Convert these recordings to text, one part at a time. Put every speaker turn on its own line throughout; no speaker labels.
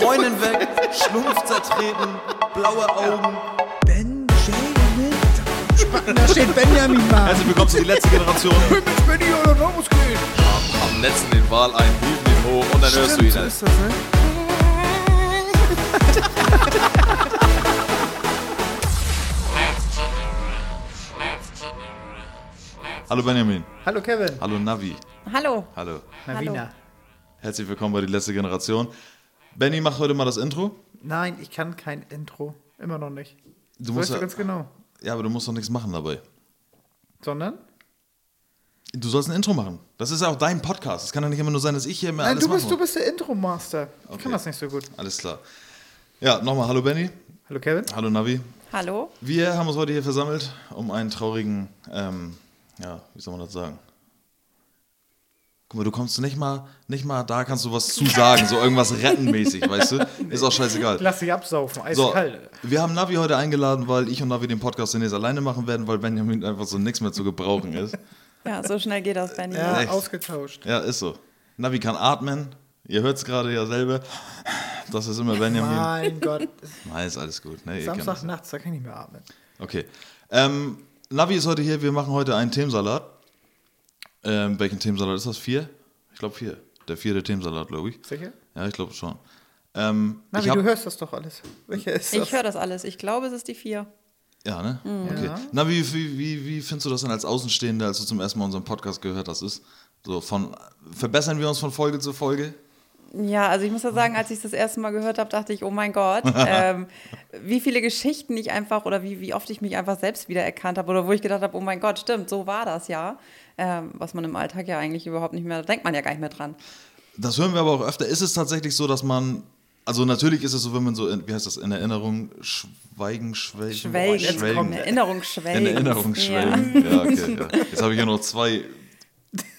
Freundin weg, Schlumpf zertreten, blaue Augen.
Benjamin. Da steht Benjamin mal.
Herzlich willkommen zu die letzte Generation.
mit Benny oder Ramos gehen.
Am letzten den Wal ein, hielten ihn hoch und dann hörst du ihn.
so
halt.
ist das, ne?
Hallo Benjamin.
Hallo Kevin.
Hallo Navi.
Hallo.
Hallo.
Navina.
Herzlich willkommen bei die letzte Generation. Benny macht heute mal das Intro.
Nein, ich kann kein Intro. Immer noch nicht.
Du
Weißt
musst
du
ja,
ganz genau.
ja, aber du musst doch nichts machen dabei.
Sondern?
Du sollst ein Intro machen. Das ist ja auch dein Podcast. Es kann ja nicht immer nur sein, dass ich hier immer
Nein,
alles
du bist,
mache.
du bist der Intro-Master. Ich
Okay.
kann das nicht so gut.
Alles klar. Ja, nochmal hallo Benny.
Hallo Kevin.
Hallo Navi.
Hallo.
Wir haben uns heute hier versammelt, um einen traurigen, ähm, ja, wie soll man das sagen? Guck mal, du kommst nicht mal, nicht mal da kannst du was zu sagen, so irgendwas rettenmäßig, weißt du? Ist auch scheißegal.
Lass dich absaufen.
So,
Eiskalt.
wir haben Navi heute eingeladen, weil ich und Navi den Podcast demnächst alleine machen werden, weil Benjamin einfach so nichts mehr zu gebrauchen ist.
Ja, so schnell geht das, Benny.
Ja,
echt.
ausgetauscht.
Ja, ist so. Navi kann atmen, ihr hört es gerade ja selber. Das ist immer Benjamin.
Mein Gott.
Nein, ist alles gut. Ne, ihr kennt das.
Samstag nachts, da kann ich nicht mehr atmen.
Okay. Ähm, Navi ist heute hier. Wir machen heute einen Themensalat. Ähm, welchen Themensalat ist das? Vier? Ich glaube vier. Der vierte Themensalat, glaube ich.
Sicher?
Ja, ich glaube schon. Ähm,
Navi,
ich hab,
du hörst das doch alles. Welcher ist das?
Ich höre das alles. Ich glaube, es ist die vier.
ja, ne?
Mhm.
Okay. Navi, wie, wie, wie findest du das denn als Außenstehender, als du zum ersten Mal unseren Podcast gehört hast? Ist so von verbessern wir uns von Folge zu Folge?
Ja, also ich muss ja sagen, als ich das erste Mal gehört habe, dachte ich, oh mein Gott, ähm, wie viele Geschichten ich einfach oder wie, wie oft ich mich einfach selbst wiedererkannt habe oder wo ich gedacht habe, oh mein Gott, stimmt, so war das ja. Ähm, was man im Alltag ja eigentlich überhaupt nicht mehr, da denkt man ja gar nicht mehr dran.
Das hören wir aber auch öfter. Ist es tatsächlich so, dass man also natürlich ist es so, wenn man so in, wie heißt das in Erinnerung schweigen, schwelgen,
Schwelgen,
schwelgen.
jetzt kommt Erinnerung
In
schwelgen.
Erinnerung schwelgen. Ja, okay. Ja. Jetzt habe ich ja noch zwei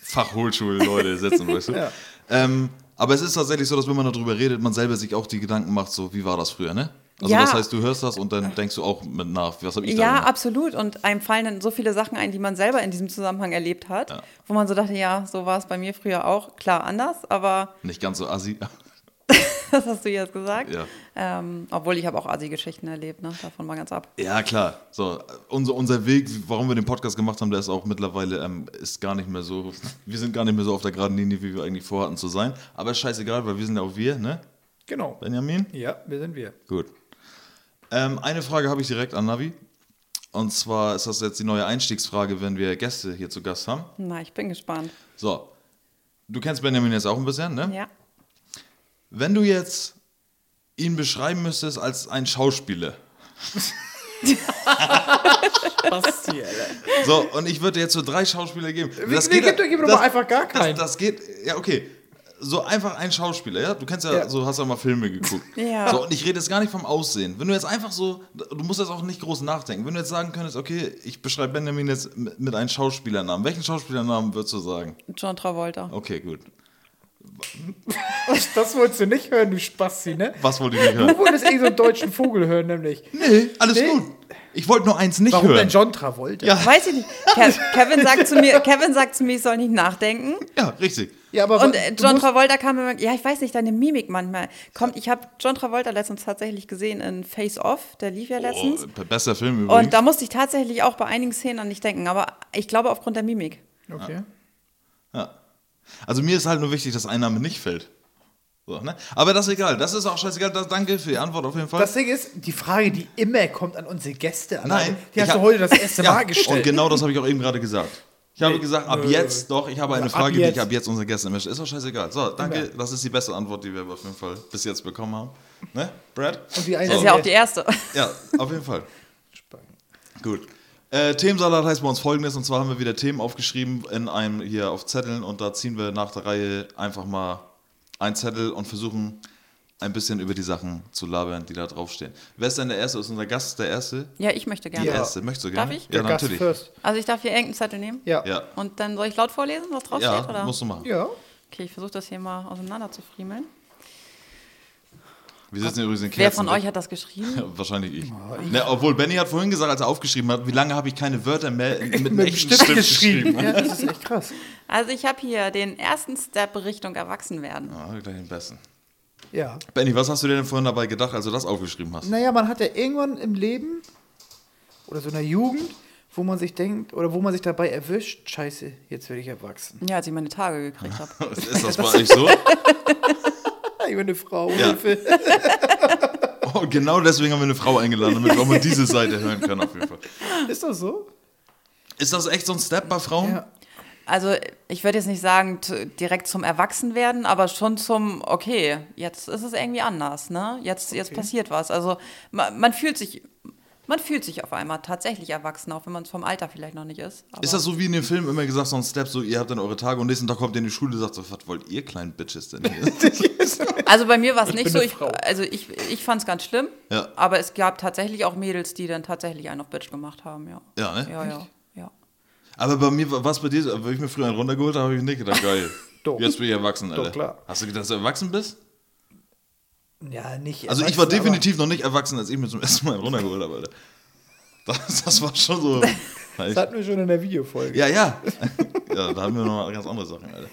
Fachhochschulleute sitzen, weißt du?
Ja.
Ähm, aber es ist tatsächlich so, dass wenn man darüber redet, man selber sich auch die Gedanken macht, so wie war das früher, ne? Also
Ja.
das heißt, du hörst das und dann denkst du auch mit nach, was habe ich da
Ja,
gemacht?
absolut. Und einem fallen dann so viele Sachen ein, die man selber in diesem Zusammenhang erlebt hat, wo man so dachte, ja, so war es bei mir früher auch. Klar, anders, aber
Nicht ganz so assi.
das hast du jetzt gesagt.
Ja.
Ähm, obwohl ich habe auch Asi-Geschichten erlebt, ne? davon mal ganz ab.
Ja, klar. So, unser, unser Weg, warum wir den Podcast gemacht haben, der ist auch mittlerweile, ähm, ist gar nicht mehr so, wir sind gar nicht mehr so auf der geraden Linie, wie wir eigentlich vorhatten zu sein. Aber ist scheißegal, weil wir sind ja auch wir, ne?
Genau.
Benjamin?
Ja, wir sind wir.
Gut. Ähm, eine Frage habe ich direkt an Navi. Und zwar ist das jetzt die neue Einstiegsfrage, wenn wir Gäste hier zu Gast haben.
Na, ich bin gespannt.
So, du kennst Benjamin jetzt auch ein bisschen, ne?
Ja.
Wenn du jetzt ihn beschreiben müsstest als ein Schauspieler.
Basti, Alter.
So, und ich würde dir jetzt so drei Schauspieler geben.
Wie- wie gibt-
ja-
gib doch mal einfach gar keinen.
Das, das geht, ja, okay. So einfach ein Schauspieler, ja? Du kennst ja,
Ja.
so hast ja mal Filme geguckt.
Ja.
So, und ich rede jetzt gar nicht vom Aussehen. Wenn du jetzt einfach so, du musst jetzt auch nicht groß nachdenken. Wenn du jetzt sagen könntest, okay, ich beschreibe Benjamin jetzt mit mit einem Schauspielernamen. Welchen Schauspielernamen würdest du sagen?
John Travolta.
Okay, gut.
Das wolltest du nicht hören, du Spasti, ne?
Was wollte ich nicht hören?
Du wolltest eh so einen deutschen Vogel hören, nämlich.
Nee, alles
Nee.
gut. Ich wollte nur eins nicht
Warum
hören.
denn John Travolta?
Ja.
Weiß ich nicht. Ke Kevin, sagt zu mir, Kevin sagt zu mir, ich soll nicht nachdenken.
ja, richtig.
Ja, aber
Und
wa-
äh,
du
John
musst-
Travolta kam immer, ja, ich weiß nicht, deine Mimik manchmal kommt. Ich habe John Travolta letztens tatsächlich gesehen in Face Off, der lief ja letztens.
Oh, bester Film übrigens.
Und da musste ich tatsächlich auch bei einigen Szenen an dich denken, aber ich glaube aufgrund der Mimik.
Okay.
Ja. Also mir ist halt nur wichtig, dass ein Name nicht fällt. So, ne? Aber das ist egal. Das ist auch scheißegal. Das, danke für die Antwort auf jeden Fall.
Das Ding ist, die Frage, die immer kommt an unsere Gäste. Alter,
Nein,
Die
ich
hast du
hab-
heute das erste Mal
Und
gestellt.
genau das habe ich auch eben gerade gesagt. Ich habe gesagt, ab
nö.
jetzt doch, ich habe eine
ab
Frage, die
jetzt.
ich ab jetzt unseren Gästen mische. Ist doch scheißegal. So, danke. Das ist die beste Antwort, die wir auf jeden Fall bis jetzt bekommen haben. Ne, Brad?
Und die
Das
eine-
ist ja auch die erste.
Ja, auf jeden Fall. Gut. Äh, Themensalat heißt bei uns folgendes, und zwar haben wir wieder Themen aufgeschrieben in einem hier auf Zetteln und da ziehen wir nach der Reihe einfach mal einen Zettel und versuchen ein bisschen über die Sachen zu labern, die da draufstehen. Wer ist denn der Erste? Ist unser Gast der Erste?
Ja, ich möchte
Die
gerne.
Erste. Möchtest du gerne?
Darf ich?
Ja,
Gast
natürlich.
first.
Also ich darf hier irgendeinen Zettel nehmen.
Ja.
Ja,
Und dann soll ich laut vorlesen, was draufsteht?
ja
oder?
musst du machen.
Ja.
Okay, ich versuche das hier mal auseinander zu friemeln.
Wir sitzen übrigens in
Wer von
Kerzen-
euch hat das geschrieben?
Wahrscheinlich ich. Ne, obwohl, Benny hat vorhin gesagt, als er aufgeschrieben hat, wie lange habe ich keine Wörter mehr mit einem
Mit
echten Stift, geschrieben.
Ja, das ist echt krass.
Also ich habe hier den ersten Step Richtung Erwachsenwerden.
Ah, gleich den Besten.
Ja.
Benny, was hast du dir denn vorhin dabei gedacht, als du das aufgeschrieben hast?
Naja, man hat ja irgendwann im Leben oder so in der Jugend, wo man sich denkt oder wo man sich dabei erwischt, scheiße, jetzt werde ich erwachsen.
Ja, als ich meine Tage gekriegt habe.
Ist das mal nicht so?
Ich bin eine Frau,
Ja.
Hilfe.
Und genau deswegen haben wir eine Frau eingeladen, damit wir auch mal diese Seite hören können auf jeden Fall.
Ist das so?
Ist das echt so ein Step bei Frauen?
Ja.
Also ich würde jetzt nicht sagen t- direkt zum Erwachsenwerden, aber schon zum, okay, jetzt ist es irgendwie anders, ne? Jetzt, jetzt passiert was. Also man, man fühlt sich, man fühlt sich auf einmal tatsächlich erwachsen, auch wenn man es vom Alter vielleicht noch nicht ist. Aber
Ist das so wie in dem Film immer gesagt, so ein Step, so ihr habt dann eure Tage und nächsten Tag kommt ihr in die Schule und sagt so, was wollt ihr kleinen Bitches denn hier?
also bei mir war es nicht
bin
so.
eine
Ich,
Frau.
also ich, ich fand es ganz schlimm,
Ja.
aber es gab tatsächlich auch Mädels, die dann tatsächlich einen auf Bitch gemacht haben, ja.
Ja, ne?
Ja, ja, ja.
Aber bei mir, war- was bei dir, so, wenn ich mir früher einen runtergeholt habe, habe ich nicht gedacht, geil.
Doch.
Jetzt bin ich erwachsen, Alter.
klar.
Hast du gedacht, dass du erwachsen bist?
Ja, nicht.
Also ich war
erwachsen,
definitiv noch nicht erwachsen, als ich mir zum ersten Mal einen runtergeholt habe, Alter. Das, das war schon so.
Aber, das hatten wir schon in der Videofolge.
Ja, ja. ja, da haben wir nochmal ganz andere Sachen, Alter.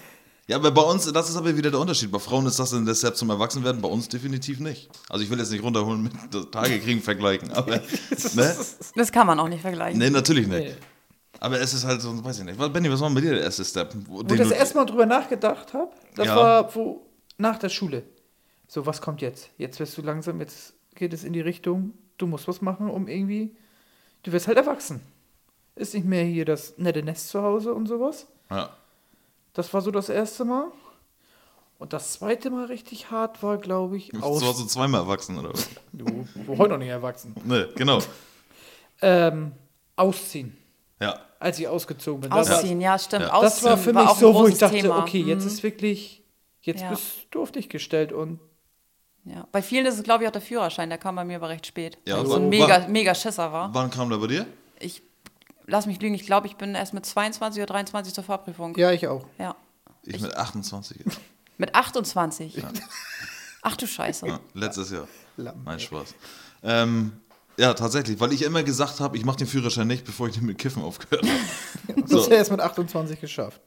Ja, aber bei uns, das ist aber wieder der Unterschied. Bei Frauen ist das dann der Step zum Erwachsenwerden, bei uns definitiv nicht. Also ich will jetzt nicht runterholen mit das Tagekriegen vergleichen, aber ne?
Das kann man auch nicht vergleichen.
ne, natürlich nicht.
Nee.
Aber es ist halt so, weiß ich nicht. Was- Benni, was war denn bei dir der erste Step? wo-
Wo
den
ich das
du-
erste Mal drüber nachgedacht habe, das
Ja.
war wo, nach der Schule. So, was kommt jetzt? Jetzt wirst du langsam, jetzt geht es in die Richtung, du musst was machen, um irgendwie. Du wirst halt erwachsen. Ist nicht mehr hier das nette Nest zu Hause und sowas.
ja.
Das war so das erste Mal. Und das zweite Mal richtig hart war, glaube ich,
Du warst
aus.
so zweimal erwachsen, oder was?
Du, wo heute noch nicht erwachsen.
Ne, genau.
Ähm, ausziehen.
Ja.
Als ich ausgezogen bin. Das war-
Ausziehen, ja, stimmt.
Ja.
Das
Ausziehen
war für mich
auch ein
so, wo ich
großes
dachte,
Thema. Mhm.
okay, jetzt ist wirklich, jetzt
Ja.
bist du auf dich gestellt und
Ja. Bei vielen ist es, glaube ich, auch der Führerschein, der kam bei mir aber recht spät.
Ja,
Ja, so
aber-
ein mega, mega Schisser war.
Wann kam der bei dir?
Ich lass mich lügen, ich glaube, ich bin erst mit 22 oder 23 zur Fahrprüfung.
Ja, ich auch.
Ja.
Ich, mit 28. jetzt.
Mit 28. Ach du Scheiße.
Ja, letztes Jahr.
Lappen.
Mein Spaß. Ähm, ja, tatsächlich, weil ich immer gesagt habe, ich mache den Führerschein nicht, bevor ich den mit Kiffen aufgehört habe.
Das
So.
hast du erst mit 28 geschafft.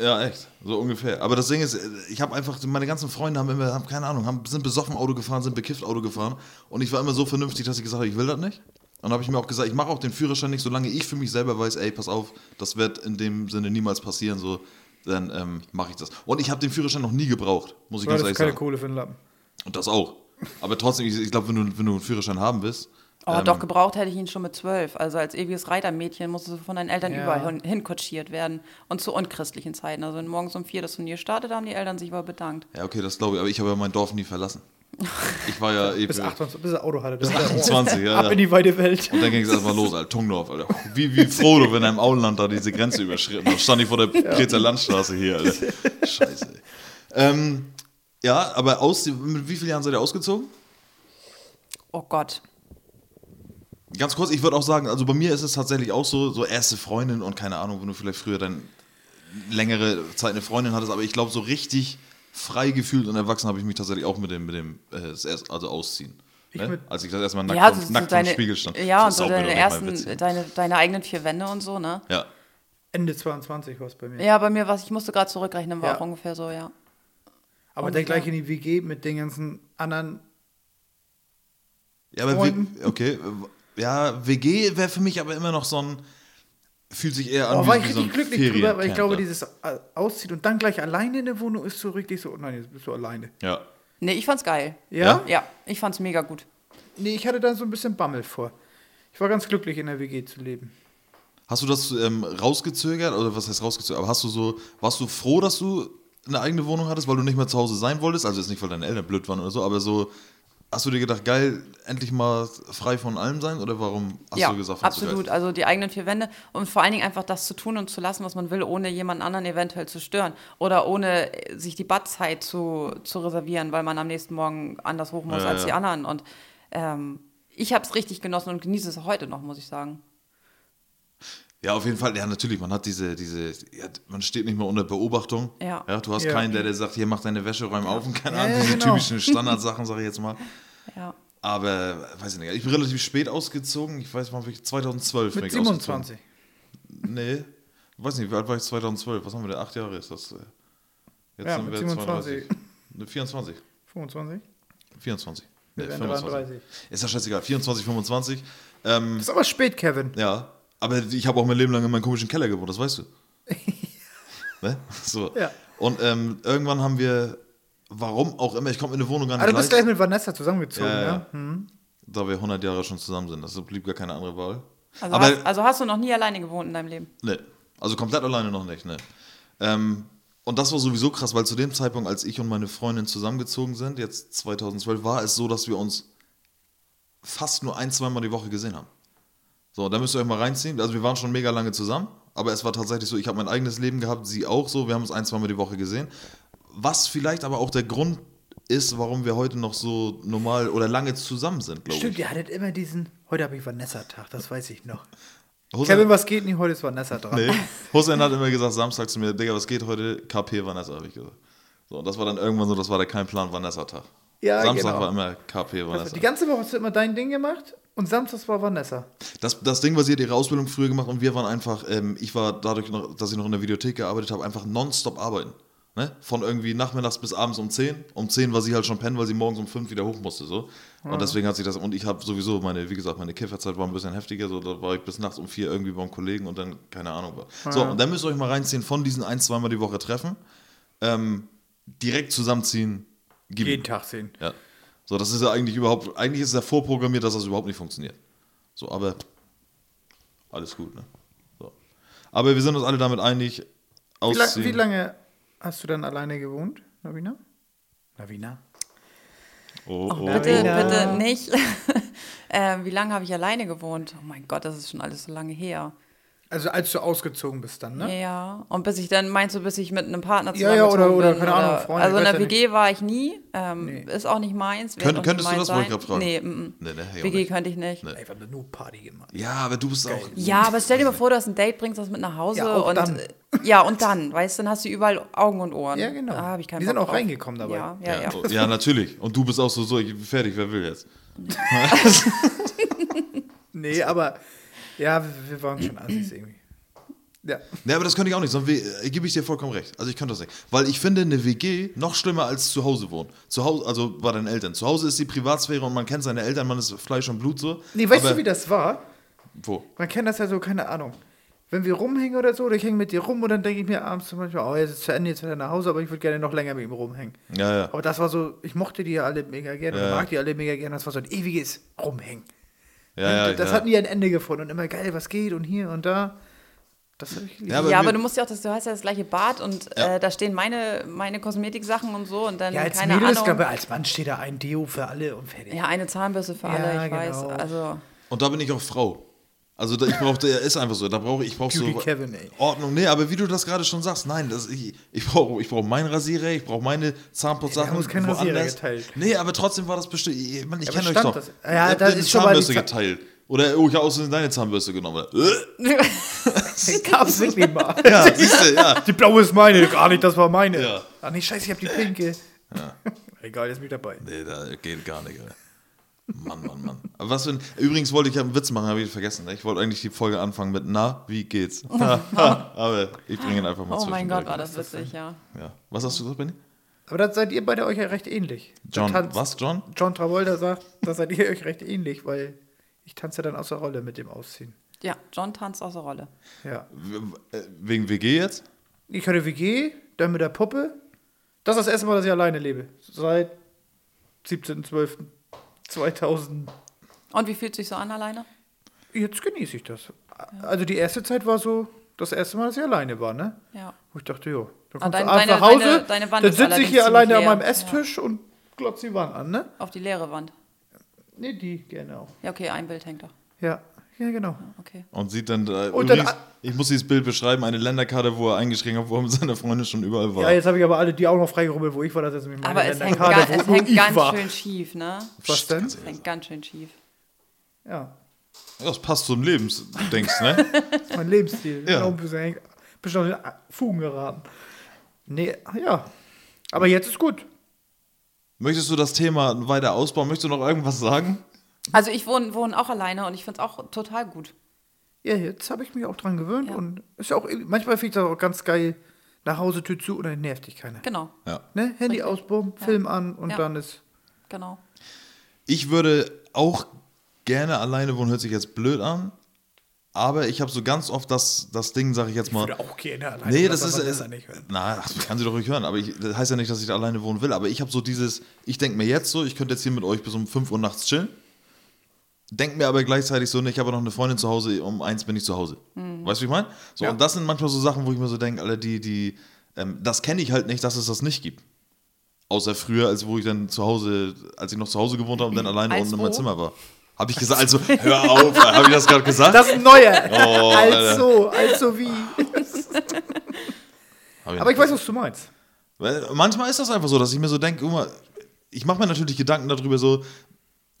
Ja, echt. So ungefähr. Aber das Ding ist, äh, ich habe einfach, meine ganzen Freunde haben immer, haben keine Ahnung, haben, sind besoffen Auto gefahren, sind bekifft Auto gefahren. Und ich war immer so vernünftig, dass ich gesagt habe, ich will das nicht. Und habe ich mir auch gesagt, ich mache auch den Führerschein nicht, solange ich für mich selber weiß, ey, pass auf, das wird in dem Sinne niemals passieren, so, dann ähm, mache ich das. Und ich habe den Führerschein noch nie gebraucht, muss ich
Du
ganz ehrlich
hattest keine
sagen.
Kohle für den Lappen.
Und das auch. Aber trotzdem, ich, ich glaube, wenn du, wenn du einen Führerschein haben willst.
Oh,
Ähm,
doch, gebraucht hätte ich ihn schon mit 12. Also als ewiges Reitermädchen musstest du von deinen Eltern
Ja.
überall hin, hinkutschiert werden. Und zu unchristlichen Zeiten. Also wenn morgens um vier das Turnier startet, haben die Eltern sich aber bedankt.
Ja, okay, das glaube ich, aber ich habe ja mein Dorf nie verlassen. Ich war ja eben.
Bis 28, bis er Auto hatte. Bis
28, ja, ja.
Ab in die weite Welt.
Und dann ging es erstmal los, Alter. Tungdorf, Alter. Wie, wie Frodo, wenn er im Auenland da diese Grenze überschritten hat. Stand ich vor der Brezer Landstraße hier, Alter. Scheiße. Ey. Ähm, ja, aber aus, mit wie vielen Jahren seid ihr ausgezogen?
Oh Gott.
Ganz kurz, ich würde auch sagen, also bei mir ist es tatsächlich auch so, so erste Freundin und keine Ahnung, wenn du vielleicht früher dann längere Zeit eine Freundin hattest, aber ich glaube, so richtig frei gefühlt und erwachsen habe ich mich tatsächlich auch mit dem, mit dem äh, das erst- also ausziehen. Ne?
mit-
Als ich das erstmal nackt,
ja,
vom,
so- so
nackt vom Spiegel stand.
Ja, und
Das
so
saugt mir
deine
doch nicht mal
ersten,
Witz.
deine, deine eigenen vier Wände und so, ne?
Ja.
Ende 22 war es bei mir.
Ja, bei mir was, ich musste gerade zurückrechnen, war
Ja.
auch ungefähr so, ja.
Aber dann gleich in die WG mit den ganzen anderen.
Ja, aber
Freunden.
w okay. äh, Ja, WG wäre für mich aber immer noch so ein. Fühlt sich eher an
Aber
wie,
war ich
wie so ein
richtig glücklich drüber, weil ich
Feriencamp,
glaube,
ja.
dieses äh, Ausziehen und dann gleich alleine in der Wohnung ist so richtig so, oh nein, jetzt bist du alleine.
Ja.
Nee, ich fand's geil.
Ja?
Ja, ich fand's mega gut.
Nee, ich hatte da so ein bisschen Bammel vor. Ich war ganz glücklich, in der WG zu leben.
Hast du das ähm, rausgezögert? Oder was heißt rausgezögert? Aber hast du so, warst du froh, dass du eine eigene Wohnung hattest, weil du nicht mehr zu Hause sein wolltest? Also jetzt nicht, weil deine Eltern blöd waren oder so, aber so, hast du dir gedacht, geil, endlich mal frei von allem sein? Oder warum hast
ja,
du gesagt, fandst du geil?
absolut. Also die eigenen vier Wände und vor allen Dingen einfach das zu tun und zu lassen, was man will, ohne jemand anderen eventuell zu stören oder ohne äh, sich die Badzeit zu, zu reservieren, weil man am nächsten Morgen anders hoch muss
Ja,
als
ja.
die anderen. Und ähm, ich habe es richtig genossen und genieße es heute noch, muss ich sagen.
Ja, auf jeden Fall. Ja, natürlich. Man hat diese, diese, ja, man steht nicht mehr unter Beobachtung.
Ja.
ja du hast
Ja.
keinen, der, der sagt, hier mach deine Wäsche, räum auf und keine
Ja,
Ahnung,
ja,
diese
genau.
typischen Standardsachen, sage ich jetzt mal.
Ja.
Aber, weiß ich nicht. Ich bin relativ spät ausgezogen. Ich weiß mal, wie ich- 2012 bin
Mit
ich
27.
ausgezogen. Nee. Weiß nicht, wie alt war ich 2012? Was haben wir denn? Acht Jahre ist das. äh, Jetzt
Ja, mit 27.
32. Ne, 24.
25?
24.
Wir
Nee,
werden
25.
33.
Ist ja scheißegal. 24, 25. Ähm,
Ist aber spät, Kevin.
ja. Aber ich habe auch mein Leben lang in meinem komischen Keller gewohnt, das weißt du. ne? So.
Ja.
Und ähm, irgendwann haben wir, warum auch immer, ich komme in eine Wohnung gar nicht
Ah, du bist
rein,
gleich mit Vanessa zusammengezogen,
Ja,
ja?
ja.
Hm.
da wir 100 Jahre schon zusammen sind. Das blieb gar keine andere Wahl.
Also,
Aber
hast, also hast du noch nie alleine gewohnt in deinem Leben.
Ne, also komplett alleine noch nicht, ne. Ähm, und das war sowieso krass, weil zu dem Zeitpunkt, als ich und meine Freundin zusammengezogen sind, jetzt 2012, war es so, dass wir uns fast nur ein, zweimal die Woche gesehen haben. So, da müsst ihr euch mal reinziehen. Also wir waren schon mega lange zusammen, aber es war tatsächlich so, ich habe mein eigenes Leben gehabt, sie auch so, wir haben uns ein, zweimal die Woche gesehen. Was vielleicht aber auch der Grund ist, warum wir heute noch so normal oder lange zusammen sind, glaube
Stimmt,
ich.
ihr hattet immer diesen, heute habe ich Vanessa-Tag, das weiß ich noch. Kevin,
Hussein,
was geht nicht, heute ist Vanessa dran.
nee. Hussein hat immer gesagt, Samstag zu mir, Digga, was geht heute? KP Vanessa, habe ich gesagt. So, und das war dann irgendwann so, das war der kein Plan Vanessa-Tag.
Ja,
Samstag
genau.
war immer KP Vanessa.
Also die ganze Woche hast du immer dein Ding gemacht und samstags war Vanessa.
Das, das Ding war, sie hat ihre Ausbildung früher gemacht und wir waren einfach, ähm, ich war dadurch, noch, dass ich noch in der Videothek gearbeitet habe, einfach nonstop arbeiten. Ne? Von irgendwie nachmittags bis abends um 10. Um 10 war sie halt schon pennen, weil sie morgens um 5 wieder hoch musste. So. Und deswegen hat sich das, und ich habe sowieso meine, wie gesagt, meine Kifferzeit war ein bisschen heftiger, so da war ich bis nachts um 4 irgendwie beim Kollegen und dann, keine Ahnung. War. So, und dann müsst ihr euch mal reinziehen, von diesen ein, zweimal die Woche treffen, ähm, direkt zusammenziehen, gib ihm.
Tag sehen.
Ja. So, das ist ja eigentlich überhaupt, eigentlich ist es ja vorprogrammiert, dass das überhaupt nicht funktioniert. So, aber alles gut, ne? So. Aber wir sind uns alle damit einig,
Wie, lang,
ausziehen.
wie lange hast du dann alleine gewohnt, Navina? Navina?
Oh, oh.
Bitte,
Marina.
bitte nicht. ähm, wie lange habe ich alleine gewohnt? Oh mein Gott, das ist schon alles so lange her.
Also als du ausgezogen bist dann, ne?
Ja, und bis ich dann, meinst du, bis ich mit einem Partner
Ja, ja, oder-
zusammengezogen
oder,
bin?
keine Ahnung, Freunde,
also in
weiß
der
ja nicht.
WG war ich nie, ähm, ist auch nicht meins. wird
Könnt-
auch nicht
könntest du
meins
das? Wollte ich
sein.
grad fragen.
Nee, mm,
Nee, nee, ich auch
WG
nicht.
könnte ich nicht.
Nee.
Ey, wir haben nur Party gemacht.
Ja, aber du bist auch.
Ja, aber stell dir mal vor, du hast ein Date, bringst das mit nach Hause
Ja, auch
und
dann.
äh, ja, und dann, weißt du, dann hast du überall Augen und Ohren.
Ja, genau.
Da habe ich keinen
Wir sind
Bock
auch
drauf.
reingekommen dabei.
Ja, ja,
Ja,
ja.
oh, ja, natürlich. Und du bist auch so, so, ich bin fertig, wer will jetzt?
Nee, aber ja, wir, wir waren schon Assis irgendwie. Ja.
Ne, aber das könnte ich auch nicht, sondern wir- äh, gebe ich dir vollkommen recht. Also ich könnte das nicht. Weil ich finde eine WG noch schlimmer als zu Hause wohnen. Zu Hause, also bei deinen Eltern. Zu Hause ist die Privatsphäre und man kennt seine Eltern, man ist Fleisch und Blut so.
Nee, weißt
aber,
du, wie das war?
Wo?
Man kennt das ja so, keine Ahnung. Wenn wir rumhängen oder so, oder ich hänge mit dir rum und dann denke ich mir abends zum Beispiel, oh, jetzt ist zu Ende, jetzt wird er nach Hause, aber ich würde gerne noch länger mit ihm rumhängen.
Ja, ja.
Aber das war so, ich mochte die ja alle mega gerne,
Ja.
und mag die alle mega gerne, das war so ein ewiges Rumhängen.
ja, ja
Und das
ja.
hat nie ein Ende gefunden und immer geil, was geht und hier und da. Das habe ich geliebt.
Ja,
Ja,
aber
ja,
wir-
aber du musst ja auch, das, du hast ja das gleiche Bad und
Ja.
äh, da stehen meine, meine Kosmetiksachen und so und dann
als
keine
Mädels,
Ahnung.
glaube ich, als Mann steht da ein Deo für alle und fertig.
Ja, eine Zahnbürste für alle,
Ja,
ich weiß.
genau.
Also,
Und da bin ich auch Frau. Also da, ich brauche, ist einfach so, da brauche ich brauche so
Beauty Kevin, ey.
Ordnung. Nee, aber wie du das gerade schon sagst, nein, das, ich, ich brauche ich brauch meinen Rasierer, ich brauche meine Zahnputzsachen.
Wir haben uns keinen
woanders.
Rasierer geteilt.
Nee, aber trotzdem war das bestimmt, ich, Mann, ich
aber
kenne euch
stand
doch.
das- Ja,
Ihr
das
habt
ist schon mal die
Zahnbürste
Za-
geteilt. Oder oh, ich habe aus Versehen deine Zahnbürste genommen. Äh,
Das gab's wirklich mal.
ja, siehst du, ja.
Die blaue ist meine, gar nicht, das war meine.
Ja.
Ach nee, scheiße, ich habe die pinke. Egal, ist mit dabei.
Nee, da geht gar nicht. Alter. Mann, Mann, Mann. Aber was für ein, übrigens wollte ich ja einen Witz machen, habe ich vergessen. ne? Ich wollte eigentlich die Folge anfangen mit Na, wie geht's? aber ich bringe ihn einfach mal
oh mein
zwischendurch.
Gott, war das witzig, ja.
Ja. Was hast du gesagt, Benny?
Aber das seid ihr beide euch ja recht ähnlich. Da
John,
tanzt-
was, John?
John Travolta sagt, da seid ihr euch recht ähnlich, weil ich tanze dann außer Rolle mit dem Ausziehen.
Ja, John tanzt außer Rolle.
Ja.
W- äh, Wegen WG jetzt?
Ich hatte WG, dann mit der Puppe. Das ist das erste Mal, dass ich alleine lebe. Seit 17.12.2000.
Und wie fühlt sich so an alleine?
Jetzt genieße ich das. Also die erste Zeit war so, das erste Mal, dass ich alleine war, ne?
Ja.
Wo ich dachte, ja, dann
Ah,
kommst
dein-
du abends
deine-
nach Hause,
deine- deine Wand
dann
ist
sitze ich
allerdings
hier alleine
ziemlich
an meinem
leer.
Esstisch und glotze die Wand an, ne?
Auf die leere Wand.
Ne, die gerne auch.
Ja, okay, ein Bild hängt da.
Ja, ja, genau.
Okay.
Und sieht dann, äh,
Und dann
übrigens,
a-
ich muss dieses Bild beschreiben, eine Länderkarte, wo er eingeschränkt hat, wo er mit seiner Freundin schon überall war.
Ja, jetzt habe ich aber alle die auch noch freigerubbelt, wo ich war, das ist nämlich
Aber es hängt,
Länderkarte,
ga,
wo
es
nur
hängt
ich
ganz
war.
schön schief, ne?
Was denn?
Es hängt ganz schön schief.
Ja,
Das passt zum Lebensdenkst, ne?
das ist mein Lebensstil.
Ja.
Ja. Genau, ein bisschen hängt, bin schon in den Fugen geraten. Nee, ja. Aber jetzt ist gut.
Möchtest du das Thema weiter ausbauen? Möchtest du noch irgendwas sagen?
Also ich wohne, wohne auch alleine und ich finde es auch total gut.
Ja, jetzt habe ich mich auch dran gewöhnt
Ja.
und ist ja auch, manchmal finde ich das auch ganz geil, Nach Hause, Tür zu und dann nervt dich keiner.
Genau,
Ja.
Ne? Handy
Richtig.
aus, bumm, Film an und
Ja.
dann ist.
genau.
Ich würde auch gerne alleine wohnen, hört sich jetzt blöd an. Aber ich habe so ganz oft das, das Ding, sage ich jetzt mal.
auch gerne alleine.
Nee, das ist. äh, Na, ach, kann sie doch ruhig hören. Aber ich, das heißt ja nicht, dass ich da alleine wohnen will. Aber ich habe so dieses. Ich denke mir jetzt so, ich könnte jetzt hier mit euch bis um 5 Uhr nachts chillen. Denke mir aber gleichzeitig so, ne, ich habe noch eine Freundin zu Hause, um eins bin ich zu Hause.
Mhm.
Weißt du, wie ich meine? So,
Ja.
und das sind manchmal so Sachen, wo ich mir so denke, alle die, die. Ähm, das kenne ich halt nicht, dass es das nicht gibt. Außer früher, als wo ich dann zu Hause, als ich noch zu Hause gewohnt habe und dann alleine
Als
unten in
wo?
meinem Zimmer war. Habe ich gesagt, also, hör auf, habe ich das gerade gesagt?
Das ist ein neuer.
Oh, Alter.
also, also wie.
Hab
Aber ich
nicht
weiß, was du meinst.
Weil äh, manchmal ist das einfach so, dass ich mir so denke, guck mal, ich mache mir natürlich Gedanken darüber, so,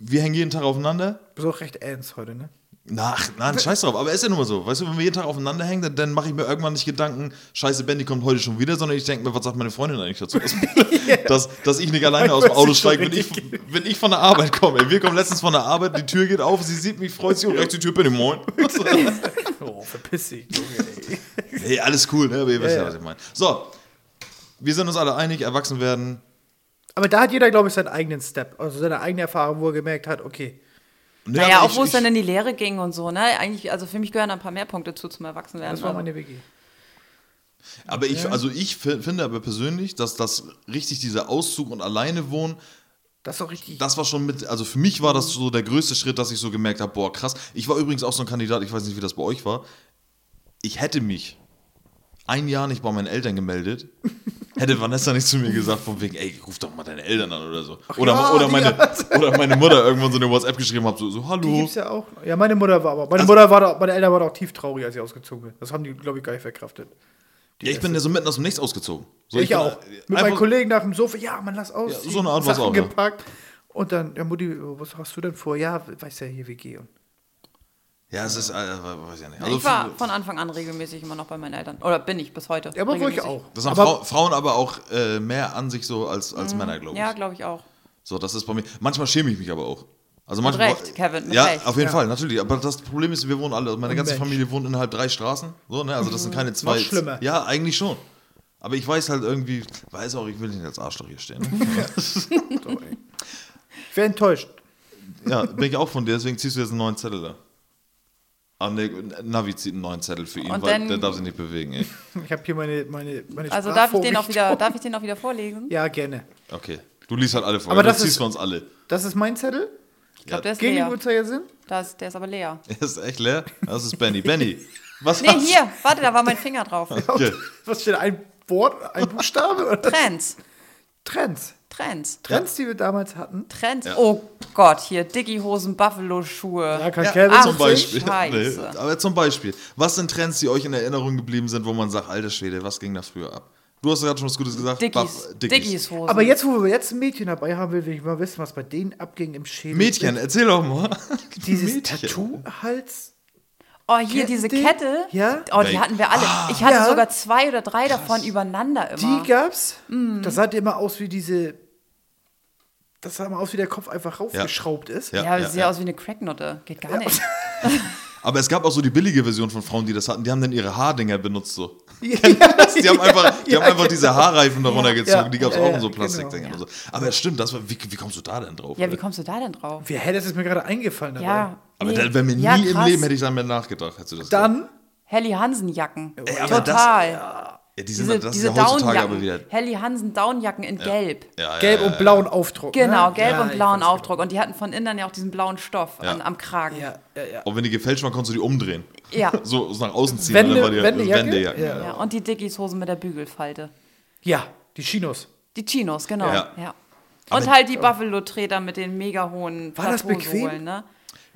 wir hängen jeden Tag aufeinander.
Du bist auch recht ernst heute, ne?
Na, ach, nein, scheiß drauf, aber ist ja nun mal so. Weißt du, wenn wir jeden Tag aufeinander hängen, dann, dann mache ich mir irgendwann nicht Gedanken, scheiße, Benny kommt heute schon wieder, sondern ich denke mir, was sagt meine Freundin eigentlich dazu? dass, dass ich nicht alleine aus dem
Manchmal
Auto
ist es schon
steige, wenn ich, wenn ich von der Arbeit komme. Ey, Wir kommen letztens von der Arbeit, die Tür geht auf, sie sieht mich, freut sich und rechts die Tür, Benny, moin.
Oh, verpiss dich, Junge, ey.
Hey, alles cool, ne? aber ihr wisst ja,
Ja, ja.
was ich meine. So, wir sind uns alle einig, erwachsen werden,
Aber da hat jeder, glaube ich, seinen eigenen Step. Also seine eigene Erfahrung, wo er gemerkt hat, okay.
Ja,
Naja,
aber
auch
ich-
wo es
ich-
dann in die Lehre ging und so, ne? Eigentlich, also für mich gehören da ein paar mehr Punkte zu zum Erwachsenwerden.
Das war
Also-
meine WG.
Aber ich, also ich fi- finde aber persönlich, dass das richtig dieser Auszug und alleine wohnen,
Das ist doch richtig.
das war schon mit, also für mich war das so der größte Schritt, dass ich so gemerkt habe, boah, krass. Ich war übrigens auch so ein Kandidat, ich weiß nicht, wie das bei euch war. Ich hätte mich ein Jahr nicht bei meinen Eltern gemeldet, hätte Vanessa nicht zu mir gesagt, von wegen, ey, ruf doch mal deine Eltern an oder so. Oder,
ja,
oder,
die
meine, oder meine Mutter irgendwann so eine WhatsApp geschrieben hat, so, so
die
hallo.
gibt's ja auch. Ja, meine Mutter war aber. Meine Mutter war da, meine Eltern waren auch tief traurig, als sie ausgezogen sind. Das haben die, glaube ich, gar nicht verkraftet.
Ja, ich bin ja so mitten aus dem Nichts ausgezogen. So,
ich,
bin,
auch.
äh,
Mit meinen
einfach-
Kollegen nach dem Sofa, ja, man lass aus.
Ja, so eine Art war's auch, ja.
gepackt. Und dann, ja, Mutti, was hast du denn vor? Ja, weiß ja hier WG. Und
Ja, es ist, äh, weiß ja nicht.
Also
Also
ich war von Anfang an regelmäßig immer noch bei meinen Eltern. Oder bin ich bis heute.
ja, aber wo ich
regelmäßig.
auch.
Das haben
aber, Mhm.
Frau, Frauen aber auch äh, mehr an sich so als, als Männer, glaube ich.
Ja, glaube ich auch.
So, das ist bei mir. Manchmal schäme ich mich aber auch. Also manchmal,
Recht, Kevin, mit
Ja,
Recht.
auf jeden Fall, natürlich. Aber das Problem ist, wir wohnen alle, also meine ganze
Mensch.
Familie wohnt innerhalb drei Straßen. So, ne? Also das sind keine zwei.
Mhm. schlimmer.
Ja, eigentlich schon. Aber ich weiß halt irgendwie, weiß auch, ich will nicht als Arschloch hier stehen. ne?
ich wäre enttäuscht.
ja, bin ich auch von dir, deswegen ziehst du jetzt einen neuen Zettel da. Ah, ne, Navi zieht einen neuen Zettel für ihn,
Und
weil
dann-
der darf sich nicht bewegen, ey.
Ich habe hier meine, meine, meine
Also darf ich, den auch
Sprachvorrichtung.
wieder, darf ich den auch wieder vorlesen?
Ja, gerne.
Okay. Du liest halt alle vor.
Aber
du
das
ziehst
ist-
für uns alle.
Das ist mein Zettel.
Ich glaube, der ist
Gegen den
leer.
Uhrzeigersinn.
Da ist, der ist aber leer.
Er ist echt leer. Das ist Benny. Benny, was
Nee, hier, warte, da war mein Finger drauf.
Okay.
Was steht da? ein Wort, ein Buchstabe? Oder?
Trends.
Trends.
Trends.
Trends, die wir damals hatten.
Trends. Oh Gott, hier Diggi-Hosen, Buffalo-Schuhe.
Da kann
Ja,
Kevin
ach,
zum
so
Beispiel.
Scheiße.
Nee, aber zum Beispiel. Was sind Trends, die euch in Erinnerung geblieben sind, wo man sagt, alter Schwede, was ging da früher ab? Du hast gerade schon was Gutes gesagt.
Dickies.
Buff-
Dickies-Hosen.
Aber jetzt, wo wir jetzt ein Mädchen dabei haben, will will ich mal wissen, was bei denen abging im Schädel.
Mädchen, erzähl doch mal.
Dieses
Mädchen.
Tattoo-Hals.
Oh, hier diese
Kettending?
Kette.
Ja.
Oh, die
Wel-
hatten wir alle.
Ah.
Ich hatte
Ja.
sogar zwei oder drei davon übereinander immer.
Die gab's.
Mhm.
Das sah immer aus wie diese. Das sah immer aus, wie der Kopf einfach raufgeschraubt ist.
Ja.
ja, das sieht aus wie eine Cracknote. Geht gar nicht.
Aber es gab auch so die billige Version von Frauen, die das hatten. Die haben dann ihre Haardinger benutzt so. Kennt ihr das? Die haben einfach, die
ja,
haben einfach
genau.
diese Haarreifen darunter gezogen.
Ja.
die gab es
Ja,
auch
ja,
in so
genau.
Plastikdingern und so. Aber stimmt, das war, wie, wie kommst du da denn drauf?
Ja, wie
Alter?
kommst du da denn drauf?
Wie hell, das ist mir gerade eingefallen. dabei.
Ja.
aber
nee.
da wäre mir nie
Ja,
im
krass.
Leben hätte ich dann mehr nachgedacht, hättest du das gesagt.
Dann
Helly Hansen Jacken.
aber das-
Total.
ja, die sind, halt,
diese
das ist
diese
ja heutzutage aber
Downjacken.
wieder.
Helly Hansen Downjacken in Gelb.
Ja, ja,
gelb
ja,
und blauen Aufdruck.
Genau,
ne?
gelb
Ja,
und
ich
blauen
weiß
Aufdruck. Und die hatten von innen dann ja auch diesen blauen Stoff
Ja.
an, am Kragen.
genau.
Ja.
Ja, ja, ja.
Und wenn die gefälscht waren, konntest du die umdrehen.
Ja.
So, so nach außen ziehen.
Wände-
und dann war die
Wendejacke?
Wendejacke.
Ja.
Und die Dickies-Hosen mit der Bügelfalte.
Ja, die Chinos.
Die Chinos, genau.
Ja.
Ja.
Aber-
Und halt die Buffalo-Treter mit den mega hohen
äh, War das
Plateausohlen,
bequem?
Ne?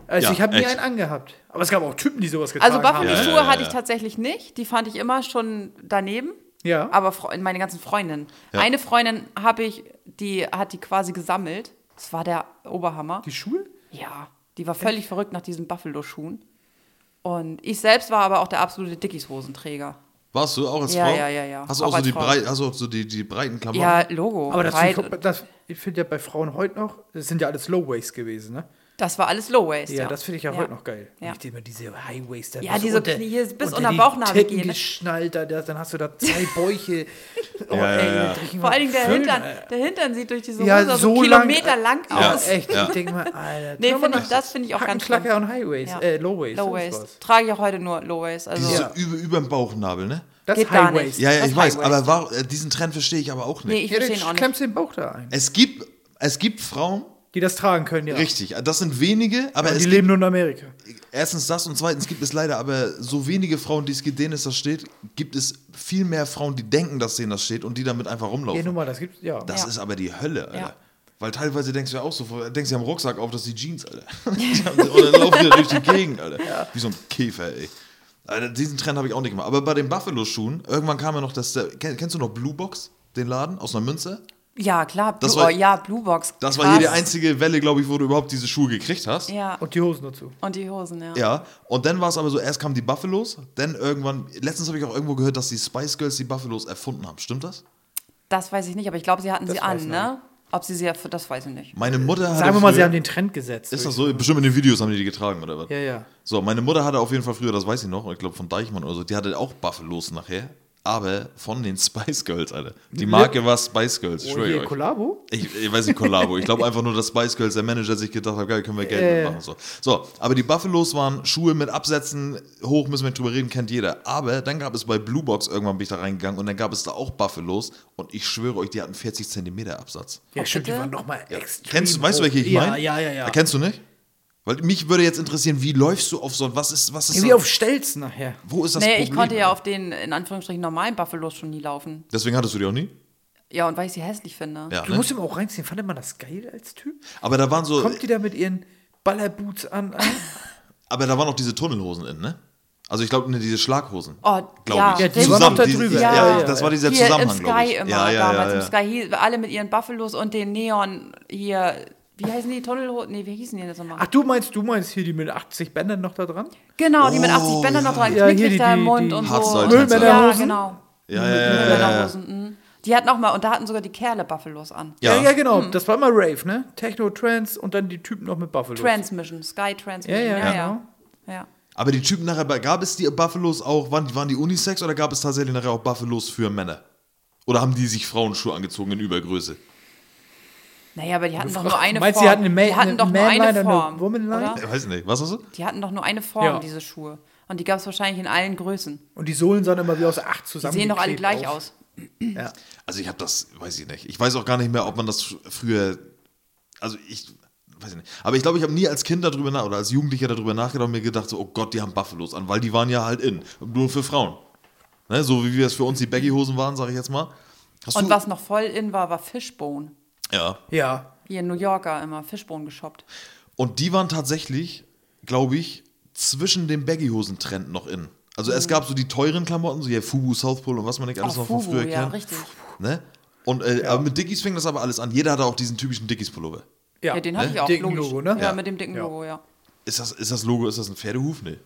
Also
Ja,
ich habe nie
echt.
einen angehabt. Aber es gab auch Typen, die sowas getan
Also
haben. ne?
Buffalo-Schuhe
Ja, ja, ja,
hatte ich
ja.
tatsächlich nicht. Die fand ich immer schon daneben.
Ja.
Aber Fre- meine ganzen Freundinnen.
Ja.
Eine Freundin habe ich, die hat die quasi gesammelt. Das war der Oberhammer.
Die Schuhe?
ja, die war völlig verrückt nach diesen Buffalo-Schuhen. Und ich selbst war aber auch der absolute Dickies-Hosenträger.
Warst du auch als
Ja,
Frau?
ja, ja, ja.
Hast du
Auch
auch, so
als
die,
Frau.
brei hast du auch so die, die breiten Klamotten?
Ja, Logo.
Aber das,
breit.
das ich finde ja bei Frauen heute noch, das sind ja alles Low-Waist gewesen, ne?
Das war alles Low Waist.
Ja, das finde ich ja, heute noch geil.
Ja.
Wenn ich dir immer diese High Waist
Ja, die so Knie- bis unter Bauchnabel
Titten
gehen, ne?
geschnallt, da, dann hast du da zwei Bäuche. oh,
Ja, ja, ja.
richtig
Vor
mal
allen Dingen der
Föhn,
Hintern,
Alter.
der Hintern sieht durch diese Hose
Ja,
so,
so lang-
Kilometer lang,
Ja.
aus.
Echt,
Ja.
ich denke mal, Alter.
Nee,
kann man
finde ich, das finde ich auch ganz schlimm.
Hackenschlacker und High Waist,
Ja.
äh, Low Waist.
Low
das
Waist.
war's.
Trage ich auch heute nur Low Waist. Also
Diese über, über dem Bauchnabel, ne?
Das
Geht gar
High
nicht.
Waist.
Ja, ja,
Das
ich weiß,
High-Waist.
aber war, äh, diesen Trend verstehe ich aber auch nicht.
nee, ich
Ja,
verstehe ihn auch
dann
nicht.
klemmst du den Bauch da ein.
Es gibt, es gibt Frauen,
Die das tragen können, ja.
richtig, das sind wenige, aber
Und
es
die
gibt,
leben nur in Amerika.
erstens das und zweitens gibt es leider aber so wenige Frauen, die es geht, denen es das steht, gibt es viel mehr Frauen, die denken, dass denen das steht und die damit einfach
Ja,
rumlaufen.
nur mal, das gibt's, ja.
das
Ja.
ist aber die Hölle, Alter.
Ja.
Weil teilweise denkst du ja auch so, denkst du ja am Rucksack auf, dass die Jeans, Alter. Die haben- und dann laufen die durch die Gegend, Alter. Wie so ein Käfer, ey. Alter, diesen Trend habe ich auch nicht gemacht. Aber bei den Buffalo-Schuhen, irgendwann kam ja noch das, der, kenn- kennst du noch Blue Box, den Laden aus einer Münze?
Ja, klar. Blue,
Das war-
oh, ja, Blue Box.
Das war hier die
Krass.
einzige Welle, glaube ich, wo du überhaupt diese Schuhe gekriegt hast.
Ja,
Und die Hosen dazu.
und die Hosen, ja.
Ja, und dann war es aber so, erst kamen die Buffaloes, dann irgendwann, letztens habe ich auch irgendwo gehört, dass die Spice Girls die Buffaloes erfunden haben. Stimmt das?
Das weiß ich nicht, aber ich glaube, sie hatten
Das
sie
weiß
an,
man
ne? Ob sie sie, das weiß ich nicht.
Meine Mutter hatte
Sagen wir mal, sie
früher-
haben den Trend gesetzt.
Ist das so? Bestimmt in den Videos haben die die getragen, oder was?
Ja, ja.
So, meine Mutter hatte auf jeden Fall früher, das weiß ich noch, ich glaube von Deichmann oder so, die hatte auch Buffaloes nachher, aber von den Spice Girls, Alter. Die Marke war Spice Girls, ich
Oh,
schwöre
hier,
euch.
Kollabo?
Ich, ich weiß nicht, Kollabo. Ich glaube einfach nur, dass Spice Girls, der Manager, sich gedacht hat, geil, können wir Geld
Äh.
mitmachen. So. so, aber die Buffaloes waren Schuhe mit Absätzen, hoch müssen wir nicht drüber reden, kennt jeder. Aber dann gab es bei Blue Box, irgendwann bin ich da reingegangen und dann gab es da auch Buffaloes und ich schwöre euch, die hatten 40 cm Absatz.
Ja, stimmt, die
bitte?
waren nochmal extrem
Kennst du, weißt du, welche ich
hoch.
meine?
Ja, ja, ja. ja.
Erkennst du nicht? Weil mich würde jetzt interessieren, wie läufst du auf so ein, was ist, was ist
Wie
so,
auf Stelzen nachher.
wo ist das
Nee,
Problem?
ich konnte ja auf den, in Anführungsstrichen, normalen Buffalos schon nie laufen.
Deswegen hattest du die auch nie?
Ja, und weil ich sie hässlich finde.
Ja,
Du
ne?
musst ihm auch reinziehen. Fand man das geil als Typ?
Aber da waren so,
Kommt die da mit ihren Ballerboots an? an?
aber da waren auch diese Tunnelhosen in, ne? Also ich glaube, ne, diese Schlaghosen.
Oh,
glaube
ja.
ich.
Ja, die waren
Zusammen,
auch da
diese-
drüber.
Ja,
Ja, ja,
das
ja.
war dieser
Hier im
Zusammenhang,
Sky
glaube ich.
immer,
ja, ja,
damals
ja,
im
ja.
Sky, hieß- alle mit ihren Buffalos und den Neon hier, wie heißen die, Tunnelhosen, nee, wie hießen die denn nochmal?
Ach, du meinst, du meinst hier die mit 80 Bändern noch da dran?
Genau, die mit
Oh,
80 Bändern noch dran,
Ja, hier
knicklig
die-
da im
die-
Mund
die
und so.
Hartz-Soldaten.
Ja,
Müllmännerhosen?
genau.
Ja, ja, ja, ja, ja.
Müllmännerhosen, mhm. Die hat nochmal, und da hatten sogar die Kerle Buffalos an.
Ja.
ja, genau.
Hm.
Das war immer Rave, ne? Techno, Trance und dann die Typen noch mit Buffalo.
Transmission, Sky Transmission.
Ja, ja,
ja.
genau.
ja. ja.
Aber die Typen nachher, bei- gab es die Buffalos auch, waren, waren die Unisex oder gab es tatsächlich nachher auch Buffalos für Männer? Oder haben die sich Frauenschuhe angezogen in Übergröße?
Naja, aber die hatten doch
fragst-
nur eine
meinst du,
Form.
die hatten eine Ma-
die hatten
eine
doch nur
Man-Line und
eine
eine
Form.
Woman-Line?
oder?
Ich weiß nicht, was hast du?
Die hatten doch nur eine Form,
Ja.
diese Schuhe. Und die gab es wahrscheinlich in allen Größen.
Und die Sohlen sahen immer wie aus acht
Die
zusammen.
sehen doch alle gleich aus.
Ja.
Also ich habe das, weiß ich nicht. Ich weiß auch gar nicht mehr, ob man das fr- früher, also ich, weiß ich nicht. Aber ich glaube, ich habe nie als Kind darüber nach, oder als Jugendlicher darüber nachgedacht und mir gedacht, so, oh Gott, die haben Buffalos an, weil die waren ja halt in, nur für Frauen. Ne? So wie wir es für uns die Baggy-Hosen waren, sage ich jetzt mal. Hast
Und was noch voll in war, war Fishbone.
Ja.
Ja.
Hier in New Yorker immer Fishbone geshoppt.
Und die waren tatsächlich, glaube ich, zwischen dem Baggy-Hosen-Trend noch in. Also
Mhm.
es gab so die teuren Klamotten, so hier Fubu, South Pole und was man nicht alles
Auch
noch von
Ah, Fubu,
früher
ja,
kennt.
richtig.
Ne? Und äh, aber mit Dickies fing das aber alles an. Jeder hatte auch diesen typischen Dickies-Pullover.
Ja, den hatte ich auch.
Dicken
logisch.
Logo, ne?
Ja,
Ja.
mit dem dicken
Ja.
Logo, ja.
Ist das, ist das Logo, ist das ein Pferdehuf? Nee.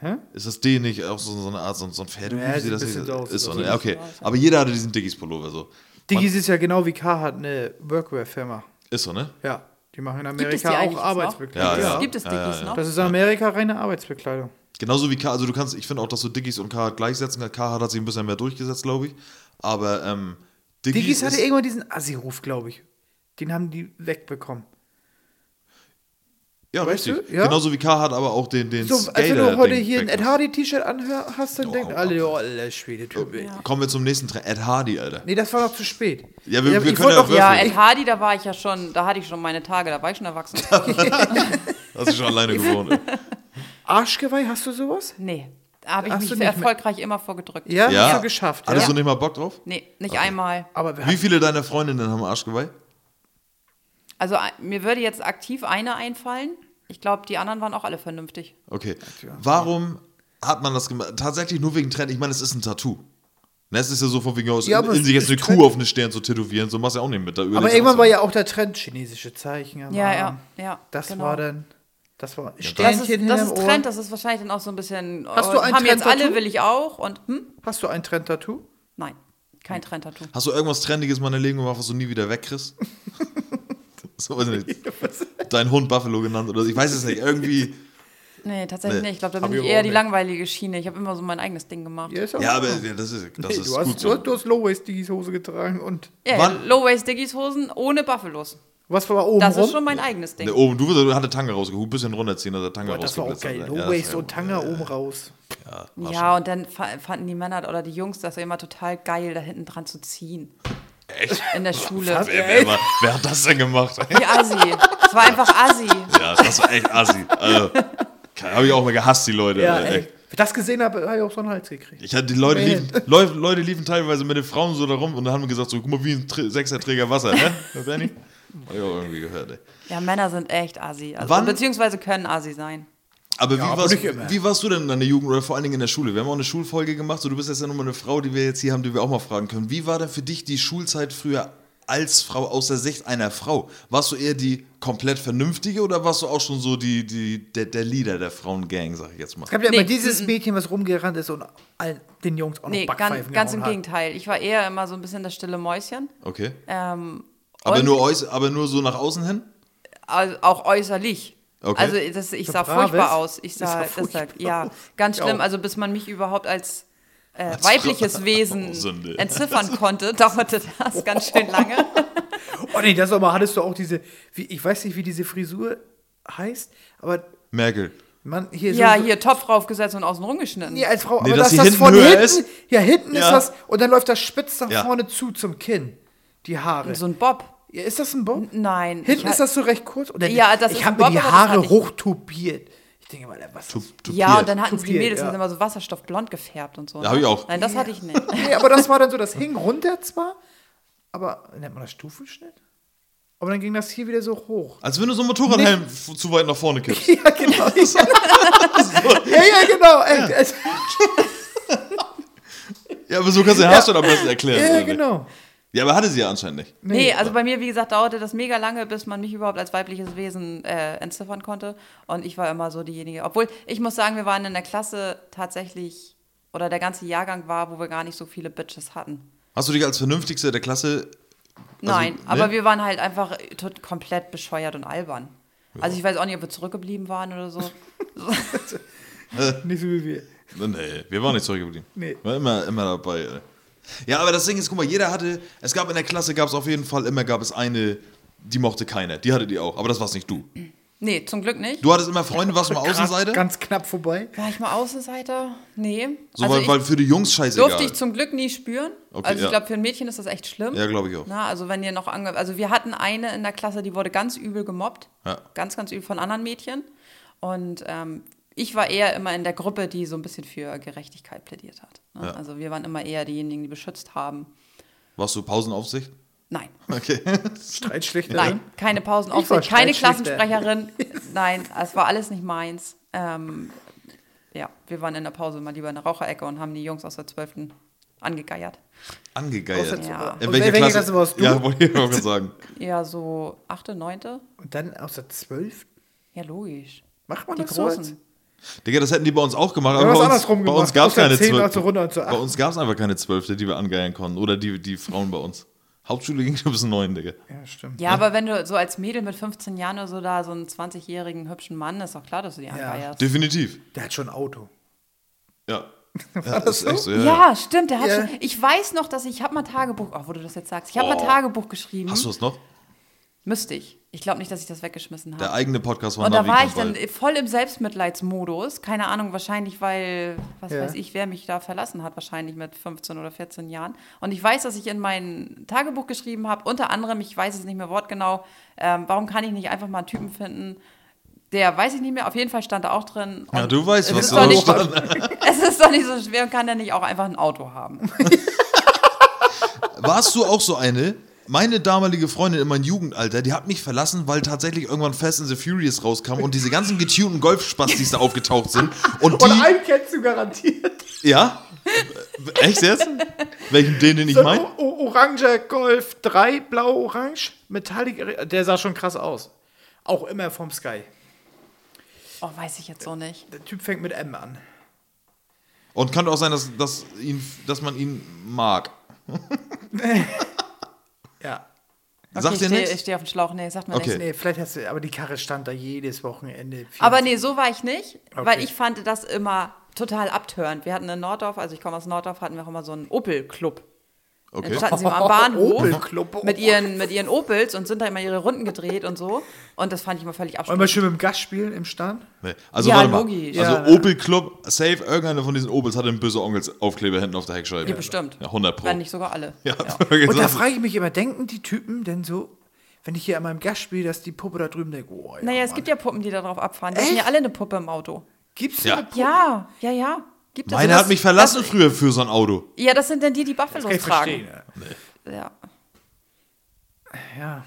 Hä?
Ist das D nicht auch so, so eine Art, so, so ein Pferdehuf?
Ja,
Sieht
sieht
das
ein bisschen
nicht-
so aus.
ist so,
Sieht
ne?
ein
Okay. Aber jeder hatte diesen Dickies-Pullover so.
Digis ist ja genau wie Carhartt eine Workwear-Firma.
Ist so, ne?
Ja. Die machen in
Gibt es die
Amerika
eigentlich
auch
noch?
Arbeitsbekleidung.
Ja, ja.
Gibt es
Ja,
Dickies
ja, ja.
noch?
Das ist in Amerika reine Arbeitsbekleidung.
Genauso wie K, also du kannst, ich finde auch, dass du Dickies und K gleichsetzen. K hat halt sich ein bisschen mehr durchgesetzt, glaube ich. Aber ähm,
Digis hatte
ist-
irgendwann diesen Assi-Ruf, glaube ich. Den haben die wegbekommen.
Ja,
Weißt
richtig.
du? Ja.
Genauso wie K hat aber auch den, den
So, als wenn du
Skater-Ding
heute hier ein
weg-
Ed Hardy-T-Shirt anhör- hast, dann
Oh,
denkt
hau
alle, oh, alle Schwede-Typ. ey.
Kommen wir zum nächsten Trend. Ed Hardy, Alter.
Nee, das war noch zu spät.
Ja, wir- wir
ich
können
wollte
ja
doch-
würfeln.
Ja,
Würfel.
Ed Hardy, da war ich ja schon, da hatte ich schon meine Tage, da war ich schon erwachsen.
Hast du schon alleine gewohnt. ey.
Arschgeweih, hast du sowas?
nee, da habe ich
Hast
mich
du
sehr
nicht mehr-
erfolgreich immer vorgedrückt.
Ja,
Ja.
hast du geschafft.
Hattest
Ja.
du nicht mal Bock drauf?
Nee, nicht einmal.
Aber wir
Wie viele deiner Freundinnen haben Arschgeweih?
Also äh, mir würde jetzt aktiv eine einfallen. Ich glaube, die anderen waren auch alle vernünftig.
Okay. Warum hat man das gemacht? Tatsächlich nur wegen Trend. Ich meine, es ist ein Tattoo. Ne, Es ist ja so von wegen aus,
Ja,
in,
aber
in sich
es
jetzt eine
ist
Kuh
Trend.
auf eine Stirn zu tätowieren, so machst du ja auch nicht mit. Da
Aber
überlegst du
irgendwann
auch
war
so.
ja auch der Trend chinesische Zeichen. Am
Ja,
Arm.
ja, ja,
Das
genau.
war dann. Das war
Das
Sternchen
ist, das
hinterm
ist
Ohr.
Trend, das ist wahrscheinlich dann auch so ein bisschen.
Hast
äh,
du ein
Haben jetzt
Trend-Tattoo?
alle, will ich auch und hm?
Hast du ein Trend-Tattoo?
Nein, kein Trend-Tattoo.
Hast du irgendwas Trendiges mal in deinem Leben gemacht, was du nie wieder wegkriegst? so, weiß ich nicht. deinen Hund Buffalo genannt oder so. Ich weiß es nicht. Irgendwie.
Nee, tatsächlich
Nee.
nicht. Ich glaube, da
Hab
bin
ich
ich eher
auch
die
nicht. langweilige
langweilige Schiene. Ich habe immer so mein eigenes Ding gemacht.
ist auch
Ja,
in
aber
Ordnung.
ja, das ist, das
Nee,
ist
du, hast,
gut
du,
so.
hast- du hast Low-Waist-Digis-Hose getragen und
Ja,
Wann-
Low-Waist-Diggies-Hosen ohne Buffalos.
was war oben
Das
rum?
ist schon mein eigenes Ding.
Ne, oben, du, du hatte Tanga rausgeholt, bisschen runterziehen, dass ne, der Tanga
Boah, das war auch
rausgeplatzt hat. Ja,
geil.
das war-
Low-Waist und Tanga oben raus.
Ja, war
Ja, und dann fa- fanden die Männer oder die Jungs das ja immer total geil, da hinten dran zu ziehen.
schon- Echt?
In der Schule.
Wer, wer, war, wer hat das denn gemacht?
Die Assi. Es war einfach Assi.
ja, das war echt assi. Also, habe ich auch mal gehasst, die Leute.
Ja,
Äh,
ey. Wenn ich Also das gesehen habe, habe ich auch so einen Hals gekriegt.
Ich hatte, die Leute,
Man.
liefen, Leu Leute liefen teilweise mit den Frauen so da rum und dann haben wir gesagt, so, guck mal, wie ein Tr Sechserträger Wasser, ne? Benny? Hab ich auch irgendwie gehört, ey.
Ja, Männer sind echt Assi. Also,
Wann-
beziehungsweise können Assi sein.
Aber, wie,
aber
warst,
nicht immer.
wie warst du denn in deiner Jugend oder vor allen Dingen in der Schule? Wir haben auch eine Schulfolge gemacht, so, du bist jetzt ja nun mal eine Frau, die wir jetzt hier haben, die wir auch mal fragen können. Wie war denn für dich die Schulzeit früher als Frau, aus der Sicht einer Frau? Warst du eher die komplett Vernünftige oder warst du auch schon so die, die, der, der Leader der Frauengang, sag ich jetzt mal?
Es gab ja immer
Nee,
dieses Mädchen, was rumgerannt ist und allen, den Jungs auch noch
Nee, ganz,
Backpfeifen
ganz im
gehauen hat.
Gegenteil. Ich war eher immer so ein bisschen das stille Mäuschen.
Okay.
Ähm,
Aber
und-
nur, äuß aber nur so nach außen hin?
also auch äußerlich.
Okay.
Also das, ich
So
sah
brav ist.
furchtbar aus. Ich
Ich
sah,
sah
das sah,
furchtbar
ja,
aus.
ganz
Ich
schlimm.
auch.
Also bis man mich überhaupt als, äh,
Als
weibliches
Frau-
Wesen
Oh, Sünde.
entziffern konnte, dauerte das ganz schön lange.
Oh nee, das aber hattest du auch diese, wie, ich weiß nicht, wie diese Frisur heißt, aber
Merkel.
man hier
ja,
so, so,
hier Topf raufgesetzt und außen rumgeschnitten.
Nee, als Frau,
Nee, dass
aber dass
sie
das
hinten
von
höher
hinten,
ist.
ja, hinten
Ja.
ist das und dann läuft das spitz nach
Ja.
vorne zu zum Kinn, die Haare.
So ein Bob.
ja, ist das ein Bob?
Nein.
Hinten
ich
ist
ha-
das so recht kurz? Oder
Ja, das ist
ich
ein
habe mir
Bob,
die
aber das
Haare
hatte ich-
hochtupiert. Ich denke mal, was ist das?
Ja, und dann hatten sie die
Tupiert,
Mädels
ja.
sind immer so wasserstoffblond gefärbt und so. ne?
Ja, hab ich auch.
Nein, das hatte ich nicht.
Nee, aber das war dann so, das hing runter zwar, aber nennt man das Stufenschnitt? Aber dann ging das hier wieder so hoch.
Als wenn du so einen Motorradhelm f- zu weit nach vorne kippst.
Ja, genau. ja, ja, genau. Echt. Also,
Ja, aber so kannst du den Haarschnitt am besten erklären.
ja,
oder nicht?
genau.
Ja, aber hatte sie ja anscheinend nicht.
Nee, also bei mir, wie gesagt, dauerte das mega lange, bis man mich überhaupt als weibliches Wesen äh, entziffern konnte. Und ich war immer so diejenige. Obwohl, ich muss sagen, wir waren in der Klasse tatsächlich, oder der ganze Jahrgang war, wo wir gar nicht so viele Bitches hatten.
Hast du dich als Vernünftigste der Klasse.
Nein,
ne?
aber wir waren halt einfach tot, komplett bescheuert und albern. Also ich weiß auch nicht, ob wir zurückgeblieben waren oder so.
Nicht so wie wir.
Nee, wir waren nicht zurückgeblieben.
Nee.
War immer, immer dabei. Ey. Ja, aber das Ding ist, guck mal, jeder hatte. Es gab in der Klasse, gab es auf jeden Fall immer, gab es eine, die mochte keiner. Die hatte die auch. Aber das warst nicht du.
Nee, zum Glück nicht.
Du hattest immer Freunde, warst du mal
Grad
Außenseite?
Ganz knapp vorbei.
War ich mal Außenseiter? Nee.
So,
also
weil,
ich
weil für die Jungs scheißegal.
durfte ich zum Glück nie spüren.
Okay,
also ich
ja.
glaube, für ein Mädchen ist das echt schlimm.
ja, glaube ich auch.
Na, also wenn ihr noch ange also wir hatten eine in der Klasse, die wurde ganz übel gemobbt,
Ja.
ganz ganz übel von anderen Mädchen und ähm, ich war eher immer in der Gruppe, die so ein bisschen für Gerechtigkeit plädiert hat. Ne?
Ja.
Also wir waren immer eher diejenigen, die beschützt haben.
Warst du Pausenaufsicht?
Nein,
Okay.
Streitschlichter.
nein, keine Pausen
Ich war
keine
Streitschlichter.
Klassensprecherin. nein, es war alles nicht meins. Ähm, ja, wir waren in der Pause mal lieber in der Raucherecke und haben die Jungs aus der 12. angegeiert.
Angegeiert.
Außer- Ja.
In
Und
welcher
welche
Klasse?
Klasse warst du?
Ja, wollte ich auch sagen.
Eher so 8., 9.
Und dann aus der 12.
Ja, logisch.
Macht man
Die
Oh, das so?
Großen.
Digga, das hätten die bei uns auch gemacht, aber
Wir haben
bei
es
uns,
andersrum
bei
gemacht.
uns gab es
Aus der
keine
10
Zwölf-
nach so runter und so
Bei uns gab es einfach keine Zwölfte, die wir angeiern konnten. Oder die, die Frauen bei uns. Hauptschule ging schon bis neun, Digga.
als- Ja, stimmt.
Ja, aber wenn du so als Mädel mit 15 Jahren oder so da so einen 20-jährigen hübschen Mann, ist doch klar, dass du die angeierst.
Definitiv.
Der hat schon ein Auto.
Ja. ja das ist echt so, ja.
Ja,
Äh. ja.
stimmt. Der hat
Ja.
schon, ich weiß noch, dass ich habe mal Tagebuch, auch wo du das jetzt sagst, ich habe
Oh.
mal Tagebuch geschrieben.
Hast du das noch?
Müsste ich. Ich glaube nicht, dass ich das weggeschmissen
Der
habe.
eigene Podcast von
Und da
Navi
war
kommt
ich dann
bald.
voll im Selbstmitleidsmodus. Keine Ahnung, wahrscheinlich, weil, was
Ja.
weiß ich, wer mich da verlassen hat, wahrscheinlich mit 15 oder 14 Jahren. Und ich weiß, dass ich in mein Tagebuch geschrieben habe, unter anderem, ich weiß es nicht mehr wortgenau, ähm, warum kann ich nicht einfach mal einen Typen finden, der weiß ich nicht mehr, auf jeden Fall stand da auch drin.
Ja,
Und
du weißt,
es
was
ist
da
doch
drin
nicht-
stand.
Es ist doch nicht so schwer und kann der nicht auch einfach ein Auto haben.
Warst du auch so eine? Meine damalige Freundin in meinem Jugendalter, die hat mich verlassen, weil tatsächlich irgendwann Fast and the Furious rauskam und diese ganzen getunten Golfspastis da aufgetaucht sind. Und
Und
die.
einen kennst du garantiert.
Ja? Äh, Echt jetzt? Welchen den, den ich
So
meine?
ein o- oranger Golf 3, blau-orange, metallic. Der sah schon krass aus. Auch immer vom Sky.
Oh, weiß ich jetzt so nicht.
Der Typ fängt mit M an.
Und kann auch sein, dass, dass, ihn, dass man ihn mag.
Ja.
Sagt
ich
dir
stehe
nichts?
steh auf dem Schlauch, nee, sagt mir
Okay.
nichts.
Nee, vielleicht hast du, aber die Karre stand da jedes Wochenende.
Aber nee, so war ich nicht, weil
Okay.
ich fand das immer total abtörend. Wir hatten in Norddorf, also ich komme aus Norddorf, hatten wir auch immer so einen Opel-Club. Dann
Okay.
standen sie mal am Bahnhof
Opel-Club. oh,
mit, ihren, mit ihren Opels und sind da immer ihre Runden gedreht und so. Und das fand ich immer völlig
Wollen wir
abschreckend.
schön mit dem Gas spielen im Stand?
Nee. Also
Ja,
warte mal.
logisch.
Also
Ja.
Opel Club, safe, irgendeiner von diesen Opels hatte einen böse Onkels Aufkleber hinten auf der Heckscheibe.
Ja, bestimmt.
Ja, 100 Pro.
Wenn nicht sogar alle.
ja,
Und da
gesagt.
frage ich mich immer, denken die Typen denn so, wenn ich hier an meinem Gas spiele, dass die Puppe da drüben denkt, oh, ja,
Naja, es
Mann.
gibt ja Puppen, die da drauf abfahren. Die hatten
Echt?
ja alle eine Puppe im Auto.
Gibt's
Ja.
ja. Puppe?
Ja, ja, ja. Gibt es.
Meine
Also
hat mich verlassen früher für so ein Auto.
Das, ja, das sind dann die, die
Kann
Buffalos
ich
tragen.
verstehen. ja.
Ja.
Ja.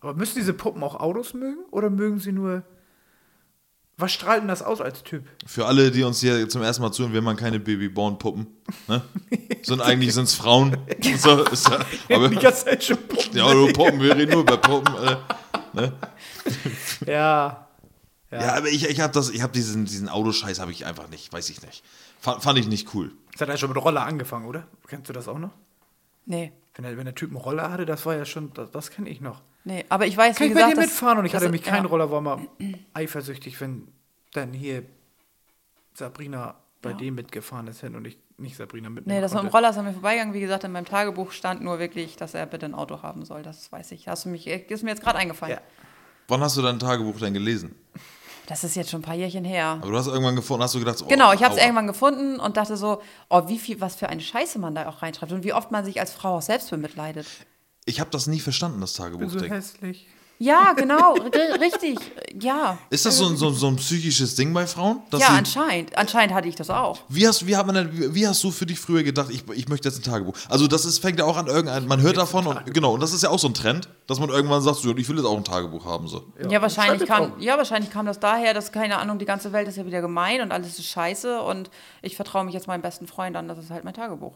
Aber müssen diese Puppen auch Autos mögen oder mögen sie nur. Was strahlt denn das aus als Typ?
Für alle, die uns hier zum ersten Mal zuhören, wir machen keine Babyborn-Puppen. Ne? Sind eigentlich sind's Frauen. So, ist ja, aber,
Die ganze Zeit schon Puppen.
ja, nur Puppen, wir reden nur über Puppen. Äh.
Ja.
Ja, aber ich, ich habe das, ich habe diesen, diesen Autoscheiß habe ich einfach nicht, weiß ich nicht. Fand, fand ich nicht cool.
Das hat ja schon mit Roller angefangen, oder? Kennst du das auch noch?
Nee.
Wenn der, wenn der Typ einen Roller hatte, das war ja schon, das, das kenne ich noch.
Nee, aber ich weiß,
Kann
wie
ich
gesagt,
bei dir
dass-
mitfahren? Und ich
dass-
hatte mich keinen
ja.
Roller, war mal eifersüchtig, wenn dann hier Sabrina bei dem mitgefahren ist hin und ich nicht Sabrina mitnehmen
Nee, das mit dem
konnte.
Roller ist an mir vorbeigegangen. Wie gesagt, in meinem Tagebuch stand nur wirklich, dass er bitte ein Auto haben soll. Das weiß ich. Hast du mich, ist mir jetzt gerade eingefallen.
Ja.
Wann hast du dein Tagebuch denn gelesen?
Das ist jetzt schon ein paar Jährchen her.
Aber du hast irgendwann gefunden, hast du gedacht, oh,
Genau, ich habe es
aua.
irgendwann gefunden und dachte so, oh, wie viel, was für eine Scheiße man da auch reinschreibt und wie oft man sich als Frau auch selbst bemitleidet.
Ich habe das nie verstanden, das
bin so
Tagebuchding.
hässlich.
Ja, genau, ri- richtig, ja.
Ist das so ein, so, ein- so ein psychisches Ding bei Frauen? Dass
ja,
sie-
anscheinend. Anscheinend hatte ich das auch.
wie, hast, wie, hat man denn, wie hast du für dich früher gedacht, ich, ich möchte jetzt ein Tagebuch? Also das ist, fängt ja auch an irgendein, man hört davon und genau, und das ist ja auch so ein Trend, dass man irgendwann sagt, so, ich will jetzt auch ein Tagebuch haben. So.
Ja,
Ja,
wahrscheinlich
schreib
kam,
jetzt
ja, wahrscheinlich kam das daher, dass, keine Ahnung, die ganze Welt ist ja wieder gemein und alles ist scheiße und ich vertraue mich jetzt meinem besten Freund an, das ist halt mein Tagebuch.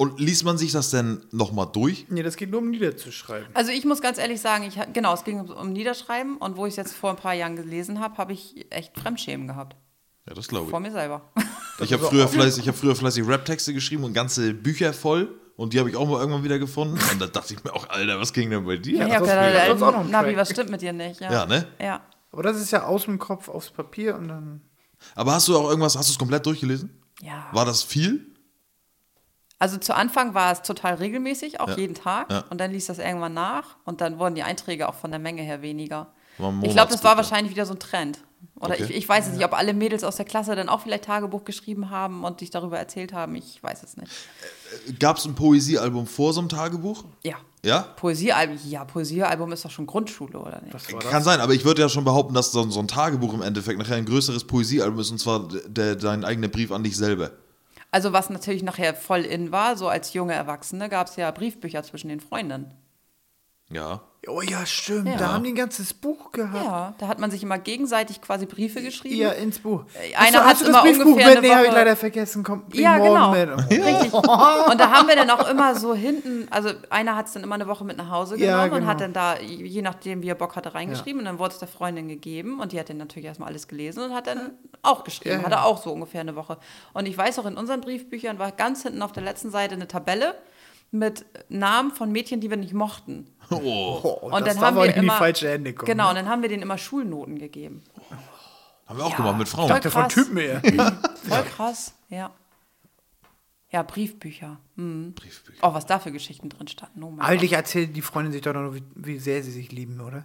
Und liest man sich das denn nochmal durch?
Nee, das geht nur um niederzuschreiben.
Also ich muss ganz ehrlich sagen, ich, ha- genau, es ging um, um Niederschreiben und wo ich es jetzt vor ein paar Jahren gelesen habe, habe ich echt Fremdschämen gehabt.
Ja, das glaube ich.
Vor mir selber.
Ich
Also
habe früher, fleißig- ich hab früher fleißig Rap-Texte geschrieben und ganze Bücher voll. Und die habe ich auch mal irgendwann wieder gefunden. Und da dachte ich mir auch, Alter, was ging denn bei dir?
Ja,
ab?
ich habe
sonst-
gedacht,
sonst auch noch
äh,
ein
Nabi,
Track.
was stimmt mit dir nicht? Ja,
Ja, ne?
Ja.
Aber das ist ja aus dem Kopf aufs Papier und dann.
Aber hast du auch irgendwas, hast du es komplett durchgelesen?
ja.
War das viel?
Also zu Anfang war es total regelmäßig, auch
Ja.
jeden Tag.
Ja.
Und dann ließ das irgendwann nach und dann wurden die Einträge auch von der Menge her weniger.
War ein
Ich glaube, das war
Monatsbücher.
wahrscheinlich wieder so ein Trend. Oder
Okay.
ich, ich weiß es nicht, ob alle Mädels aus der Klasse dann auch vielleicht Tagebuch geschrieben haben und dich darüber erzählt haben. Ich weiß es nicht.
Gab es ein Poesiealbum vor so einem Tagebuch?
Ja.
Ja?
Poesiealbum, ja, Poesiealbum ist doch schon Grundschule, oder nicht?
Was war das?
Kann sein, aber ich würde ja schon behaupten, dass so so ein Tagebuch im Endeffekt nachher ein größeres Poesiealbum ist und zwar der, der, dein eigener Brief an dich selber.
Also, was natürlich nachher voll in war, so als junge Erwachsene, gab es ja Briefbücher zwischen den Freundinnen.
Ja.
Oh ja, stimmt.
Ja.
Da haben die ein ganzes Buch gehabt.
Ja, da hat man sich immer gegenseitig quasi Briefe
Ja,
geschrieben.
ins Buch.
Äh, einer
Hast du- hast
hat
du das
immer
Briefbuch
ungefähr
mit?
eine
Nee, habe ich
Woche-
leider vergessen. Komm, bring
Ja, genau.
morgen mit.
Richtig. Und da haben wir dann auch immer so hinten, also einer hat es dann immer eine Woche mit nach Hause genommen
Ja,
und
genau.
hat dann da, je nachdem, wie er Bock hatte, reingeschrieben. Und dann wurde es der Freundin gegeben und die hat dann natürlich erstmal alles gelesen und hat dann auch geschrieben.
Ja.
Hatte auch so ungefähr eine Woche. Und ich weiß auch, in unseren Briefbüchern war ganz hinten auf der letzten Seite eine Tabelle mit Namen von Mädchen, die wir nicht mochten.
Oh.
Oh,
Und,
das
dann
darf
haben
auch
wir
nicht in
immer,
die falsche Hände kommen. ne?
Genau, und dann haben wir denen immer Schulnoten gegeben.
Haben wir auch
Ja.
gemacht mit Frauen.
Ich dachte von
krass.
Typen her.
Voll krass, ja. Ja, Briefbücher. Hm.
Briefbücher.
Oh, was da für Geschichten drin standen. Oh mein Gott.
Eigentlich erzählt die Freundin sich doch nur, wie, wie sehr sie sich lieben, oder?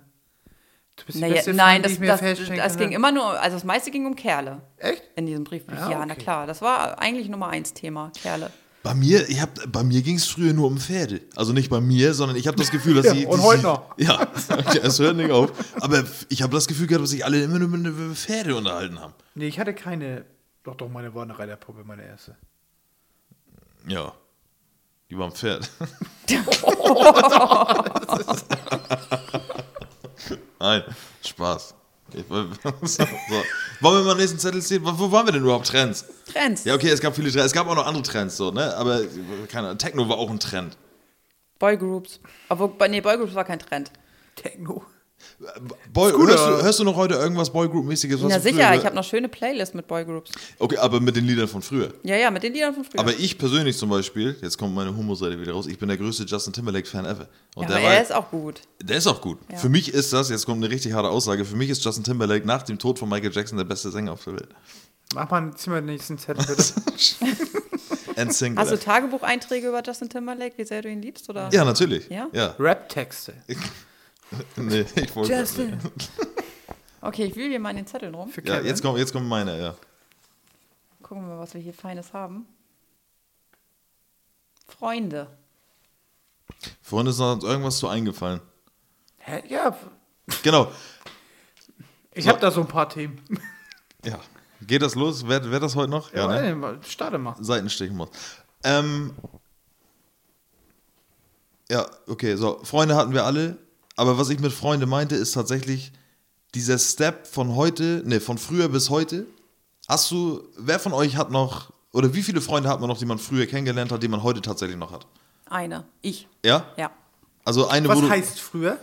Du bist die
Naja,
beste Freundin, die
nein, das,
ich mir
das,
feststellen
das
kann. ne?
ging immer nur, also das meiste ging um Kerle
Echt?
in diesem Briefbrief.
Ja,
Ja, na
okay.
klar, das war eigentlich Nummer eins Thema, Kerle.
Bei mir, ich hab, bei mir ging es früher nur um Pferde. Also nicht bei mir, sondern ich habe das Gefühl, dass
Ja,
die.
und
die,
heute
die,
noch.
Ja, es hört nicht auf. Aber ich habe das Gefühl gehabt, dass sich alle immer nur mit- mit Pferde unterhalten haben.
Nee, ich hatte keine. Doch, doch, meine war eine Reiterpuppe, meine erste.
Ja. Die war am Pferd. Nein, Spaß. Ich, so. so. Wollen wir mal den nächsten Zettel ziehen? Wo, wo waren wir denn überhaupt Trends?
Trends.
Ja, okay, es gab viele Trends. Es gab auch noch andere Trends, so, ne? Aber keine Ahnung, Techno war auch ein Trend.
Boygroups. Obwohl, bei- nee, Boygroups war kein Trend.
Techno.
Boy, hörst, du, hörst du noch heute irgendwas Boygroup-mäßiges? was
Na
du früher
sicher, ich
gehört-
habe eine schöne Playlist mit Boygroups.
Okay, aber mit den Liedern von früher.
Ja, ja, mit den Liedern von früher.
Aber ich persönlich zum Beispiel, jetzt kommt meine Homo-Seite wieder raus, ich bin der größte Justin Timberlake-Fan ever. Und
ja,
der,
aber
war, halt
er ist auch gut.
der ist auch gut. Für mich ist das, jetzt kommt eine richtig harte Aussage, für mich ist Justin Timberlake nach dem Tod von Michael Jackson der beste Sänger auf der Welt.
Mach mal, zieh mal den nächsten Zettel bitte.
And single.
Hast du Tagebucheinträge über Justin Timberlake, wie sehr du ihn liebst? Oder?
ja, natürlich.
Ja?
ja.
Rap-Texte.
Nee, ich wollte
Justin.
Okay, ich wühle hier mal in den Zetteln rum.
Für
Ja,
Kevin.
jetzt kommt, jetzt kommt meine, ja.
Gucken wir mal, was wir hier Feines haben. Freunde.
Vorhin ist noch irgendwas zu eingefallen.
Hä? Ja,
Genau.
ich habe da so ein paar Themen.
Ja. Geht das los? Wer, wer das heute noch? ne?
Ja, ey, mal- Starte mal.
Seitenstechen muss. Ähm, ja, okay, so, Freunde hatten wir alle, aber was ich mit Freunde meinte, ist tatsächlich dieser Step von heute, ne, von früher bis heute. Hast du, wer von euch hat noch, oder wie viele Freunde hat man noch, die man früher kennengelernt hat, die man heute tatsächlich noch hat?
Eine. Ich.
Ja?
Ja.
Also eine,
Was
wo du,
heißt früher?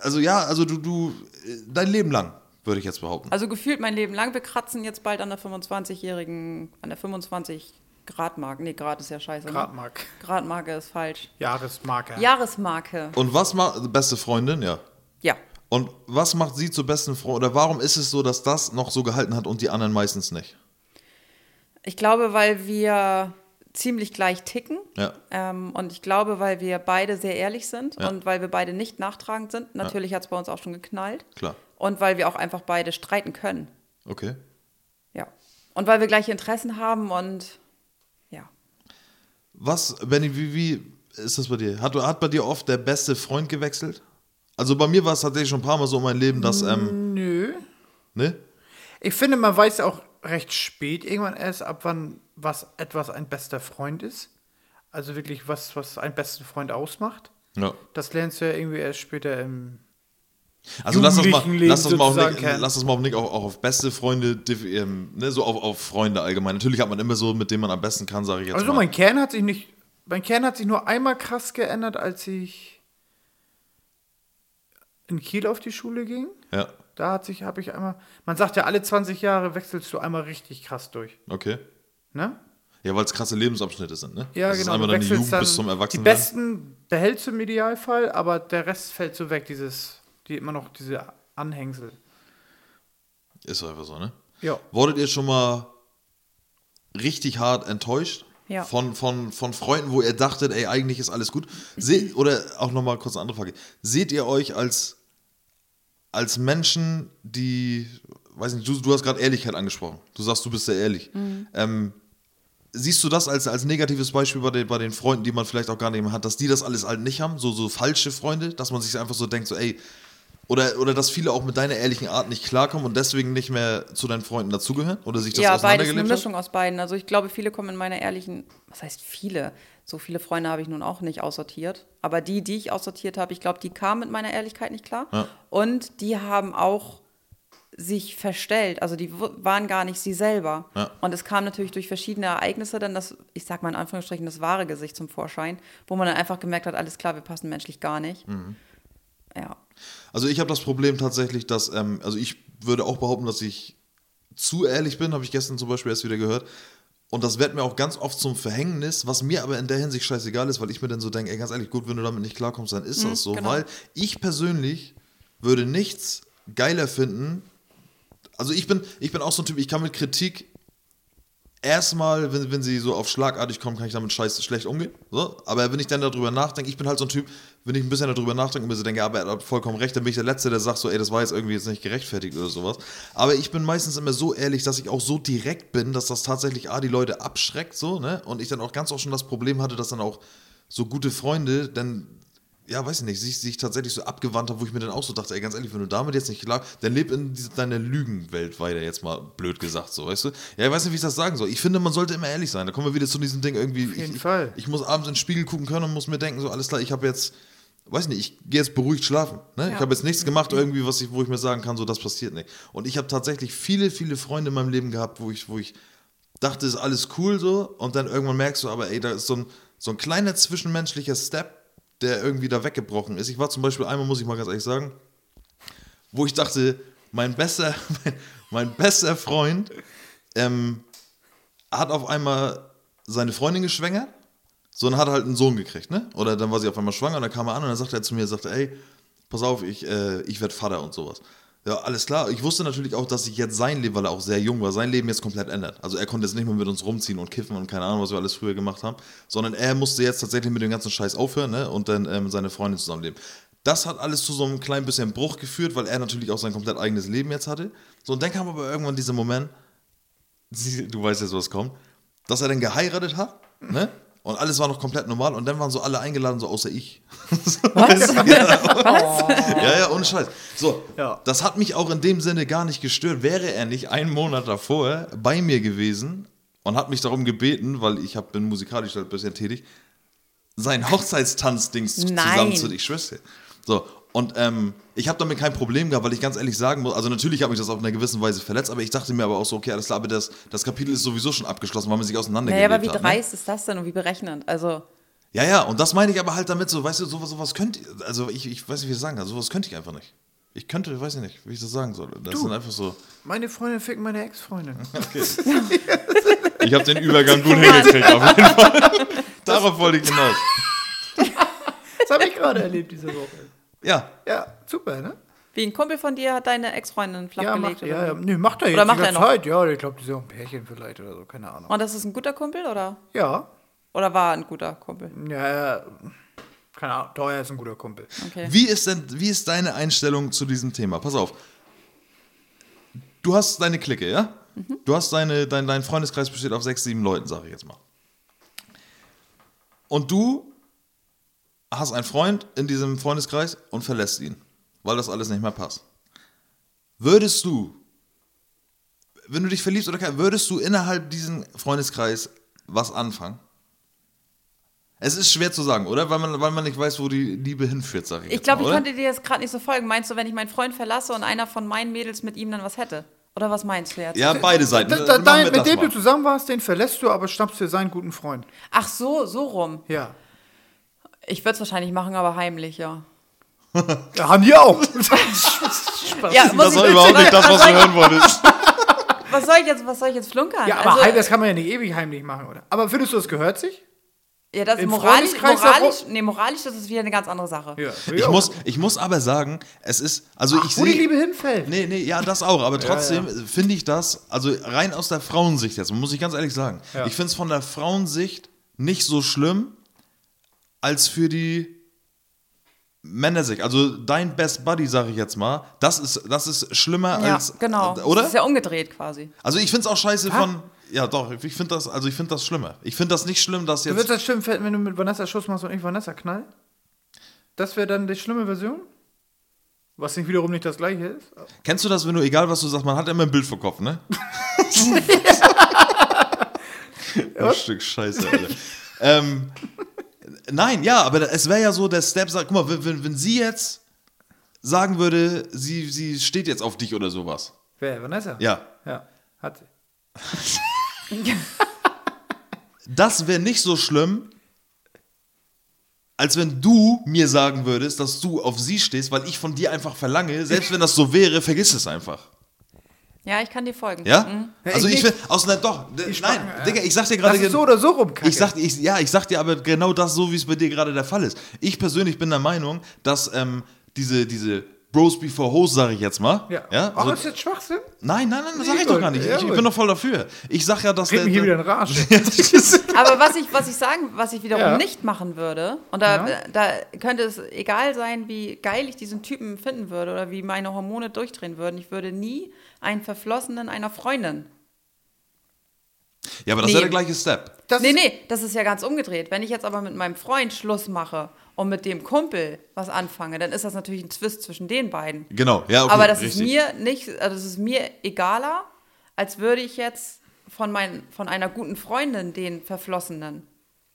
also ja, also du, du, äh, dein Leben lang, würde ich jetzt behaupten.
Also gefühlt mein Leben lang. Wir kratzen jetzt bald an der 25-jährigen, an der 25 Gradmarke. Nee, Grad ist ja scheiße. Ne?
Gradmark.
Gradmarke ist falsch.
Jahresmarker.
Jahresmarke.
Und was macht, beste Freundin, ja.
Ja.
Und was macht sie zur besten Frau? Oder warum ist es so, dass das noch so gehalten hat und die anderen meistens nicht?
Ich glaube, weil wir ziemlich gleich ticken.
Ja.
Ähm, und ich glaube, weil wir beide sehr ehrlich sind
Ja.
und weil wir beide nicht nachtragend sind. Natürlich hat es bei uns auch schon geknallt.
Klar.
Und weil wir auch einfach beide streiten können.
Okay.
Ja. Und weil wir gleiche Interessen haben und ja.
Was, Benny, wie, wie ist das bei dir? Hat, hat bei dir oft der beste Freund gewechselt? Also bei mir war es tatsächlich schon ein paar Mal so in meinem Leben, dass, ähm,
Nö.
ne?
Ich finde, man weiß auch recht spät irgendwann erst, ab wann was etwas ein bester Freund ist. Also wirklich, was, was einen besten Freund ausmacht.
Ja.
Das lernst du ja irgendwie erst später im.
Also lass das mal,
Jugendlichenleben
lass das mal auf
sozusagen
Nick,
kennen.
lass das mal auf Nick auch, auch auf beste Freunde, diff- ähm, ne, so auf, auf Freunde allgemein. Natürlich hat man immer so, mit dem man am besten kann, sage ich jetzt
Also
mal.
mein Kern hat sich nicht. Mein Kern hat sich nur einmal krass geändert, als ich in Kiel auf die Schule ging.
Ja,
Da hat sich, habe ich einmal. Man sagt ja, alle 20 Jahre wechselst du einmal richtig krass durch.
okay.
Ne?
Ja, weil es krasse Lebensabschnitte sind, ne?
Ja,
das
genau.
ist einmal
du
deine
wechselst
Jugend bis zum Erwachsenen.
Die besten behältst du im Idealfall, aber der Rest fällt so weg, dieses, die immer noch diese Anhängsel.
Ist doch einfach so, ne?
Ja.
Wurdet ihr schon mal richtig hart enttäuscht?
Ja.
Von, von, von Freunden, wo ihr dachtet, ey, eigentlich ist alles gut. Seht, oder auch nochmal kurz eine andere Frage. Seht ihr euch als, als Menschen, die, weiß nicht, du, du hast gerade Ehrlichkeit angesprochen. Du sagst, du bist sehr ehrlich. Ähm, siehst du das als, als negatives Beispiel bei den, bei den Freunden, die man vielleicht auch gar nicht mehr hat, dass die das alles halt nicht haben? So, so falsche Freunde, dass man sich einfach so denkt, so, ey, oder, oder dass viele auch mit deiner ehrlichen Art nicht klarkommen und deswegen nicht mehr zu deinen Freunden dazugehören? Oder sich das
Ja, beides eine
auseinandergelebt hat?
Mischung aus beiden. Also ich glaube, viele kommen in meiner ehrlichen, was heißt viele? So viele Freunde habe ich nun auch nicht aussortiert. Aber die, die ich aussortiert habe, ich glaube, die kamen mit meiner Ehrlichkeit nicht klar.
Ja.
Und die haben auch sich verstellt. Also die w- waren gar nicht sie selber.
Ja.
Und es kam natürlich durch verschiedene Ereignisse dann das, ich sag mal in Anführungsstrichen, das wahre Gesicht zum Vorschein, wo man dann einfach gemerkt hat, alles klar, wir passen menschlich gar nicht.
Mhm.
Ja.
Also ich habe das Problem tatsächlich, dass, ähm, also ich würde auch behaupten, dass ich zu ehrlich bin, habe ich gestern zum Beispiel erst wieder gehört. Und das wird mir auch ganz oft zum Verhängnis, was mir aber in der Hinsicht scheißegal ist, weil ich mir dann so denke, ey, ganz ehrlich, gut, wenn du damit nicht klarkommst, dann ist das so.
genau.
Weil ich persönlich würde nichts geiler finden. Also ich bin, ich bin auch so ein Typ, ich kann mit Kritik erstmal, wenn, wenn sie so auf schlagartig kommen, kann ich damit scheiße schlecht umgehen. So. Aber wenn ich dann darüber nachdenke, ich bin halt so ein Typ, wenn ich ein bisschen darüber nachdenke und mir so denke, aber er hat vollkommen recht, dann bin ich der Letzte, der sagt so, ey, das war jetzt irgendwie jetzt nicht gerechtfertigt oder sowas. Aber ich bin meistens immer so ehrlich, dass ich auch so direkt bin, dass das tatsächlich A, die Leute abschreckt, so, ne? Und ich dann auch ganz oft schon das Problem hatte, dass dann auch so gute Freunde dann ja, weiß ich nicht, sich, sich tatsächlich so abgewandt habe, wo ich mir dann auch so dachte, ey, ganz ehrlich, wenn du damit jetzt nicht klar, dann leb in diese, deiner Lügenwelt weiter, jetzt mal blöd gesagt, so, weißt du? Ja, ich weiß nicht, wie ich das sagen soll. Ich finde, man sollte immer ehrlich sein. Da kommen wir wieder zu diesem Ding irgendwie. Auf
jeden
ich,
Fall.
Ich, ich muss abends in den Spiegel gucken können und muss mir denken, so, alles klar, ich habe jetzt, weiß nicht, ich gehe jetzt beruhigt schlafen. Ne? Ich
Ja.
habe jetzt nichts gemacht, irgendwie, was ich, wo ich mir sagen kann, so, das passiert nicht. Und ich habe tatsächlich viele, viele Freunde in meinem Leben gehabt, wo ich, wo ich dachte, ist alles cool so und dann irgendwann merkst du, aber ey, da ist so ein, so ein kleiner zwischenmenschlicher Step, der irgendwie da weggebrochen ist. Ich war zum Beispiel einmal, muss ich mal ganz ehrlich sagen, wo ich dachte, mein bester, mein, mein bester Freund ähm, hat auf einmal seine Freundin geschwängert, so und hat halt einen Sohn gekriegt, ne? Oder dann war sie auf einmal schwanger und dann kam er an und dann sagte er zu mir, sagte, ey, pass auf, ich, äh, ich werde Vater und sowas. Ja, alles klar. Ich wusste natürlich auch, dass sich jetzt sein Leben, weil er auch sehr jung war, sein Leben jetzt komplett ändert. Also er konnte jetzt nicht mehr mit uns rumziehen und kiffen und keine Ahnung, was wir alles früher gemacht haben, sondern er musste jetzt tatsächlich mit dem ganzen Scheiß aufhören ne? und dann ähm, seine Freundin zusammenleben. Das hat alles zu so einem kleinen bisschen Bruch geführt, weil er natürlich auch sein komplett eigenes Leben jetzt hatte. So, und dann kam aber irgendwann dieser Moment, sie- du weißt jetzt, was kommt, dass er dann geheiratet hat, ne? Und alles war noch komplett normal und dann waren so alle eingeladen, so außer ich.
Was? Oh.
Ja, ja, ohne Scheiß. So,
Ja.
das hat mich auch in dem Sinne gar nicht gestört. Wäre er nicht einen Monat davor bei mir gewesen und hat mich darum gebeten, weil ich hab, bin musikalisch halt ein bisschen tätig, sein Hochzeitstanzdings
Nein.
zusammen zu ich schwör's dir. So, und ähm, ich habe damit kein Problem gehabt, weil ich ganz ehrlich sagen muss, also natürlich hat mich das auf einer gewissen Weise verletzt, aber ich dachte mir aber auch so, okay, alles klar, aber das, das Kapitel ist sowieso schon abgeschlossen, weil man sich
Naja,
auseinandergelebt
aber wie
hat. Ne?
dreist ist das denn und wie berechnend? Also,
Ja, ja, und das meine ich aber halt damit, so, weißt du, sowas, sowas könnte, also ich, ich weiß nicht, wie ich das sagen kann, sowas könnte ich einfach nicht. Ich könnte, weiß ich nicht, wie ich das sagen soll. Das sind einfach so.
Meine Freundin fickt meine Ex-Freundin.
Ich habe den Übergang gut hingekriegt, auf jeden Fall. Darauf wollte ich hinaus.
Das habe ich gerade erlebt diese Woche.
Ja,
Ja, super, ne?
wie ein Kumpel von dir hat deine Ex-Freundin
Ja,
flachgelegt.
macht, ja,
oder
ja.
wie?
Nee, macht er jetzt
Oder macht
die
er
ganze
noch?
Zeit. Ja, ich glaube, die sind auch ein Pärchen vielleicht oder so, keine Ahnung.
Und das ist ein guter Kumpel oder?
Ja,
Oder war ein guter Kumpel?
ja, ja. keine Ahnung, Teuer ist ein guter Kumpel.
Okay.
Wie ist denn, wie ist deine Einstellung zu diesem Thema? Pass auf. Du hast deine Clique, ja? Du hast deine, dein, dein Freundeskreis besteht auf sechs, sieben Leuten, sage ich jetzt mal. Und du hast einen Freund in diesem Freundeskreis und verlässt ihn, weil das alles nicht mehr passt. Würdest du, wenn du dich verliebst oder kein, würdest du innerhalb diesen Freundeskreis was anfangen? Es ist schwer zu sagen, oder? Weil man, weil man nicht weiß, wo die Liebe hinführt, sage ich
Ich
jetzt mal,
glaube, ich
oder?
konnte dir jetzt gerade nicht so folgen. Meinst du, wenn ich meinen Freund verlasse und einer von meinen Mädels mit ihm dann was hätte? Oder was meinst du jetzt?
Ja, beide Seiten.
Da, da,
Machen wir
dein,
das
mit dem
mal.
du zusammen warst, den verlässt du, aber schnappst für seinen guten Freund.
Ach so, so rum.
Ja.
Ich würde es wahrscheinlich machen, aber heimlich, ja.
ja haben die auch.
ja
das war überhaupt nicht das, was du hören wolltest.
Was soll ich jetzt, was soll ich jetzt flunkern?
ja, aber
Also,
heim- das kann man ja nicht ewig heimlich machen, oder? Aber findest du, es gehört sich?
ja, das
im
moralisch,
Freundeskreis
moralisch, nee, moralisch, das ist wieder eine ganz andere Sache.
Ich muss, ich muss aber sagen, es ist, also ich
Wo die
sehe,
Liebe hinfällt.
nee, nee, ja, das auch, aber trotzdem finde ich das, also rein aus der Frauensicht jetzt, muss ich ganz ehrlich sagen,
Ja.
ich finde es von der Frauensicht nicht so schlimm, als für die Männersicht. Also dein Best Buddy, sage ich jetzt mal, das ist, das ist schlimmer
Ja,
als,
genau.
oder?
Das ist ja umgedreht quasi.
also ich finde es auch scheiße von, ja doch, ich finde das, also ich finde das schlimmer. Ich finde das nicht schlimm, dass
Du
jetzt,
würdest das schlimm finden, wenn du mit Vanessa Schuss machst und ich Vanessa knall? Das wäre dann die schlimme Version? Was nicht wiederum nicht das gleiche ist.
Kennst du das, wenn du, egal was du sagst, man hat immer ein Bild vor Kopf, ne? Ein Stück Scheiße, Alter. ähm, nein, ja, aber es wäre ja so, der Step sagt, guck mal, wenn, wenn, wenn sie jetzt sagen würde, sie, sie steht jetzt auf dich oder sowas.
Wer? Vanessa?
Ja.
Ja, hat sie.
Das wäre nicht so schlimm, als wenn du mir sagen würdest, dass du auf sie stehst, weil ich von dir einfach verlange, selbst wenn das so wäre, vergiss es einfach.
Ja, ich kann dir folgen.
Ja?
Mhm.
Also
ich
ich will, aus einer, doch, nein,
Spacken, ja.
Digga, ich sag dir
Das
gerade,
ist so oder so rum, Kacke.
Ich sag, ich, ja, ich sag dir aber genau das, so wie es bei dir gerade der Fall ist. Ich persönlich bin der Meinung, dass ähm, diese, diese Bros before Hoes, sage ich jetzt mal.
ja.
ja
Ach,
so,
ist jetzt Schwachsinn?
nein, nein, nein, das sag ich
Jawohl,
doch gar nicht. Ich, ich
jawohl.
bin doch voll dafür. Ich sag ja, dass
Krieg mich hier wieder in Rage.
Aber was ich, was ich sagen, was ich wiederum
Ja.
nicht machen würde, und da,
Ja.
da könnte es egal sein, wie geil ich diesen Typen finden würde oder wie meine Hormone durchdrehen würden, ich würde nie einen Verflossenen einer Freundin.
Ja, aber das
Nee.
wäre der gleiche Step.
Das
nee,
ist-
nee, das ist ja ganz umgedreht. Wenn ich jetzt aber mit meinem Freund Schluss mache und mit dem Kumpel was anfange, dann ist das natürlich ein Twist zwischen den beiden.
Genau, ja, okay,
aber das
richtig.
ist mir nicht, also das ist mir egaler, als würde ich jetzt von, mein, von einer guten Freundin den Verflossenen.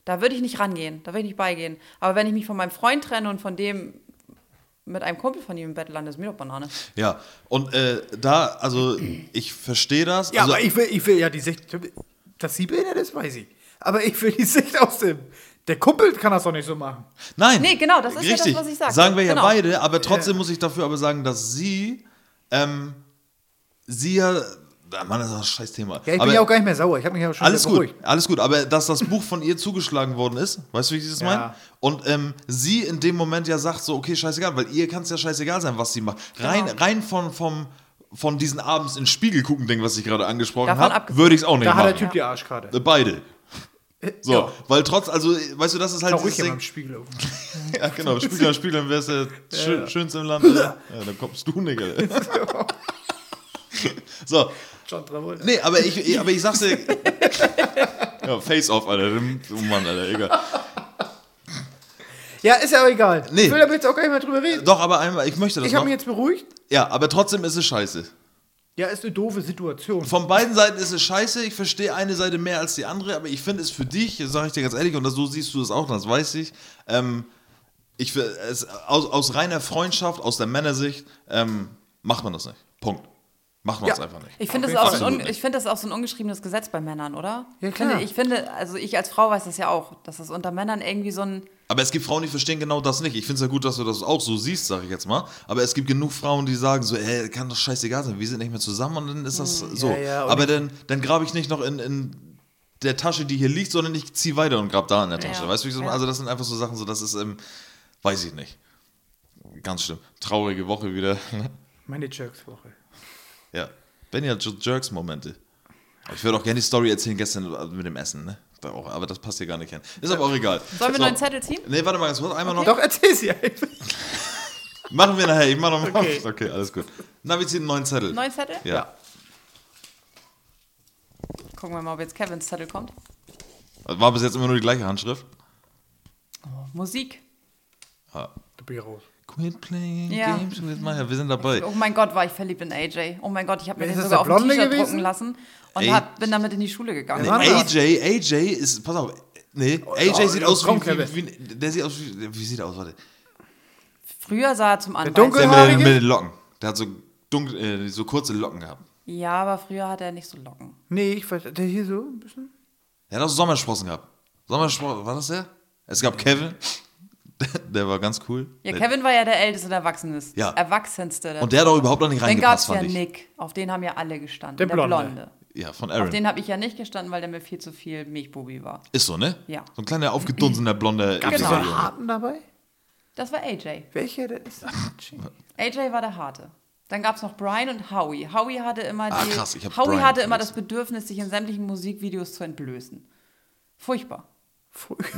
Da würde ich nicht rangehen, da würde ich nicht beigehen. Aber wenn ich mich von meinem Freund trenne und von dem mit einem Kumpel von ihm im Bett lande, ist mir doch Banane.
Ja, und äh, da, also ich verstehe das.
Ja,
also,
aber ich will, ich will ja die Sicht. Dass sie behindert ist, weiß ich. Aber ich will die Sicht aus dem. Der Kumpel kann das doch nicht so machen.
Nein.
Nee, genau, das ist ja das,
richtig.
was ich sagte.
Sagen wir ja
Genau.
beide, aber trotzdem muss ich dafür aber sagen, dass sie Ähm, sie ja. Ah, Mann, das ist ein scheiß Thema.
Ja, ich bin
Aber
ja auch gar nicht mehr sauer. Ich habe mich ja schon
alles
wieder
gut,
beruhigt.
alles gut. Aber dass das Buch von ihr zugeschlagen worden ist, weißt du, wie ich das
Ja.
meine? Und ähm, sie in dem Moment ja sagt so, okay, scheißegal, weil ihr kann es ja scheißegal sein, was sie macht.
Genau.
Rein, rein von, vom, von diesen abends in den Spiegel gucken Ding, was ich gerade angesprochen
Davon
habe,
abgesehen.
würde ich es auch nicht
Da hat
machen.
der Typ die Arschkarte.
Äh, Beide. So,
ja.
weil trotz, also, äh, weißt du, das ist halt
Schau ruhig
dieses
hier beim
Ding.
Spiegel um. auf.
Ja, genau, Spieler, Spieler, wärst du schön,
ja.
schönst im Land. Alter. Ja, dann kommst du, Nigga. so,
John Travolta.
Nee, aber ich, ich- aber ich sag's dir. ja, Face-Off, Alter. Oh Mann, Alter, egal.
Ja, ist ja aber egal.
Nee. Also,
Ich will aber jetzt auch gar nicht mehr drüber reden.
Doch, aber einmal, ich möchte das
Ich
noch.
habe mich jetzt beruhigt.
Ja, aber trotzdem ist es scheiße.
Ja, ist eine doofe Situation.
Von beiden Seiten ist es scheiße. Ich verstehe eine Seite mehr als die andere, aber ich finde es für dich, das sage ich dir ganz ehrlich, und das, so siehst du das auch, das weiß ich. Ähm, ich fi- es, aus, aus reiner Freundschaft, aus der Männersicht, ähm, macht man das nicht. Punkt. Macht man
Ja.
es einfach nicht.
Ich finde
Auf
das,
jeden
auch
Fall.
so ein un-
Absolut.
ich finde das auch so ein ungeschriebenes Gesetz bei Männern, oder?
Ja,
Ich finde-
klar.
Ich finde, also ich als Frau weiß das ja auch, dass das unter Männern irgendwie so ein.
Aber es gibt Frauen, die verstehen genau das nicht. Ich finde es ja gut, dass du das auch so siehst, sage ich jetzt mal. Aber es gibt genug Frauen, die sagen so, ey, kann doch scheißegal sein, wir sind nicht mehr zusammen und dann ist das
Hm,
so.
Ja, ja, und
Aber dann, dann grabe ich nicht noch in, in der Tasche, die hier liegt, sondern ich ziehe weiter und grab da in der Tasche.
Ja,
Weißt du, wie ich so
ja.
Also das sind einfach so Sachen, so das ist, ähm, weiß ich nicht. Ganz schlimm. Traurige Woche wieder. ne?
Meine Jerks-Woche.
ja. Benja Jerks-Momente. Ich würde auch gerne die Story erzählen gestern mit dem Essen, ne? Da auch, aber das passt hier gar nicht hin. Ist aber auch egal.
Sollen wir
So.
noch einen Zettel ziehen?
Nee, warte mal ganz kurz. Einmal noch.
Doch, erzähl sie einfach.
Machen wir nachher, ich mach nochmal. Okay.
Okay.
okay, alles gut. Na, wir ziehen einen neuen Zettel.
Neuen Zettel?
Ja.
Gucken wir mal, ob jetzt Kevins Zettel kommt.
Also War bis jetzt immer nur die gleiche Handschrift.
Musik.
Du bist raus.
Ah. Quit playing
Ja.
games with my head. Wir sind dabei.
Oh mein Gott, war ich verliebt in AJ. Oh mein Gott, ich habe mir
Ist
den
das
sogar auf
der
ein
Blonde
T-Shirt
gewesen?
drucken lassen
Ey.
und hab, bin damit in die Schule gegangen.
Nee,
War
Mann,
das?
AJ, AJ ist. Pass auf. Nee, AJ sieht
komm,
aus wie,
Oh, komm,
wie,
Kevin.
wie. Der sieht aus wie. Wie sieht er aus? Warte.
Früher sah er zum Anwalt.
dunkel-
Der mit, den-
Haarige?
mit den Locken. Der hat so, dunkel, äh, so kurze Locken gehabt.
Ja, aber früher hatte er nicht so Locken.
Nee, ich weiß, der hier so ein bisschen.
Der hat auch so Sommersprossen gehabt. Sommersprossen, war das der? Es gab Kevin. Der, der war ganz cool.
Ja,
Der-
Kevin war ja der älteste und erwachsenste.
Ja.
Erwachsenste.
Und der hat auch überhaupt noch nicht
Dann
reingepasst,
gab's ja
fand ich.
Nick. Auf den haben ja alle gestanden.
Der
Der Blonde.
Blonde.
Ja, von
Auf
Aaron.
den habe ich ja nicht gestanden, weil der mir viel zu viel Milchbubi war.
Ist so, ne?
Ja.
So ein kleiner aufgedunsener blonder
Gab's
Genau.
so einen harten dabei?
Das war AJ.
Welcher denn ist das?
AJ war der Harte. Dann gab es noch Brian und Howie. Howie hatte immer, die,
Ah, krass, ich hab
Howie
Brian
hatte immer das
vergessen.
Bedürfnis, sich in sämtlichen Musikvideos zu entblößen. Furchtbar.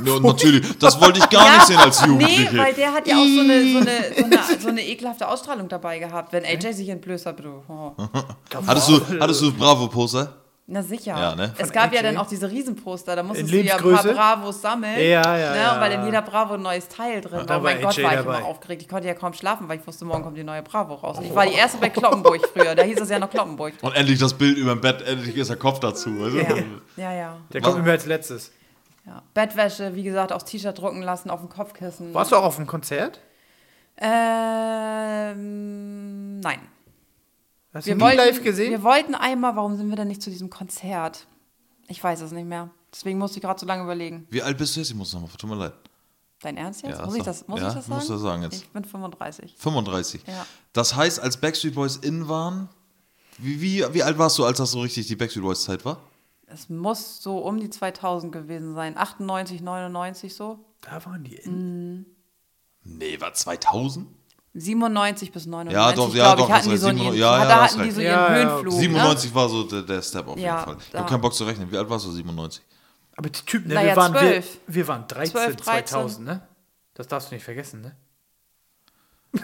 Ja, natürlich, das wollte ich gar nicht sehen als Jugendliche.
Nee, weil der hat ja auch so eine, so, eine, so, eine, so eine ekelhafte Ausstrahlung dabei gehabt, wenn AJ sich entblößt hat. du, Oh.
Hm?
hattest, du, hattest du Bravo-Poster?
Na sicher.
Ja, ne?
Es
Von
gab ja
AJ?
dann auch diese Riesenposter, da musstest
In
du ja ein paar
Lebensgröße?
Bravos sammeln.
Ja, ja,
ne?
ja.
Weil in jeder Bravo ein neues Teil drin
da
war. Oh
war
mein Gott,
AJ
war ich
dabei. Oh.
immer aufgeregt. Ich konnte ja kaum schlafen, weil ich wusste, morgen kommt die neue Bravo raus. Und ich war die erste bei Kloppenburg früher. Da hieß es ja noch Kloppenburg.
Und endlich das Bild über dem Bett, endlich ist der Kopf dazu. Also,
Ja, ja, ja.
Der kommt immer als letztes.
ja. Bettwäsche, wie gesagt, aufs T-Shirt drucken lassen, auf dem Kopfkissen.
Warst du auch auf dem Konzert?
Ähm, nein.
Hast du ihn live
Wir
gesehen?
wollten einmal, warum sind wir denn nicht zu diesem Konzert? Ich weiß es nicht mehr. Deswegen musste ich gerade so lange überlegen.
Wie alt bist du jetzt? Ich muss nochmal, tut mir leid.
Dein Ernst jetzt?
Ja,
muss ich
so.
das, muss
Ja,
ich das sagen?
musst du sagen jetzt.
Ich bin 35.
35.
Ja.
Das heißt, als Backstreet Boys in waren, wie, wie, wie alt warst du, als das so richtig die Backstreet Boys Zeit war?
Es muss so um die 2000 gewesen sein. 98, 99 so.
Da waren die in.
Nee, war 2000?
97 bis 99,
Ja, doch,
ich
ja,
glaube
doch,
ich, hatten
hast
die so
recht.
ihren,
Siebenund- ja, ja,
da
hast
hatten die so
recht.
ihren
Ja, ja, okay.
Höhenflug. Ne?
97 war so der, der Step auf
Ja,
jeden Fall. Ich
da-
habe keinen Bock zu rechnen. Wie alt warst du? 97.
Aber die Typen, ne,
Naja,
wir, waren, wir,
zwölf.
wir waren 13,
Zwölf, 13.
2000, ne? Das darfst du nicht vergessen, ne?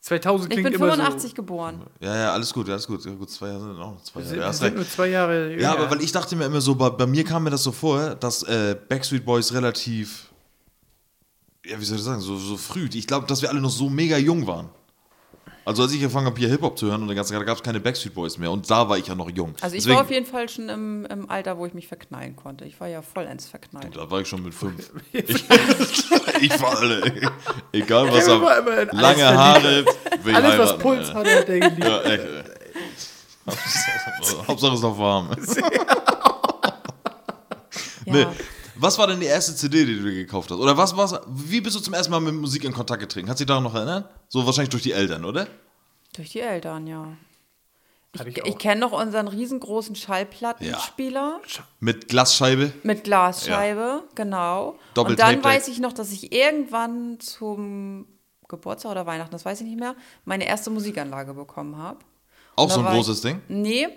2000
Ich
klingt
bin
immer
85
so.
geboren. Also
Ja, ja, alles gut, alles gut. Ja, gut, zwei Jahre sind auch noch zwei Jahre.
Wir
Ja, hast
sind
recht.
nur zwei Jahre jünger.
Ja, aber weil ich dachte mir immer so, bei, bei mir kam mir das so vor, dass äh, Backstreet Boys relativ, ja, wie soll ich sagen, so, so früh. Ich glaube, dass wir alle noch so mega jung waren. Also als ich angefangen habe, hier Hip-Hop zu hören und der ganze gab es keine Backstreet Boys mehr. Und da war ich ja noch jung.
Also ich war auf jeden Fall schon im, im Alter, wo ich mich verknallen konnte. Ich war ja vollends verknallt.
Da war ich schon mit fünf. ich, ich war alle. Egal was.
Ja,
ab-
wir waren immer in alles
lange
verliebt.
Haare. will
Alles, was
heiraten,
Puls
äh.
hat, hat der geliebt.
Ja, echt. äh. Hauptsache- Hauptsache es ist noch warm.
Ja.
Nee. Was war denn die erste CD, die du dir gekauft hast? Oder was war's? Wie bist du zum ersten Mal mit Musik in Kontakt getreten? Kannst du dich daran noch erinnern? So wahrscheinlich durch die Eltern, oder?
Durch die Eltern, ja.
Hab
Ich,
ich auch.
ich kenne noch unseren riesengroßen Schallplattenspieler
Mit Glasscheibe.
mit Glasscheibe, genau. Und
Doppeltape
dann
Deck.
weiß ich noch, dass ich irgendwann zum Geburtstag oder Weihnachten, das weiß ich nicht mehr, meine erste Musikanlage bekommen habe.
Auch
Und
so
da
ein
war
großes Ding.
Nee,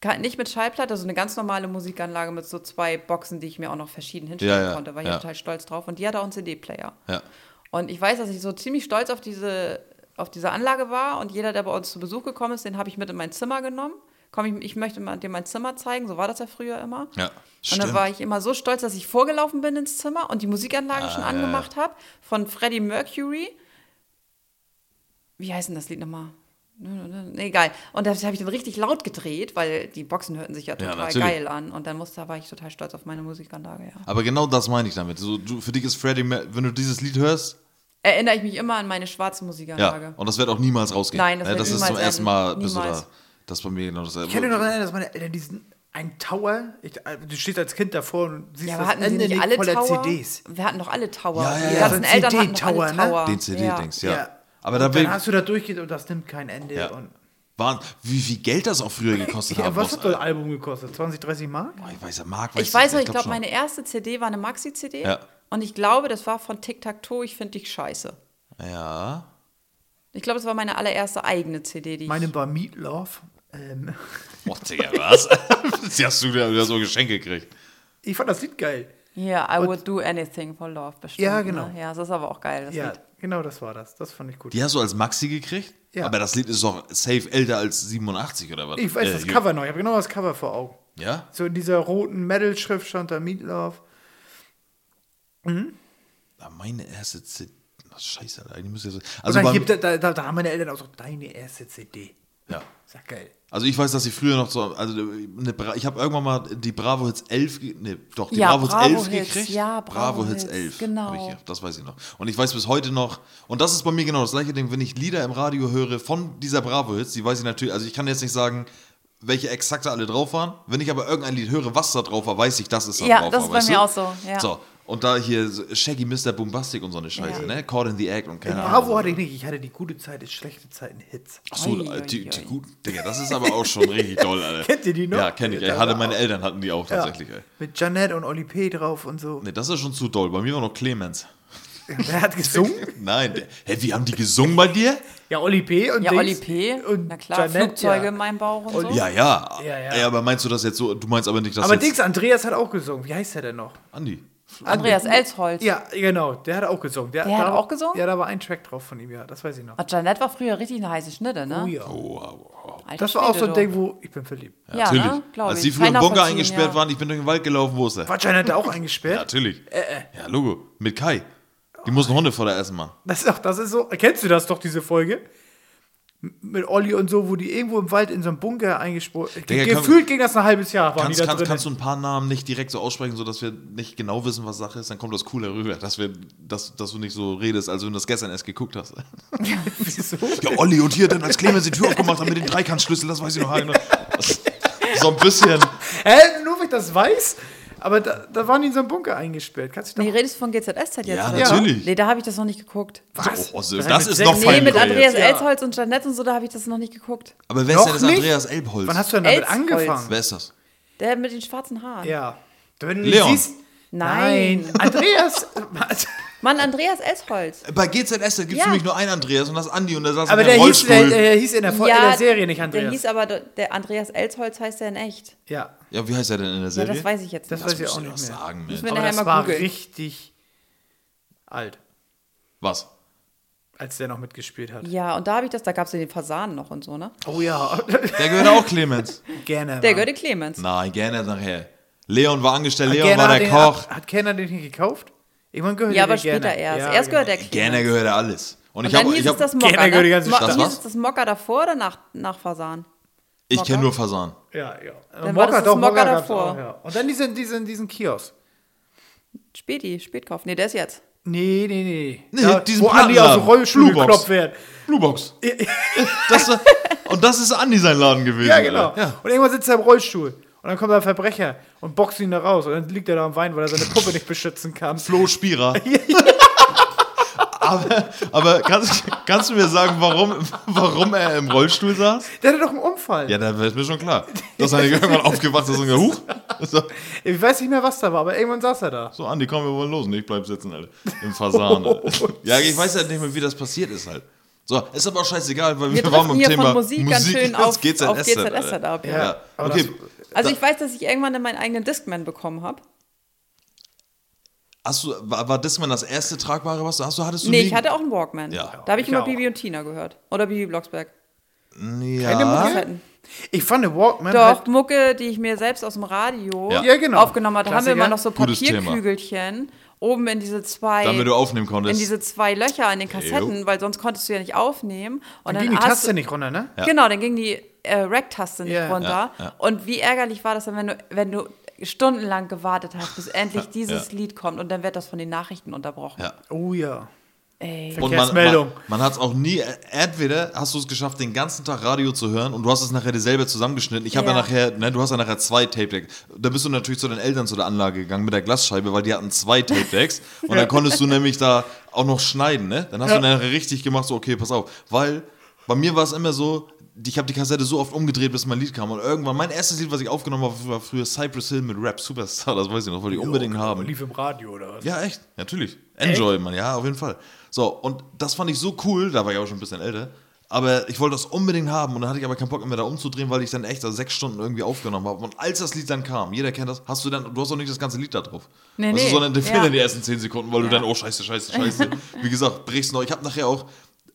ka- nicht mit Schallplatte, also eine ganz normale Musikanlage mit so zwei Boxen, die ich mir auch noch verschieden hinstellen
Ja, ja,
konnte. War ich
ja.
auch total stolz drauf. Und die hatte auch einen CD-Player.
Ja.
Und ich weiß, dass ich so ziemlich stolz auf diese, auf diese Anlage war. Und jeder, der bei uns zu Besuch gekommen ist, den habe ich mit in mein Zimmer genommen. Komm, ich, ich möchte mal dem mein Zimmer zeigen. So war das ja früher immer.
Ja,
Und
stimmt.
dann war ich immer so stolz, dass ich vorgelaufen bin ins Zimmer und die Musikanlage schon
Ah, ja, ja.
angemacht habe von Freddie Mercury. Wie heißt denn das Lied nochmal? Ne, Nee, Egal. Und das habe ich dann richtig laut gedreht, weil die Boxen hörten sich ja total
natürlich.
geil an. Und dann musste, war ich total stolz auf meine Musikanlage, ja.
Aber genau das meine ich damit. So, du, für dich ist Freddie, Mer- wenn du dieses Lied hörst,
Erinnere ich mich immer an meine schwarze
ja.
Musikanlage.
Und das wird auch niemals rausgehen.
Nein, das
Ne,
wird
ist
niemals
zum ersten
enden.
Mal, bist du
Niemals.
da. Das ist bei mir genau dasselbe.
Ich kann mich noch erinnern, dass meine Eltern diesen einen Tower, ich, äh, du stehst als Kind davor und siehst
Ja, aber
das
hatten
Ende
sie nicht alle
voller
Tower?
CDs.
Wir hatten doch alle Tower.
Ja, ja,
Die
ja.
ganzen
Also
Eltern hatten doch
CD-Tower,
alle
ne?
Tower.
den CD-Dings, ja. Aber da
und dann
will,
hast du da durchgeht und das nimmt kein Ende.
Ja.
Und,
waren, wie viel Geld das auch früher gekostet
ja,
haben
was
muss.
hat so ein Album gekostet? 20, 30 Mark?
Oh, ich weiß ja, Marc
Ich weiß noch,
das,
ich glaube,
schon.
meine erste CD war eine Maxi-CD.
Ja.
Und ich glaube, das war von Tic Tac Toe, ich finde dich scheiße.
Ja.
Ich glaube, das war meine allererste eigene CD, die ich.
Meine war Meatloaf. Ähm,
Boah, Digga, was? Die hast du wieder wieder so Geschenke gekriegt.
ich fand das Lied geil.
ja, I would do anything for love bestimmt.
Ja, genau.
Ne? Ja, das ist aber auch geil, das
Ja,
Lied.
genau das war das. Das fand ich gut.
Die hast du als Maxi gekriegt?
Ja.
Aber das Lied ist doch safe älter als 87 oder was? Äh,
Ich weiß das
Ju-
Cover noch. Ich habe genau das Cover vor Augen.
Ja?
So in dieser roten Metal-Schrift stand da Meatloaf.
Ah, Meine erste CD. Ach, Scheiße, Alter. Die muss ja so.
Und
Also,
dann
beim,
gibt, da, da, da haben meine Eltern auch so deine erste CD.
ja.
Ist ja geil.
also ich weiß, dass ich früher noch so. Also eine Bra ich habe irgendwann mal die Bravo Hits 11. ge- Nee, doch, die
Ja,
Bravo,
Bravo
Hits 11
Hits,
gekriegt.
ja, Bravo
Hits
Hits,
11.
genau.
hab Ich, gehabt, das weiß ich noch. Und ich weiß bis heute noch. Und das ist bei mir genau das gleiche Ding, wenn ich Lieder im Radio höre von dieser Bravo Hits, die weiß ich natürlich. Also ich kann jetzt nicht sagen. Welche exakt da alle drauf waren. Wenn ich aber irgendein Lied höre, was da drauf war, weiß ich, das ist da
Ja,
drauf. war,
das ist bei
weißt
mir
du?
auch so, ja.
So, und da hier so Shaggy Mr. Boombastic und so eine Scheiße, ne? Caught in the Act und keine Ahnung.
Bravo Ah, hatte ich nicht. Ich hatte die gute Zeit, die schlechte Zeit, in Hits.
Achso,
Ui, ui,
äh, die, die
ui.
guten. Digga, das ist aber auch schon richtig doll, Alter.
Kennt ihr die noch?
Ja, kenn ich, ey.
Da
Hatte
war
meine
auch-
Eltern hatten die auch
Ja.
tatsächlich, ey.
Mit Janette und Oli P. drauf und so.
Nee, das ist schon zu doll. Bei mir war noch Clemens.
Wer hat gesungen?
Nein, der, hä, wie haben die gesungen bei dir?
Ja, Oli P. und
Ja,
Dings
Oli P.
Und
Na klar,
Janette,
Flugzeuge
ja.
in meinem Bauch und so.
Ja, ja.
Ja, ja.
Ey, aber meinst du das jetzt so? Du meinst aber nicht, dass
Aber
jetzt
Dings Andreas hat auch gesungen. Wie heißt der denn noch?
Andi.
Andreas Elsholz.
Ja, genau, der hat auch gesungen. Der,
hat
da-
auch gesungen?
Ja, da war ein Track drauf von ihm, ja, das weiß ich noch.
Aber Janette war früher richtig eine heiße Schnitte, ne?
Oh ja.
Oh, wow, wow.
Alter
Das war auch so ein
Schwede,
Ding, wo ich bin verliebt.
du. Ja, ne? Glaub
Als
ich.
die früher im
Keiner
Bunker
verziehen,
eingesperrt
ja.
waren, ich bin durch den Wald gelaufen, wo ist er?
War Janet da auch
Ja,
eingesperrt?
natürlich. Ja, Logo. Mit Kai. Die mussten Hunde vor der Essen machen.
Das ist, doch, das ist so, kennst du das doch, diese Folge? M- Mit Olli und so, wo die irgendwo im Wald in so einem Bunker eingesperrt
Digga, kann-
Gefühlt ging das ein halbes Jahr, waren
Kannst,
die da
kannst,
drin.
kannst du ein paar Namen nicht direkt so aussprechen, sodass wir nicht genau wissen, was Sache ist? Dann kommt das cooler rüber, dass, wir, dass, dass du nicht so redest, als wenn du das gestern erst geguckt hast.
Wieso?
Ja, Olli und hier, dann als Clemens die Tür aufgemacht hat mit dem Dreikantschlüssel, das weiß ich noch. Heine. Das- So ein bisschen.
Hä? Nur weil ich das weiß? Aber da, da waren die in so einem Bunker eingesperrt. Kannst du
Nee,
dich
redest du von GZS-Zeit jetzt?
Ja,
oder?
natürlich.
Nee, da habe ich das noch nicht geguckt.
doch.
Oh,
Das
Sil,
hat
das
mit
ist
sechs-
noch
Nee,
Nee,
fein
mit
drüber
Andreas
jetzt.
Ja.
Elsholz und Janette und so, da habe ich das noch nicht geguckt.
Aber wer ist denn
Noch
das
nicht?
Andreas Elbholz?
Wann hast du denn damit
Elsholz.
angefangen?
wer ist das?
Der mit den schwarzen Haaren.
Ja. Wenn du
Leon.
Siehst,
Nein.
Andreas.
Mann, Andreas Elsholz.
Bei GZS gibt es
Ja.
nämlich nur einen Andreas und das ist Andi und der saß
aber
in der
der hieß,
Rollstuhl.
der, der hieß in der, Fol- in der Serie nicht
Der
Andreas.
hieß aber, der Andreas Elsholz heißt der in echt.
ja.
ja, wie heißt er denn in der
Ja,
Serie?
das weiß ich jetzt
Das weiß ich
nicht.
Muss
auch
ich
nicht
was
mehr.
sagen, man.
Müssen wir
Aber
nachher
das
mal
war
googeln.
richtig alt,
Was?
als der noch mitgespielt hat.
Ja, und da habe ich das, da gab es ja den Fasan noch und so, ne?
Oh ja,
Der gehört auch Clemens.
gerne.
Der
Mann.
gehörte Clemens.
Nein, gerne nachher. Leon war angestellt,
Hat
Leon
Gerner
war der
den,
Koch.
Hat, hat Kerner den nicht gekauft? Irgendwann gehört
ja,
der
genau. aber später
Gerner.
erst.
Ja,
erst gehört der
Gerne
Clemens.
gehört er alles. Und
Und
ich
dann
habe,
hieß
ich,
es das
hab,
Mokka.
Gerne gehört die
Ne?
ganze
Mo-
Stadt.
hieß
Was?
es das Mokka davor oder nach, nach Fasan?
ich kenne
Mokka.
nur Fasan.
Ja, ja.
war
Mokka,
das das
doch,
Mokka
Mokka gab's
davor.
Auch, ja. Und dann diesen, diesen, diesen Kiosk.
Späti, Spätkauf. Nee, der ist jetzt.
Nee, nee, nee.
Nee,
da,
diesen
wo Andi aus dem
Plattenladen.
Rollstuhl
Bluebox.
geklopft werden.
Bluebox. das war, und das ist Andi sein Laden gewesen.
Ja, genau.
Alter. Ja.
Und irgendwann sitzt er im Rollstuhl. Und dann kommt da ein Verbrecher und boxt ihn da raus. Und dann liegt er da am Wein, weil er seine Puppe nicht beschützen kann.
Flo Spira. Aber, aber kannst, kannst du mir sagen, warum, warum er im Rollstuhl saß?
Der hatte doch einen Unfall.
Ja, da ist mir schon klar, dass er irgendwann aufgewacht ist und gesagt, huch. So,
Ich weiß nicht mehr, was da war, aber irgendwann saß er da.
so Andi, komm, wir wollen los. Nee, ich bleib sitzen, Alter. Im Fasan. Alter. Ja, ich weiß halt nicht mehr, wie das passiert ist halt. So, ist aber auch scheißegal, weil wir,
Wir
waren
driften
beim
hier
Thema
von Musik, ganz schön
als
auf GZS, auf
GZSZ,
GZSZ
Alter.
ab. Ja.
Ja,
aber
okay.
Also ich weiß, dass ich irgendwann in meinen eigenen Discman bekommen habe.
Hast du, war, war das mal das erste tragbare, was du hast? Du hattest du
Nee,
nie-
ich hatte auch einen Walkman.
Ja.
Da habe ich,
Ich
immer
auch.
Bibi und Tina gehört. Oder Bibi Blocksberg.
ja.
Keine Musik?
Zeiten.
Ich fand den Walkman
Doch,
halt
Mucke, die ich mir selbst aus dem Radio
Ja.
Ja, genau.
aufgenommen habe. Da haben wir
Klassiker.
immer noch so
Gutes Thema.
Papierkügelchen oben in diese zwei.
Damit du aufnehmen
in
konntest.
diese zwei Löcher in den Kassetten, weil sonst konntest du ja nicht aufnehmen. Und
dann
dann
ging die
hast
Taste
du,
nicht runter, ne?
Genau, dann ging die äh, Rack-Taste nicht
Ja.
runter.
Ja, ja.
Und wie ärgerlich war das dann, wenn du, wenn du stundenlang gewartet hast, bis endlich dieses Lied kommt und dann wird das von den Nachrichten unterbrochen.
Ja.
Oh ja.
Und man,
Ey.
man,
Verkehrsmeldung.
man hat es auch nie, entweder hast du es geschafft, den ganzen Tag Radio zu hören und du hast es nachher dir selber zusammengeschnitten. Ich habe ja.
Ja.
nachher, ne, du hast ja nachher zwei Tape-Decks. Da bist du natürlich zu den Eltern zu der Anlage gegangen mit der Glasscheibe, weil die hatten zwei Tape-Decks und dann konntest du nämlich da auch noch schneiden, ne? Dann hast du
Ja.
nachher richtig gemacht, so, okay, pass auf. Weil bei mir war es immer so, ich habe die Kassette so oft umgedreht, bis mein Lied kam. Und irgendwann, mein erstes Lied, was ich aufgenommen habe, war früher Cypress Hill mit Rap Superstar. Das weiß ich noch, wollte ich unbedingt haben.
Oh, Lief im Radio oder was?
Ja, echt, natürlich. Enjoy, man, ja, auf jeden Fall. So, und das fand ich so cool, da war ich auch schon ein bisschen älter, aber ich wollte das unbedingt haben und dann hatte ich aber keinen Bock mehr da umzudrehen, weil ich dann echt da sechs Stunden irgendwie aufgenommen habe. Und als das Lied dann kam, jeder kennt das, hast du dann, du hast auch nicht das ganze Lied da drauf.
Nee,
weißt
nee,
Du, sondern dir
ja.
fehlen dann die ersten zehn Sekunden, weil du
Ja.
dann, oh scheiße, scheiße, scheiße. Wie gesagt, brichst noch. Ich habe nachher auch.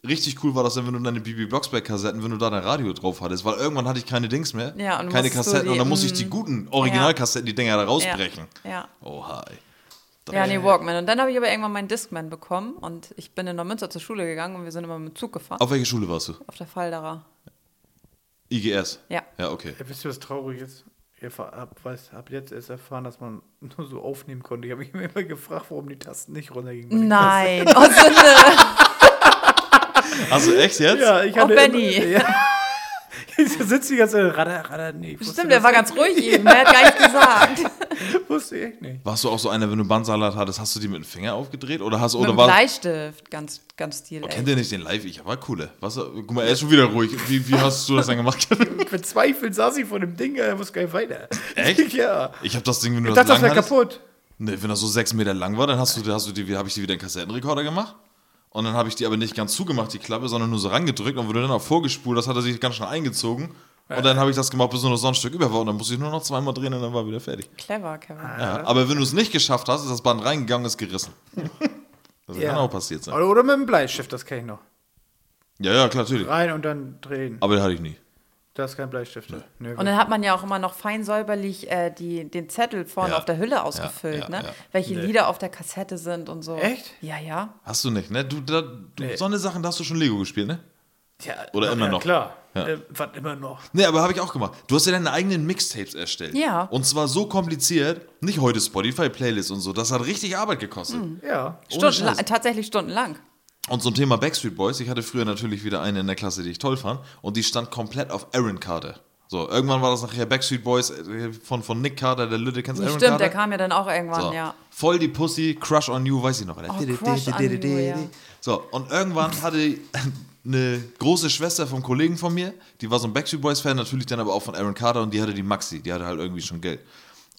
Richtig cool war das dann, wenn du deine Bibi Blocksberg-Kassetten, wenn du da dein Radio drauf hattest, weil irgendwann hatte ich keine Dings mehr,
Ja,
keine
und musstest du
Kassetten
die- mm.
und dann musste ich die guten Originalkassetten, die Dinger da rausbrechen.
Ja.
Oh, hi.
Ja, nee, Walkman. Und dann habe ich aber irgendwann meinen Discman bekommen und ich bin in Neumünster zur Schule gegangen und wir sind immer mit dem Zug gefahren. Auf,
Auf welche Schule warst du?
der Falderer.
Oh, IGS?
Ja.
Ja, okay.
Ja, wisst ihr, was traurig ist? Ich habe jetzt erst erfahren, dass man nur so aufnehmen konnte. Ich habe mich immer gefragt, warum die Tasten nicht runtergingen.
Nein. Oh, Sünde.
Also echt jetzt?
Ja, ich
Oh,
hatte
Benny.
immer- Ja. Ich sitze die ganze Zeit, radar, radar, nee. ich wusste
Stimmt, der
das
war ganz ruhig eben. Er hat gar nichts gesagt.
nicht. Wusste ich echt nicht.
Warst du auch so einer, wenn du Bandsalat hattest, hast du die mit dem Finger aufgedreht? Oder hast
Mit
oder
dem
war, Oh,
Bleistift. Ganz, ganz stil.
Kennt ihr nicht den Live? Ich war coole. Was, guck mal, er ist schon wieder ruhig. Wie, wie hast du das denn gemacht?
Verzweifelt saß ich vor dem Ding, er muss gar nicht weiter.
Echt?
Ja.
Ich hab das Ding, wenn du
Ich
das
dachte,
lang
das wäre
hattest,
kaputt.
Nee, wenn das so sechs Meter lang war, dann hast du, hast du die, habe ich die wieder in den Kassettenrekorder gemacht. Und dann habe ich die aber nicht ganz zugemacht, die Klappe, sondern nur so rangedrückt und wurde dann auch vorgespult. Das hat er sich ganz schnell eingezogen. Und dann habe ich das gemacht, bis nur noch so ein Stück über war. Und dann musste ich nur noch zweimal drehen und dann war wieder fertig.
Clever, Kevin.
Ja, aber wenn du es nicht geschafft hast, ist das Band reingegangen, ist gerissen. Das
Ja.
kann auch passiert sein.
Oder, oder mit dem Bleistift, das kenne ich noch.
Ja, ja, klar, natürlich.
Rein und dann drehen.
Aber den hatte ich nie.
Da ist kein Bleistift. Nö,
Und dann hat man ja auch immer noch fein säuberlich äh, die, den Zettel vorne
Ja.
auf der Hülle ausgefüllt,
ja,
ne?
ja.
Welche
Nee.
Lieder auf der Kassette sind und so.
Echt?
Ja, ja.
Hast du nicht, ne? Du, da, du,
Nee.
So eine Sachen, da hast du schon Lego gespielt, ne?
Tja,
Oder immer noch.
Klar. Äh, was immer noch.
Ne, aber habe ich auch gemacht. Du hast ja deine eigenen Mixtapes erstellt.
Ja.
Und zwar so kompliziert, nicht heute Spotify-Playlist und so, das hat richtig Arbeit gekostet.
Ja.
Ohne
Hm, Stundenlang,
Scheiß.
tatsächlich stundenlang.
Und zum Thema Backstreet Boys, ich hatte früher natürlich wieder eine in der Klasse, die ich toll fand, und die stand komplett auf Aaron Carter. So, irgendwann war das nachher Backstreet Boys äh, von, von Nick Carter, der Lütte, kennst du Aaron
Stimmt,
Carter?
der kam ja dann auch irgendwann,
So.
ja.
Voll die Pussy, Crush on You, weiß ich noch. Alter.
Oh, Crush on You, ja.
So, und irgendwann hatte eine große Schwester vom Kollegen von mir, die war so ein Backstreet Boys-Fan, natürlich dann aber auch von Aaron Carter und die hatte die Maxi, die hatte halt irgendwie schon Geld.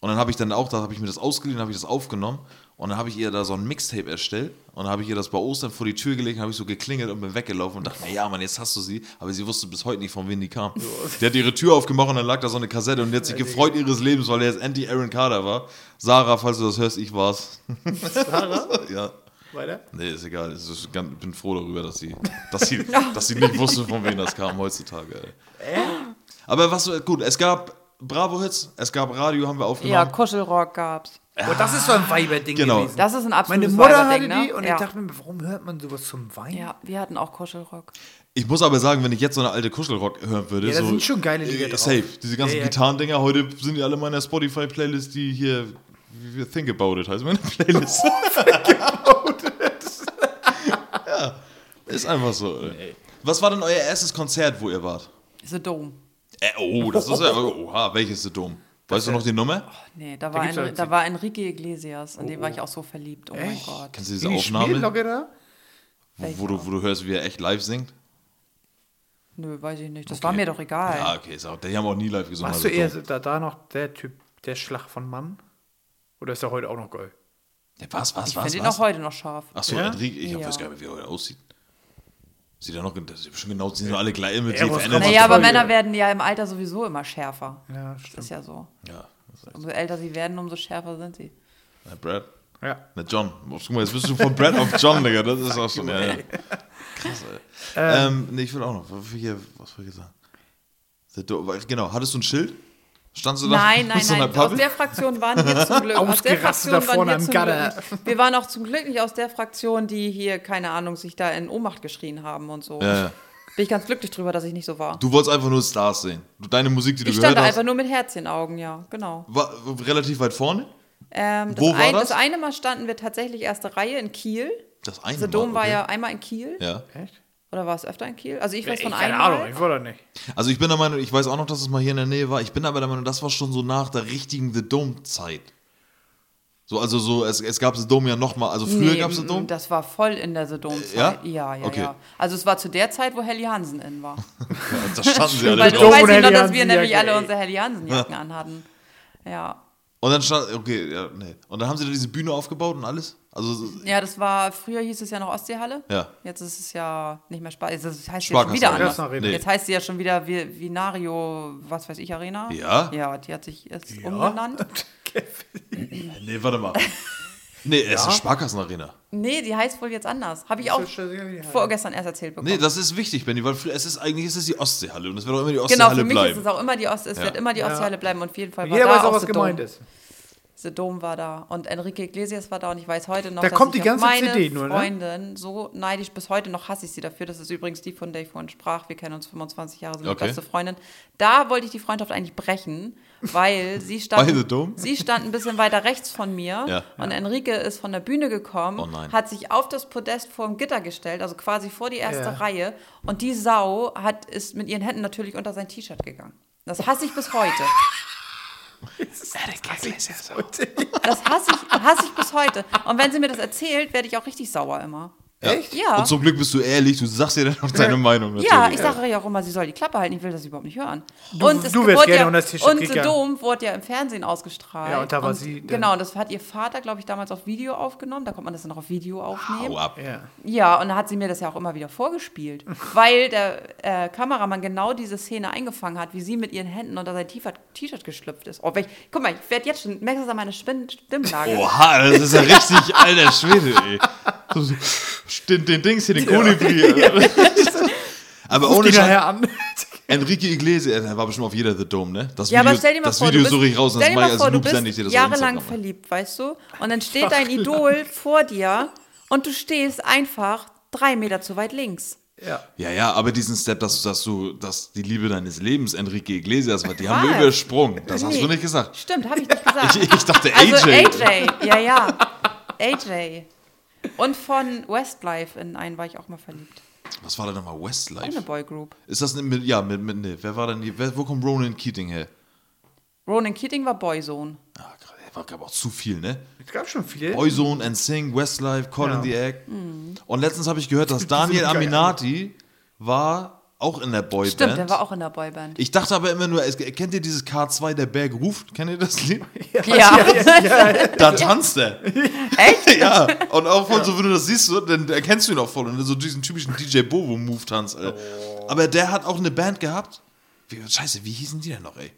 Und dann habe ich dann auch, da habe ich mir das ausgeliehen, habe ich das aufgenommen und dann habe ich ihr da so ein Mixtape erstellt und dann habe ich ihr das bei Ostern vor die Tür gelegt, habe ich so geklingelt und bin weggelaufen und dachte, na ja, Mann, jetzt hast du sie, aber sie wusste bis heute nicht, von wem die kam. Die hat ihre Tür aufgemacht und dann lag da so eine Kassette und die hat sich gefreut ihres Lebens, weil er jetzt endlich Aaron Carter war. Sarah, falls du das hörst, ich war's.
Sarah,
Ja.
weiter.
Nee, ist egal. Es ist ganz, ich bin froh darüber, dass sie, dass sie, dass sie nicht wusste, von wem das kam heutzutage. Ey.
Äh?
Aber was, gut, es gab Bravo-Hits, es gab Radio, haben wir
Ja,
aufgenommen.
Kuschelrock gab's.
Ah.
Oh, das ist so ein Weiberding
Genau.
gewesen.
Das ist ein
Meine
absolutes
Mutter hatte
Weiberding,
die
ne?
und
ja.
ich dachte mir, warum hört man sowas zum Wein?
ja, wir hatten auch Kuschelrock.
Ich muss aber sagen, wenn ich jetzt so eine alte Kuschelrock hören würde,
Ja, da
so,
sind schon geile Lieder
äh,
drauf.
Safe. Diese ganzen
Ja, ja.
Gitarrendinger, heute sind die alle in meiner Spotify-Playlist, die hier wie wir Think About It heißt meine Playlist. Think About It. ja, ist einfach so. ey. Was war denn euer erstes Konzert, wo ihr wart?
The Dome.
Äh, oh, das ist ja. Oha, welches ist dumm? Weißt du noch die
Oh,
Nummer?
Nee, da war,
gibt's
ein,
ja-
da war Enrique Iglesias und dem war ich auch so verliebt. Oh mein Gott.
Kennst du diese
Wie die
Aufnahme?
Schmierlocke da?
Welcher?
Wo du, wo du hörst, wie er echt live singt?
Nö, weiß ich nicht. Das
Okay.
war mir doch egal.
Ja, Ah, okay, ist auch, die haben auch nie live gesungen.
Warst
also
du eher
dumm.
so- da, da noch der Typ, der Schlag von Mann? Oder ist er heute auch noch geil?
Ja, was, was,
ich
was?
finde ihn
was?
auch heute noch scharf.
Achso,
Ja?
Enrique, ich
Ja.
weiß gar nicht, mehr, wie er heute aussieht. Sieht er noch, das ist schon genau, sind alle gleich mit
Ja,
sich
was
verändert.
kann man-
sich-
Ja,
Naja, aber
voll,
Männer
ja.
werden ja im Alter sowieso immer schärfer.
Ja,
Das ist ja so.
Ja, was heißt-
Umso älter sie werden, umso schärfer sind sie.
Na, Brad.
Ja.
Na, John. Guck mal, jetzt bist du von Brad auf John, Digga. Das ist auch schon. Ja, ja. Krass, ey. Ähm, nee, ich will auch noch. Was will ich hier, was will ich hier sagen? The Do- Genau, hattest du ein Schild? Standst du da?
Nein, nein,
mit so einer
nein. Aus
Pappe?
der Fraktion waren wir zum Glück. Aus der
Ausgerastet
Fraktion
da vorne
waren
am
wir zum
Gatter.
Glück nicht. Wir waren auch zum Glück nicht aus der Fraktion, die hier, keine Ahnung, sich da in Ohnmacht geschrien haben und so.
Ja, ja.
Bin ich ganz glücklich drüber, dass ich nicht so war.
Du wolltest einfach nur Stars sehen. Du- Deine Musik, die du
ich stand
gehört
da
hast,
einfach nur mit Herzchenaugen, ja, genau.
war relativ weit vorne.
Ähm, das,
Wo war
ein,
das?
das eine Mal standen wir tatsächlich erste Reihe in Kiel.
Das eine
Also Dom
Mal,
war
okay.
ja einmal in Kiel.
Ja.
Echt?
Oder war es öfter in Kiel? Also ich weiß
Ich,
von
keine
einem.
Ahnung, ich war da nicht.
Also ich bin der Meinung, ich weiß auch noch, dass es mal hier in der Nähe war. Ich bin aber der Meinung, das war schon so nach der richtigen The Dome-Zeit. So, also so, es, es gab The Dome ja nochmal, also früher
nee,
gab es The
mm,
Dome.
Das war voll in der Sedom-Zeit.
Ja?
ja, ja.
Okay.
ja. Also es war zu der Zeit, wo Helly Hansen in war.
Ja, da standen sie alle
Weil
The
du
Dome
drauf.
und
weißt
Helly
noch, dass wir
Hansen,
nämlich
ja,
alle
ey.
unsere Helly Hansen-Jacken anhatten. Ja.
Und dann stand, okay, ja, nee. Und dann haben sie da diese Bühne aufgebaut und alles. Also, so-
Ja, das war, früher hieß es ja noch Ostseehalle.
Ja.
Jetzt ist es ja nicht mehr Spaß. Jetzt ist- heißt sie ja schon
Sparkasse
wieder
Arena.
anders.
Arena.
Nee.
Jetzt heißt sie ja schon wieder Vi- Vinario, was weiß ich, Arena.
Ja?
Ja, die hat sich jetzt umgenannt.
nee, warte mal. Nee, es ist eine Sparkassenarena.
Nee, die heißt wohl jetzt anders. Habe ich auch vorgestern erst erzählt bekommen.
Nee, das ist wichtig, Benny, weil früher, es ist eigentlich es ist die Ostseehalle und es wird auch immer die
genau,
Ostseehalle
für mich
bleiben.
ist es auch immer die Ost, es
Ja.
wird immer die Ostseehalle bleiben und auf jeden Fall war
Jeder
da
weiß auch,
auch
was
The
gemeint
Dome.
ist.
The Dome war da und Enrique Iglesias war da und ich weiß heute noch,
Da
dass
kommt
ich
die ganze
auf meine
CD nur, ne?
Freundin so neidisch bis heute noch hasse ich sie dafür. Das ist übrigens die, von der ich vorhin sprach. Wir kennen uns 25 Jahre, sind
Okay.
die beste Freundin. Da wollte ich die Freundschaft eigentlich brechen, weil sie stand,
Bei The Dome?
sie stand ein bisschen weiter rechts von mir
Ja.
und Enrique ist von der Bühne gekommen,
Oh nein.
hat sich auf das Podest vor dem Gitter gestellt, also quasi vor die erste
Ja.
Reihe und die Sau hat, ist mit ihren Händen natürlich unter sein T-Shirt gegangen. Das hasse ich bis heute. Das hasse ich, hasse ich bis heute. Und wenn sie mir das erzählt, werde ich auch richtig sauer immer.
Ja.
Ja.
Und zum Glück bist du ehrlich, du sagst dir dann auch deine Meinung. Natürlich.
Ja, ich sage ja auch immer, sie soll die Klappe halten, ich will das überhaupt nicht hören. Du,
äh, du wärst gerne unter das T-Shirt
Und The
gegangen.
Dome wurde ja im Fernsehen ausgestrahlt.
Ja, und da war sie äh, dann-
Genau, und das hat ihr Vater, glaube ich, damals auf Video aufgenommen. Da konnte man das dann auch auf Video aufnehmen.
Hau ab.
Ja.
Ja, und da hat sie mir das ja auch immer wieder vorgespielt, weil der äh, Kameramann genau diese Szene eingefangen hat, wie sie mit ihren Händen unter sein T-Shirt- T-Shirt geschlüpft ist. Oh, wenn ich, guck mal, ich werde jetzt schon, merkst du das an meine Spin- Stimmlage?
Oha, das ist ja richtig alter Schwede, ey. So, so, Den, den Dings hier, den Kolibri. Aber
Ohne
ohne
die
Scheiß,
nachher an.
Enrique Iglesias, er war bestimmt auf jeder The Dome, ne? Das
Ja,
Video,
aber stell dir mal
das
vor,
Video
du bist,
suche ich raus, und das
stell dir
mache ich
mal
als
vor, du
Noob sende ich
bist
dir das auf
jahrelang
Instagram.
verliebt, weißt du? Und dann steht dein Idol vor dir und du stehst einfach drei Meter zu weit links.
Ja.
Ja, ja, aber diesen Step, dass, dass du, dass die Liebe deines Lebens Enrique Iglesias war, die haben wir
Was?
übersprungen. Das hast
Nee.
du nicht gesagt.
Stimmt, habe ich nicht gesagt.
Ich, ich dachte, AJ.
also AJ, ja, ja. AJ. Und von Westlife in einen war ich auch mal verliebt.
Was war da nochmal?
Auch eine
Westlife?
Boygroup.
Ist das mit, ja, mit, mit, nee, wer war denn die, wer, wo kommt Ronan Keating her?
Ronan Keating war Boyzone.
Ah, krass, ey, war, gab auch zu viel, ne?
Es gab schon viel.
Boyzone, NSYNC, Westlife, Colin
Ja.
the Egg.
Hm.
Und letztens habe ich gehört, dass Daniel
geil.
Aminati war auch in der Boyband.
Stimmt, der war auch in der Boyband.
ich dachte aber immer nur, es, kennt ihr dieses K2, der Berg ruft? Kennt ihr das Lied?
Ja,
Da tanzt er.
echt?
Ja. Und auch von so, wenn du das siehst, so, dann erkennst du ihn auch voll. Und so diesen typischen DJ Bobo-Move tanz, Alter.
Oh.
Aber der hat auch eine Band gehabt. Wie, scheiße, wie hießen die denn noch, ey?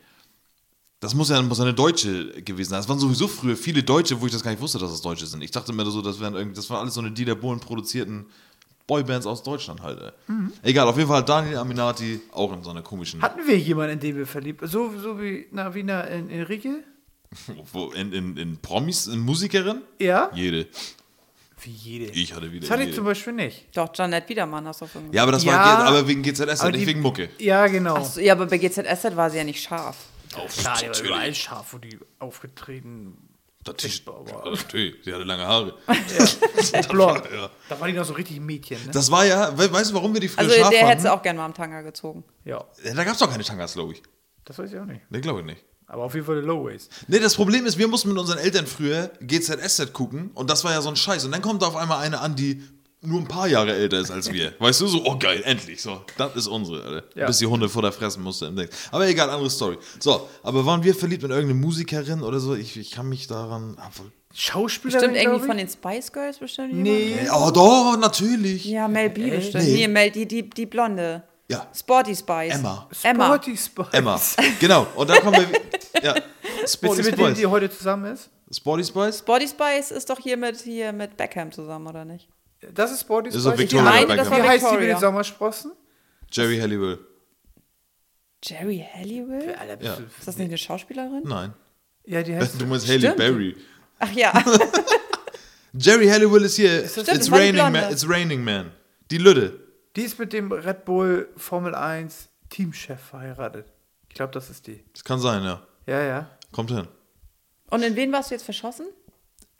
Das muss ja muss ja eine Deutsche gewesen sein. Das waren sowieso früher viele Deutsche, wo ich das gar nicht wusste, dass das Deutsche sind. Ich dachte mir so, das wären irgendwie, das waren alles so eine Dieter Bohlen produzierten Boybands aus Deutschland halt. Ey.
Mhm.
Egal, auf jeden Fall hat Daniel Aminati auch in so einer komischen
Hatten wir jemanden, in den wir verliebt So, so wie Navina in Enrique?
wo- in, in, in Promis, in Musikerin.
Ja?
Jede.
Wie jede.
Ich hatte wieder.
Das hatte ich
jede.
zum Beispiel nicht.
Doch, Janet Wiedermann hast du auf
Ja, aber das
Ja.
war aber wegen GZS,
Aber
nicht
die-
wegen Mucke.
Ja, genau.
Achso, ja, aber bei GZSZ war sie ja nicht scharf.
Klar, die war überall scharf, wo die aufgetreten
Natürlich,
aber-
natürlich, sie hatte lange Haare.
Blond.
ja.
Da war die noch so richtig Mädchen, ne?
Das war ja, we weißt du, warum wir die früher
Also
scharf
der hätte
fanden?
sie auch gerne mal am Tanga gezogen.
Ja,
Da gab es doch keine Tangas, glaube ich.
das weiß ich auch nicht.
Ne, glaube ich nicht.
Aber auf jeden Fall der Low Waist.
Nee, das Problem ist, wir mussten mit unseren Eltern früher GZSZ gucken und das war ja so ein Scheiß. Und dann kommt da auf einmal eine an, die nur ein paar Jahre älter ist als wir. Weißt du, so, oh geil, endlich. So, das ist unsere, Alter.
Ja.
Bis die Hunde vor der Fressen musste im Ding. Aber egal, andere Story. So, aber waren wir verliebt in irgendeine Musikerin oder so? Ich, ich kann mich daran.
Schauspielerin,
Bestimmt irgendwie
glaub
von
ich?
den Spice Girls bestimmt jemand?
Nee.
Oh, doch, natürlich.
Ja, Mel B bestimmt.
Äh, Nee.
Nee, Mel, die, die, die Blonde.
Ja.
Sporty Spice.
Emma.
ne? Emma.
Sporty Spice.
Emma. Genau, und dann kommen wir. Ja.
Bist
Sporty
du mit dem, die
Spice.
heute zusammen ist?
Sporty Spice?
Sporty Spice ist doch hier mit, hier mit Beckham zusammen, oder nicht?
Das ist Sporty
Ist
Spice.
doch
wie
Victoria
meine, das
Beckham.
war
heißt die mit den
Victoria.
Sommersprossen?
Jerry Halliwell.
Jerry Halliwell?
Alter, bist
Ja.
du-
Ist das nicht eine Schauspielerin?
Nein.
Ja, die heißt.
Du meinst Haley
Stimmt.
Berry.
Ach ja.
Jerry Halliwell ist hier.
das-
It's
das war die
raining,
Blonde.
man, it's raining Man. Die Lütte.
Die ist mit dem Red Bull Formel 1 Teamchef verheiratet. Ich glaube, das ist die.
Das kann sein, ja.
Ja, ja.
Kommt hin.
Und in wen warst du jetzt verschossen?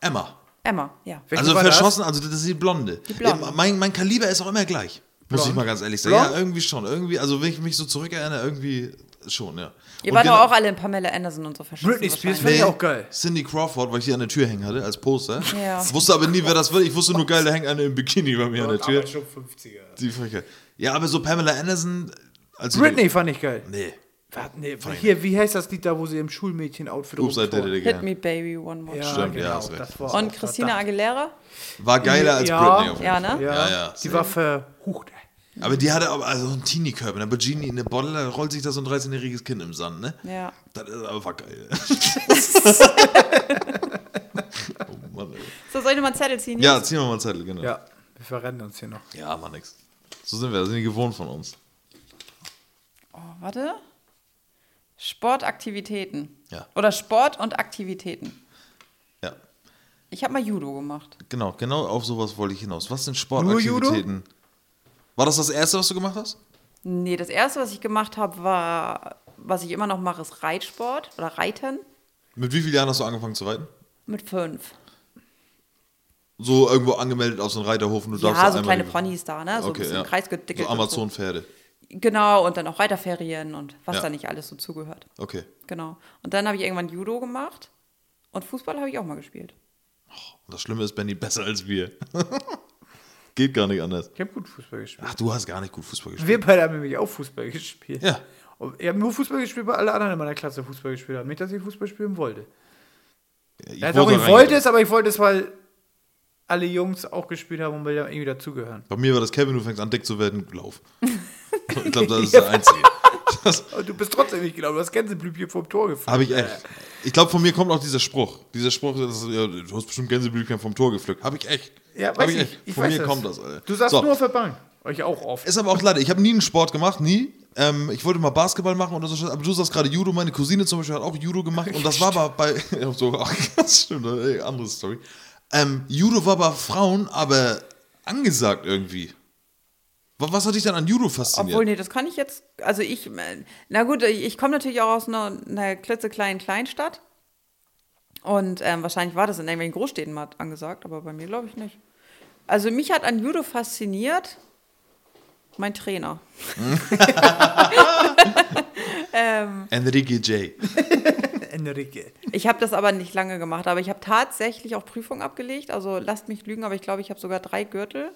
Emma.
Emma, ja.
Welche
also
war das?
verschossen, also das ist die Blonde.
Blonde.
Ja, Mein, mein Kaliber ist auch immer gleich. Muss ich mal ganz ehrlich sagen.
Blond?
Ja, irgendwie schon. Irgendwie, also wenn ich mich so zurückerinnere, irgendwie schon, ja.
Ihr
Und
wart
genau-
doch auch alle in Pamela Anderson und so verschossen.
Britney Spears
wahrscheinlich.
Finde ich auch geil.
Cindy Crawford, weil ich die an der Tür hängen hatte, als Poster.
Ja.
Ich wusste aber nie, wer das wird. Ich wusste nur, geil, da hängt eine im Bikini bei mir an der Tür.
Aber schon 50er.
Die Frechheit. Ja, aber so Pamela Anderson. Also
Britney fand ich geil.
Nee.
Warte, nee, hier, wie heißt das Lied da, wo sie im Schulmädchen-Outfit
Ups, I did
rumturnt?
it
Hit
again.
me baby one more time.
Stimmt, ja, Oh, hast recht.
war
Und
auch
Christina
verdammt.
Aguilera?
War geiler als
Ja.
Britney. Auf jeden
Ja,
Fall.
ne?
Ja,
Ja,
ja,
Die
safe.
war verhucht.
Aber die hatte aber also einen Teenie-Körper. Eine Bikini in der Bottle, da rollt sich da so ein 13-jähriges Kind im Sand, ne?
Ja.
Das ist aber war geil. oh Mann, ey.
So, soll ich nochmal einen Zettel ziehen?
Ja, ziehen wir mal einen Zettel, genau. Ja,
Ja, wir verrennen uns hier noch.
ja mach nix. So sind wir, das sind die gewohnt von uns.
Oh, warte. Sportaktivitäten.
Ja.
Oder Sport und Aktivitäten.
Ja,
Ich habe mal Judo gemacht.
genau, genau auf sowas wollte ich hinaus. Was sind
Nur Judo?
Sportaktivitäten? War das das Erste, was du gemacht hast?
Nee, das erste, was ich gemacht habe, war, was ich immer noch mache, ist Reitsport oder Reiten
Mit wie vielen Jahren hast du angefangen zu reiten?
mit fünf.
So irgendwo angemeldet auf so einem Reiterhof und du darfst
ja,
da
so
einmal
kleine
die-
Ponys da, ne? So ein
okay,
bisschen
ja.
kreisgedickelt.
So Amazon-Pferde.
Genau, und dann auch Reiterferien und was
Ja.
da nicht alles so zugehört.
Okay.
Genau. Und dann habe ich irgendwann Judo gemacht und Fußball habe ich auch mal gespielt.
Und das Schlimme ist, Benny besser als wir. Geht gar nicht anders.
Ich habe gut Fußball gespielt.
Ach, du hast gar nicht gut Fußball gespielt.
Wir beide haben nämlich auch Fußball gespielt.
Ja.
Und ich habe nur Fußball gespielt, weil alle anderen in meiner Klasse Fußball gespielt haben. Nicht, dass ich Fußball spielen wollte.
Ich
Ja, doch,
wurde
ich
reingegangen.
wollte es, aber ich wollte es, weil alle Jungs auch gespielt haben und will da irgendwie dazugehören.
Bei mir war das Kevin, du fängst an, dick zu werden, lauf. Ich glaube, das ist der Einzige. Das
Und du bist trotzdem nicht genau, du hast Gänseblümchen vom Tor gefangen.
habe ich echt. Ich glaube, von mir kommt auch dieser Spruch. Dieser Spruch, das ist, ja, du hast bestimmt Gänseblümchen vom Tor gepflückt. Habe ich echt.
Ja,
Hab
weiß ich, ich,
Von
weiß
mir
das.
kommt das, Alter.
Du sagst
So.
nur auf der Bank. Euch auch oft.
Ist aber auch leider, ich habe nie einen Sport gemacht, nie. Ähm, ich wollte mal Basketball machen oder so, aber du sagst gerade Judo, meine Cousine zum Beispiel hat auch Judo gemacht und das war aber bei, so, ach, das stimmt, ey, andere Story. Ähm, Judo war bei Frauen aber angesagt irgendwie. Wa- Was hat dich denn an Judo fasziniert?
Obwohl, nee, das kann ich jetzt. Also ich, äh, na gut, ich komme natürlich auch aus einer, einer klitzekleinen Kleinstadt. Und ähm, wahrscheinlich war das in irgendwelchen Großstädten mal angesagt, aber bei mir glaube ich nicht. Also mich hat an Judo fasziniert mein Trainer.
Enrique J.
Enrique.
Ich habe das aber nicht lange gemacht, aber ich habe tatsächlich auch Prüfungen abgelegt. Also lasst mich lügen, aber ich glaube, ich habe sogar drei Gürtel.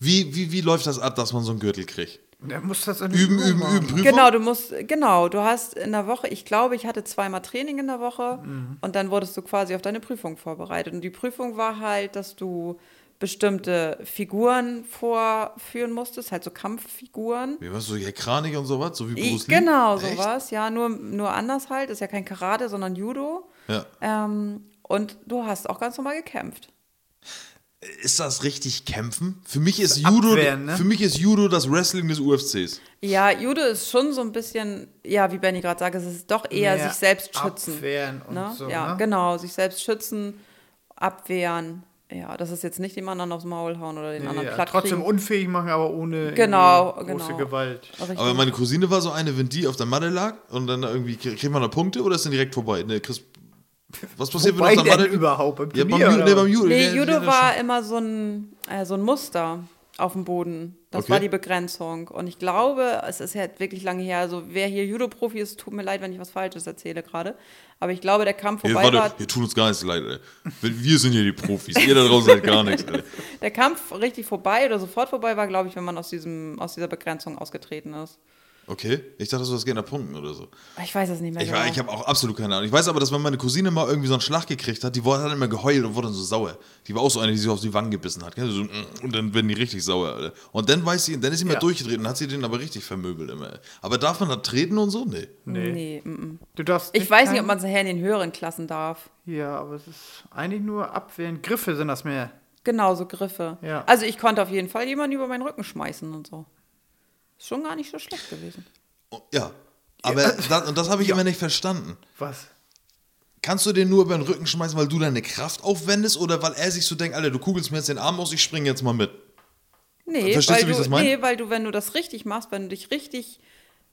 Wie, wie, wie läuft das ab, dass man so einen Gürtel kriegt?
Der muss das an
Üben, üben, üben, Prüfung?
Genau, du musst, genau, du hast in der Woche, ich glaube, ich hatte zweimal Training in der Woche
Mhm.
und dann wurdest du quasi auf deine Prüfung vorbereitet. Und die Prüfung war halt, dass du bestimmte Figuren vorführen musstest, halt so Kampffiguren.
Wie was, so hier Kranig und sowas, so wie
Ich,
Bruce Lee?
genau,
Echt?
sowas, ja, nur, nur anders halt, ist ja kein Karate, sondern Judo.
Ja.
Ähm, und du hast auch ganz normal gekämpft.
Ist das richtig Kämpfen? Für mich ist, Judo,
Abwehren, ne?
für mich ist Judo das Wrestling des UFCs.
Ja, Judo ist schon so ein bisschen, ja, wie Benny gerade sagt, es ist doch eher
Mehr
sich selbst schützen.
abwehren und
ne?
so,
Ja,
ne?
genau, sich selbst schützen, abwehren. Ja, das ist jetzt nicht dem anderen aufs Maul hauen oder den anderen
Ja,
platt
trotzdem
kriegen.
unfähig machen, aber ohne
Genau,
irgendwie große
genau.
Gewalt.
Richtig.
Aber meine Cousine war so eine, wenn die auf der Matte lag und dann irgendwie krie- kriegt man da Punkte oder ist dann direkt vorbei? Ne, Chris, was passiert,
Wobei
wenn du auf der
denn
Matte
überhaupt? Beim
Ja, beim, Ju-
Turnier oder
nee,
was?
beim Judo.
nee,
der-
Judo
der-
war immer so ein, äh, so ein Muster auf dem Boden. Das
Okay.
war die Begrenzung. Und ich glaube, es ist halt wirklich lange her. Also, wer hier Judo-Profi ist, tut mir leid, wenn ich was Falsches erzähle gerade. Aber ich glaube, der Kampf
Hier,
vorbei war.
warte, hier tun uns gar nichts leid, ey. Wir wir sind hier die Profis. Ihr da draußen seid gar nichts, ey.
Der Kampf richtig vorbei oder sofort vorbei war, glaube ich, wenn man aus, diesem, aus dieser Begrenzung ausgetreten ist.
Okay? Ich dachte, so das geht nach Punkten oder so.
Ich weiß es nicht mehr
Ich,
genau.
war- ich habe auch absolut keine Ahnung. Ich weiß aber, dass wenn meine Cousine mal irgendwie so einen Schlag gekriegt hat, die wurde- hat immer geheult und wurde dann so sauer. Die war auch so eine, die sich auf die Wangen gebissen hat. Gell? So, mm, und dann werden die richtig sauer, Alter. Und dann weiß sie, dann ist sie mal
Ja.
durchgedreht und hat sie den aber richtig vermöbelt immer. ey. Aber darf man da treten und so? Nee.
Nee.
nee, mm, mm.
Du darfst
Ich weiß nicht,
kein-
ob man es nachher in den höheren Klassen darf.
Ja, aber es ist eigentlich nur Abwehren. Griffe sind das mehr.
Genau, so Griffe.
Ja.
Also ich konnte auf jeden Fall jemanden über meinen Rücken schmeißen und so. Ist schon gar nicht so schlecht gewesen.
Und, ja. Aber das, und das habe ich immer nicht verstanden.
Was?
Kannst du den nur über den Rücken schmeißen, weil du deine Kraft aufwendest oder weil er sich so denkt, Alter, du kugelst mir jetzt den Arm aus, ich springe jetzt mal mit?
Nee,
Verstehst
weil
du, wie ich das meine?
Nee, weil du, wenn du das richtig machst, wenn du dich richtig,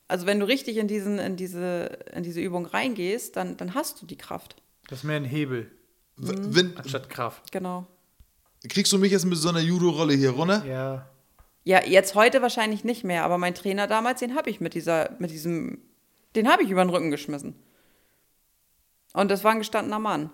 also wenn du richtig in, diesen, in, diese, in diese Übung reingehst, dann, dann hast du die Kraft.
Das ist mehr ein Hebel
W- Wenn,
anstatt Kraft.
Genau.
kriegst du mich jetzt mit so einer Judo-Rolle hier runter?
Ja.
Ja, jetzt heute wahrscheinlich nicht mehr, aber mein Trainer damals, den habe ich mit dieser, mit diesem, den habe ich über den Rücken geschmissen. Und das war ein gestandener Mann.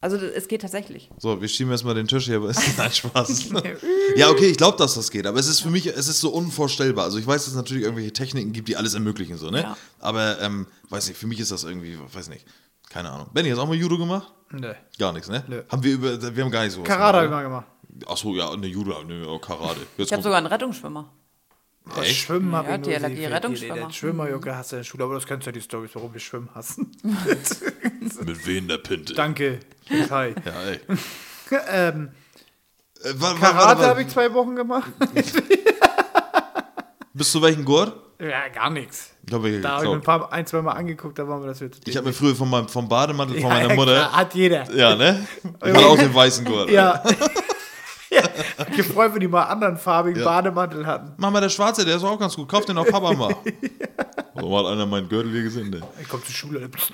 Also das- es geht tatsächlich.
So, wir schieben erstmal den Tisch hier, aber es ist nein, Spaß. ja, okay, ich glaube, dass das geht, aber es ist für mich, es ist so unvorstellbar. Also ich weiß, dass es natürlich irgendwelche Techniken gibt, die alles ermöglichen, so, ne?
Ja.
Aber, ähm, weiß nicht, für mich ist das irgendwie, weiß nicht, keine Ahnung. Benny, hast du auch mal Judo gemacht?
Nee.
Gar nichts, ne?
Nö.
Haben wir über, wir haben gar nicht so.
Karada immer gemacht.
Achso, ja, ne, Judo, ne, oh, Karate. Jetzt
Ich habe
kommt-
sogar einen Rettungsschwimmer.
Oh,
Echt?
Schwimmen hab
Ja,
ich
die
nur
Allergie,
gesehen.
Rettungsschwimmer. Mhm.
Den Schwimmerjunge hast du in der Schule, aber das kennst du ja die Storys, warum wir Schwimmen hassen.
Mit wem der Pinte?
Danke. Hi.
Ja, ey.
ähm,
Äh, wa- wa- warte,
Karate habe
warte.
ich zwei Wochen gemacht.
Bis zu welchem Gurt?
ja, gar nichts.
Ich glaube, ich,
Da habe ich mir ein
ich,
paar, ein, zwei Mal angeguckt, da waren wir das jetzt.
ich habe mir früher von meinem, vom Bademantel von
Ja,
meiner
klar,
Mutter.
Hat jeder.
Ja, ne? Ich hatte auch den weißen Gurt.
Ja. ja. Gefreut, wenn die mal anderen farbigen
Ja.
Bademantel hatten.
Mama, der Schwarze, der ist auch ganz gut. Kauf den auch Papa mal. So hat einer meinen Gürtel hier gesehen. Ne?
Ich komme zur Schule. pst.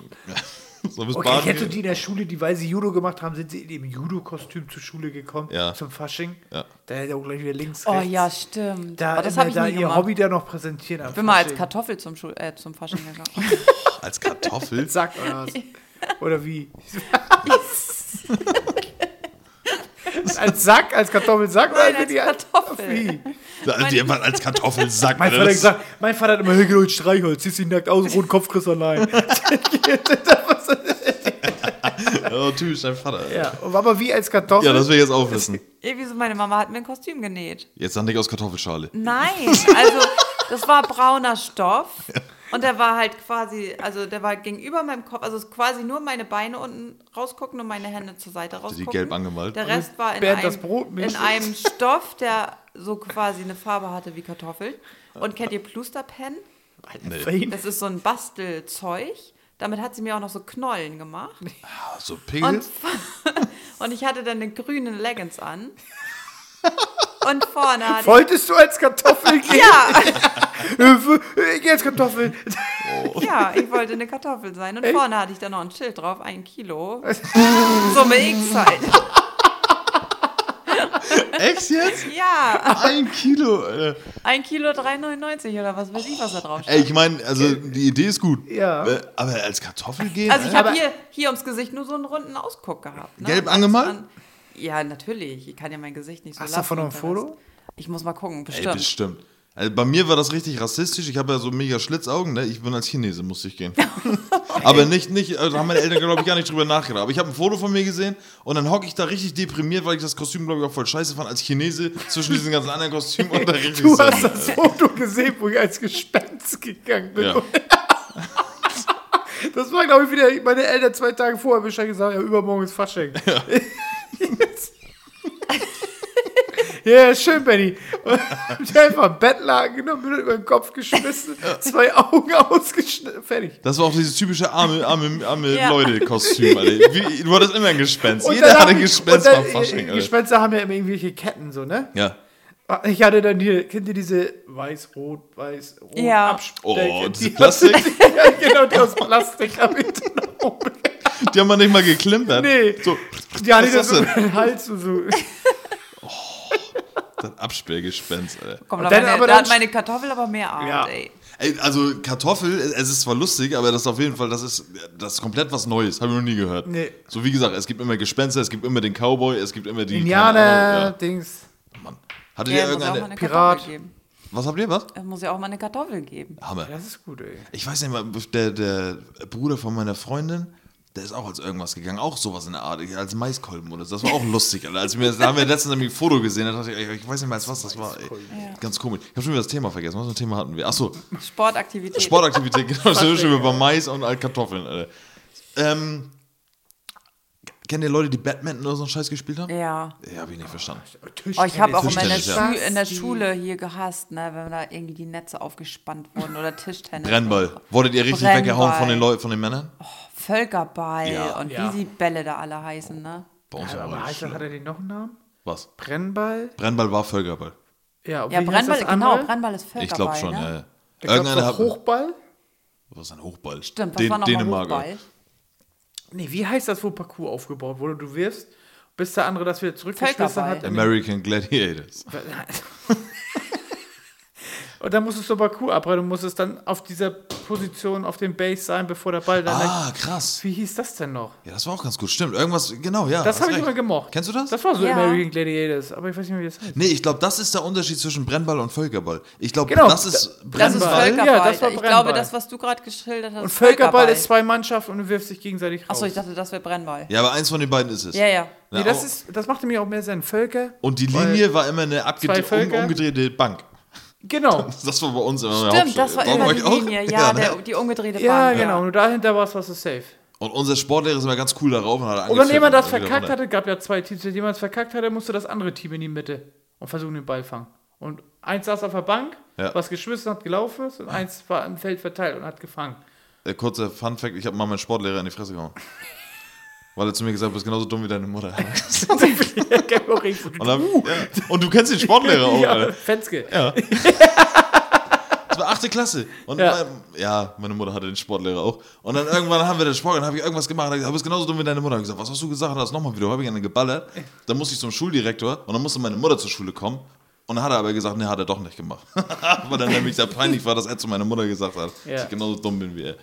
So bis
Okay,
Baden
kennst du
gehen.
die in der Schule, die, weil sie Judo gemacht haben, sind sie in dem Judo-Kostüm zur Schule gekommen,
Ja.
zum Fasching?
Ja.
Da hätte auch gleich wieder links,
Oh
rechts.
ja, stimmt.
Da,
oh, das
immer
habe ich
da
nie
ihr
gemacht.
Hobby da noch präsentieren.
Ich bin mal als Kartoffel zum, Schu äh, zum Fasching gegangen.
Als Kartoffel?
Sack oder was? Oder wie? als Sack, als Kartoffelsack
Nein,
oder
als
wie die-
Kartoffel.
Wie?
Ja, die einfach als Kartoffelsack. ne? Alter,
Mein Vater, hat
das-
gesagt, mein Vater hat immer Hügel und Streichholz, ziehst ihn nackt aus, roten Kopf kriegst du allein.
Oh, typisch dein Vater. Ja,
ja, aber wie als Kartoffel?
ja das will ich jetzt auch wissen.
Irgendwie so, meine Mama hat mir ein Kostüm genäht.
Jetzt dann nicht aus Kartoffelschale.
Nein, also das war brauner Stoff. Und der war halt quasi, also der war halt gegenüber meinem Kopf, also es quasi nur meine Beine unten rausgucken und meine Hände zur Seite rausgucken.
gelb angemalt?
Der Rest war in
Bernd,
einem,
das Brot
in
mischt.
einem Stoff, der so quasi eine Farbe hatte wie Kartoffeln. Und kennt ihr Plusterpen?
Verhindert.
Das ist so ein Bastelzeug. Damit hat sie mir auch noch so Knollen gemacht.
Ah, so Pegel?
Und, und ich hatte dann eine grüne Leggings an. Und vorne hatte
Wolltest du als Kartoffel Äh,
ich,
gehen?
ja,
Ich gehe als Kartoffel.
Ja, ich wollte eine Kartoffel sein. Und vorne hatte ich dann noch ein Schild drauf, ein Kilo. Summe X halt.
Echt jetzt?
Ja,
Ein Kilo. Alter.
ein Kilo 3,99 oder was weiß ich, was da drauf steht.
Ey, ich meine, also die Idee ist gut.
Ja.
Äh, Aber als Kartoffel gehen?
Also ich
Alter?
habe hier, hier ums Gesicht nur so einen runden Ausguck gehabt. Ne?
Gelb
Und als
angemalt?
dann- Ja, natürlich. Ich kann ja mein Gesicht nicht so
Hast du
lassen.
davon noch
und
ein
der Rest-
Foto?
Ich muss mal gucken,
Ey,
bestimmt.
bestimmt. Also bei mir war das richtig rassistisch. Ich habe ja so mega Schlitzaugen, ne? Ich bin als Chinese, musste ich gehen. aber nicht, nicht, also haben meine Eltern, glaube ich, gar nicht drüber nachgedacht. Aber ich habe ein Foto von mir gesehen und dann hocke ich da richtig deprimiert, weil ich das Kostüm, glaube ich, auch voll scheiße fand als Chinese zwischen diesen ganzen anderen Kostümen und da richtig
Du
so-
hast das Foto gesehen, wo ich als Gespenst gegangen bin.
Ja.
Das war, glaube ich, wieder meine Eltern zwei Tage vorher Bescheid gesagt, ja, übermorgen ist Fasching. Ja, ja schön, Benny. Und ich habe einfach ein Bettlaken genommen, bin über den Kopf geschmissen, zwei Augen ausgeschnitten, fertig.
Das war auch dieses typische arme, arme, arme
Ja.
Leute-Kostüm, Alter. Wie, du hattest immer ein Gespenst. Jeder
danach-
hatte ein Gespenst
und dann- äh,
beim Fasching, also. Alter.
Gespenster haben ja immer irgendwelche Ketten, so, ne?
Ja.
Ich hatte dann die, kennt ihr diese weiß, rot, weiß, rot
Ja.
Oh, diese
die-
Plastik,
ja, genau, die aus Plastik habe ich dann nach oben.
die haben wir nicht mal geklimpert.
Nee.
So,
Die
Was
hatte ich dann
ist das
so über den Hals und so.
das Absperrgespenst, ey.
Komm,
Und
da,
dann
meine,
aber
da
dann-
hat meine Kartoffel aber mehr Arbeit,
Ja.
ey.
Ey, also Kartoffel, es ist zwar lustig, aber das ist auf jeden Fall, das ist, das ist komplett was Neues. Habe ich noch nie gehört.
Nee.
So wie gesagt, es gibt immer Gespenster, es gibt immer den Cowboy, es gibt immer die... keine
Indianer,
Ahnung,
Dings.
Ja, Oh Mann. Hattet
Ja,
ihr
muss ja auch mal
irgendeine...
eine
Pirat.
Kartoffel geben.
Was habt ihr, was?
Es muss ja auch mal eine Kartoffel geben.
Hammer.
Das ist gut, ey.
Ich weiß nicht mal, der, der Bruder von meiner Freundin, der ist auch als irgendwas gegangen, auch sowas in der Art, als Maiskolben oder so. Das war auch lustig, Alter. Als wir, da haben wir letztens nämlich ein Foto gesehen, da dachte ich, ey, ich weiß nicht mal, als was das war, ey. Ganz komisch. Ich habe schon wieder das Thema vergessen. Was für ein Thema hatten wir? Achso,
Sportaktivität.
Sportaktivität, genau. Das sind wir schon wieder bei Mais und äh, Kartoffeln, Alter. Ähm, kennt ihr Leute, die Badminton oder so einen Scheiß gespielt haben?
ja.
Ja, habe ich nicht verstanden.
Oh, ich habe auch immer in der,
Tischtennis, ja.
Schu in der Schule hier gehasst, ne, wenn da irgendwie die Netze aufgespannt wurden oder Tischtennis.
Brennball. Wurdet ihr richtig
Brennball.
weggehauen von den Leuten, von den Männern?
Völkerball
Ja.
und
Ja.
wie die Bälle da alle heißen, ne?
Bei uns
Aber
aber
heißt das,
schlimm.
hat er den noch einen Namen?
Was?
Brennball?
Brennball war Völkerball.
Ja, und
Ja,
wie heißt
Brennball,
das
genau,
andere?
Brennball ist Völkerball.
Ich glaube schon,
ne?
ne?
Da gab's doch
hat-
Hochball?
Was ist ein Hochball?
Stimmt, was
Den-
war nochmal
Dänemark.
Hochball?
Nee, wie heißt das, wo Parcours aufgebaut wurde? Du wirfst, bis der andere das wieder zurückgeschmissen
Völkerball.
hat. in den-
American Gladiators.
Und dann musstest du Parcours abreiten und musstest dann auf dieser Position auf dem Base sein, bevor der Ball dann.
Ah, krass.
Wie hieß das denn noch?
Ja, das war auch ganz gut. Stimmt, irgendwas, genau, ja.
Das
hast
habe ich
recht.
immer gemocht.
Kennst du das?
Das war so
Ja.
American Gladiators, aber ich weiß nicht mehr, wie das heißt.
nee, ich glaube, das ist der Unterschied zwischen Brennball und Völkerball. Ich glaube,
Genau,
das ist
Das ist
Brennball.
Völkerball.
Ja, das war
ich
Brennball.
glaube, das, was du gerade geschildert hast,
Und Völkerball ist zwei Mannschaften und du wirfst dich gegenseitig raus.
Achso, ich dachte, das wäre Brennball.
Ja, aber eins von den beiden ist es.
Ja, ja.
Na,
Nee, das,
auch-
ist, das machte mir auch mehr Sinn. Völker.
und die
weil-
Linie war immer eine abged-
Zwei
um,
Völker.
umgedrehte Bank.
Genau.
Das war bei uns immer in der
Stimmt, das war
Hauptschule.
immer
bei
die
euch auch?
Linie. Ja,
ne?
der, die umgedrehte
Ja,
Bahn.
genau. Wenn du dahinter warst, warst du safe.
Und unser Sportlehrer ist immer ganz cool darauf und hat genau.
Und wenn
angepfiffen
jemand das
und wieder
verkackt
runter.
hatte, gab ja zwei Teams. Wenn jemand es verkackt hatte, musste das andere Team in die Mitte und versuchen, den Ball fangen. Und eins saß auf der Bank,
Ja.
was geschmissen hat, gelaufen ist, und eins war im Feld verteilt und hat gefangen.
Äh, kurzer Fun Fact, ich habe mal meinen Sportlehrer in die Fresse gehauen. Weil er zu mir gesagt hat, du bist genauso dumm wie deine Mutter. Und,
und
dann, ja. und du kennst den Sportlehrer auch,
Uh. ja,
Oh, Alter.
Fenske.
Das war achte Klasse. Und
Ja.
ja. ja, meine Mutter hatte den Sportlehrer auch. Und dann irgendwann haben wir den Sport, dann habe ich irgendwas gemacht. Und er gesagt, du bist genauso dumm wie deine Mutter. Ich gesagt, was hast du gesagt? Hast nochmal wieder. Habe ich eine geballert. Dann musste ich zum Schuldirektor und dann musste meine Mutter zur Schule kommen. Und dann hat er aber gesagt, nee, hat er doch nicht gemacht. Weil dann nämlich sehr peinlich war, dass er zu meiner Mutter gesagt hat,
Ja.
dass ich genauso dumm bin wie er.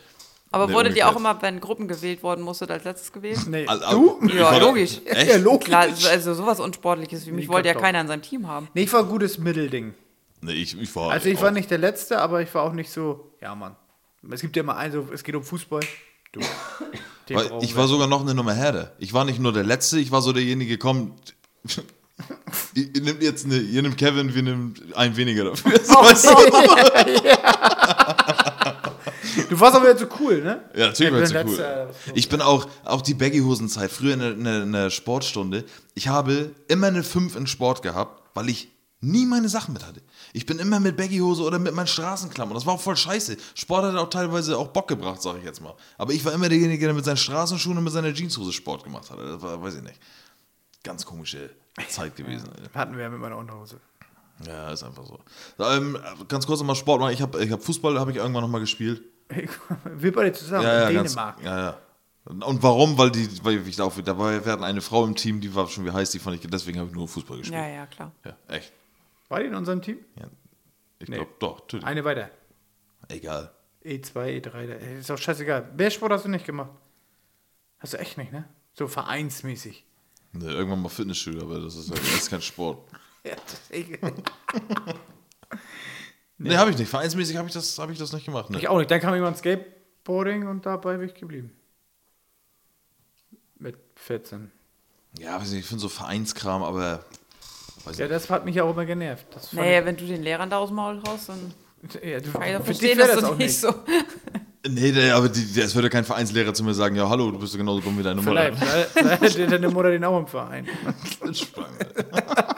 Aber
Nee,
wurdet ihr auch
umgekehrt.
immer, wenn Gruppen gewählt worden, musstet als letztes gewählt?
Nee.
Also,
du?
ich
Ja,
war-
logisch.
Echt?
Ja, logisch.
Klar, also sowas Unsportliches wie mich
Nee,
wollte ja
kommt doch.
keiner in seinem Team haben.
Nee, ich war ein gutes Mittelding.
Nee, ich, ich war.
Also ich
auch-
war nicht der Letzte, aber ich war auch nicht so, ja Mann. Es gibt ja immer einen, so, es geht um Fußball. Du. Den
Weil
brauchen
ich
wir.
war sogar noch eine Nummer härter. Ich war nicht nur der Letzte, ich war so derjenige, komm, ihr ihr nehmt jetzt eine, ihr nehmt Kevin, wir nehmen einen weniger dafür.
Oh,
Weißt du?
du warst aber jetzt so cool, ne?
Ja, natürlich
Ja,
war es
bin
cool.
letzter-
ich bin auch, auch die Baggy-Hosen-Zeit, früher in der, in, der, in der Sportstunde, ich habe immer eine 5 in Sport gehabt, weil ich nie meine Sachen mit hatte. Ich bin immer mit Baggy-Hose oder mit meinen Straßenklammern. Das war auch voll scheiße. Sport hat auch teilweise auch Bock gebracht, sage ich jetzt mal. Aber ich war immer derjenige, der mit seinen Straßenschuhen und mit seiner Jeanshose Sport gemacht hat. Das war, weiß ich nicht. Ganz komische Zeit gewesen. Alter.
Hatten wir ja mit meiner Unterhose.
Ja, ist einfach so. Ähm, ganz kurz nochmal Sport machen. Ich habe ich hab Fußball, habe ich irgendwann nochmal gespielt.
Wir beide zusammen
Ja, ja,
in
ganz,
Dänemark.
ja, ja. Und warum? Weil die, weil ich auch, da war, wir hatten eine Frau im Team, die war schon wie heiß, die fand ich, deswegen habe ich nur Fußball gespielt.
Ja, ja, klar.
Ja, echt.
War die in unserem Team?
Ja. Ich
Nee.
glaube, doch, natürlich.
Eine weiter.
Egal.
E2, E3, E da- ist auch scheißegal. Mehr Sport hast du nicht gemacht. Hast du echt nicht, ne? So vereinsmäßig.
Nee, irgendwann mal Fitnessstudio, aber das ist, ja- das ist kein Sport.
Ja,
Nee, habe ich nicht. Vereinsmäßig habe ich, das- hab ich das nicht gemacht. Ne?
ich auch nicht. Dann kam jemand Skateboarding und dabei bin ich geblieben. Mit 14.
Ja, weiß nicht, ich finde so Vereinskram, aber. Weiß
Ja,
nicht.
das hat mich ja auch immer genervt. Das fand
Naja, wenn du den Lehrern da aus dem Maul haust, dann
ich, ja, du,
kann ich doch
für dich
verstehen,
wär
dass du nicht,
nicht.
so.
Nee, der, aber die, der, es würde kein Vereinslehrer zu mir sagen: Ja, hallo, du bist ja genauso dumm wie deine Mutter.
Vielleicht, vielleicht vielleicht hätte deine Mutter den auch im Verein.
Spange.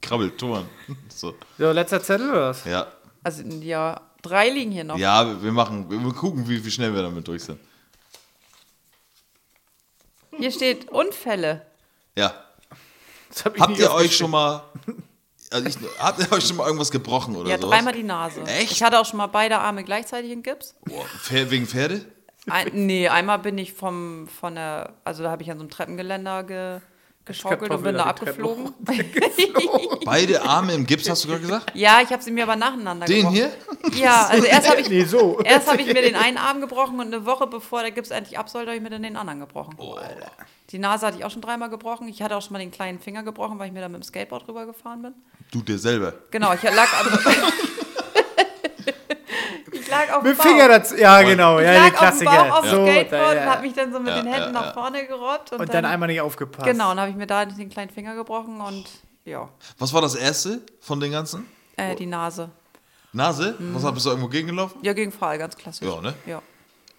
Krabbeltoren. So.
So, letzter Zettel oder was?
Ja.
Also, ja, drei liegen hier noch.
Ja, wir- wir machen, wir gucken, wie, wie schnell wir damit durch sind.
Hier steht Unfälle.
Ja.
Das hab ich
Habt
nie
ihr euch
aufgeschrieben.
schon mal. Also ich, habt ihr euch schon mal irgendwas gebrochen oder
Ja,
sowas?
dreimal die Nase.
Echt?
Ich hatte auch schon mal beide Arme gleichzeitig in Gips.
Boah, Pfer- wegen Pferde?
Ein, nee, einmal bin ich vom, von der, also da habe ich an so einem Treppengeländer ge, geschaukelt und
Kartoffel
bin da
an die Treppe
abgeflogen.
Beide Arme im Gips, hast du gerade gesagt?
Ja, ich habe sie mir aber nacheinander
Den
gebrochen.
hier?
Ja, also erst habe ich,
Nee, so.
erst hab ich mir den einen Arm gebrochen und eine Woche bevor der Gips endlich ab sollte, habe ich mir dann den anderen gebrochen.
Oh.
Die Nase hatte ich auch schon dreimal gebrochen. Ich hatte auch schon mal den kleinen Finger gebrochen, weil ich mir da mit dem Skateboard rübergefahren bin.
Du dir selber.
Genau, ich lag am Ich lag auf dem
Mit
Bauch.
Finger dazu. Ja, genau.
ich
Ja,
lag
die
auf dem
Klassiker.
Bauch auf dem
So,
Skateboard
da,
und
ja.
habe mich dann so mit
Ja,
den Händen
ja,
nach vorne gerobbt. Und,
Und dann einmal nicht aufgepasst.
Genau, dann habe ich mir da den kleinen Finger gebrochen und ja,
Was war das erste von den ganzen?
äh, die Nase.
Nase? Was hat, bist du irgendwo gegengelaufen?
Ja, gegen Fall, ganz klassisch.
Ja, ne?
Ja.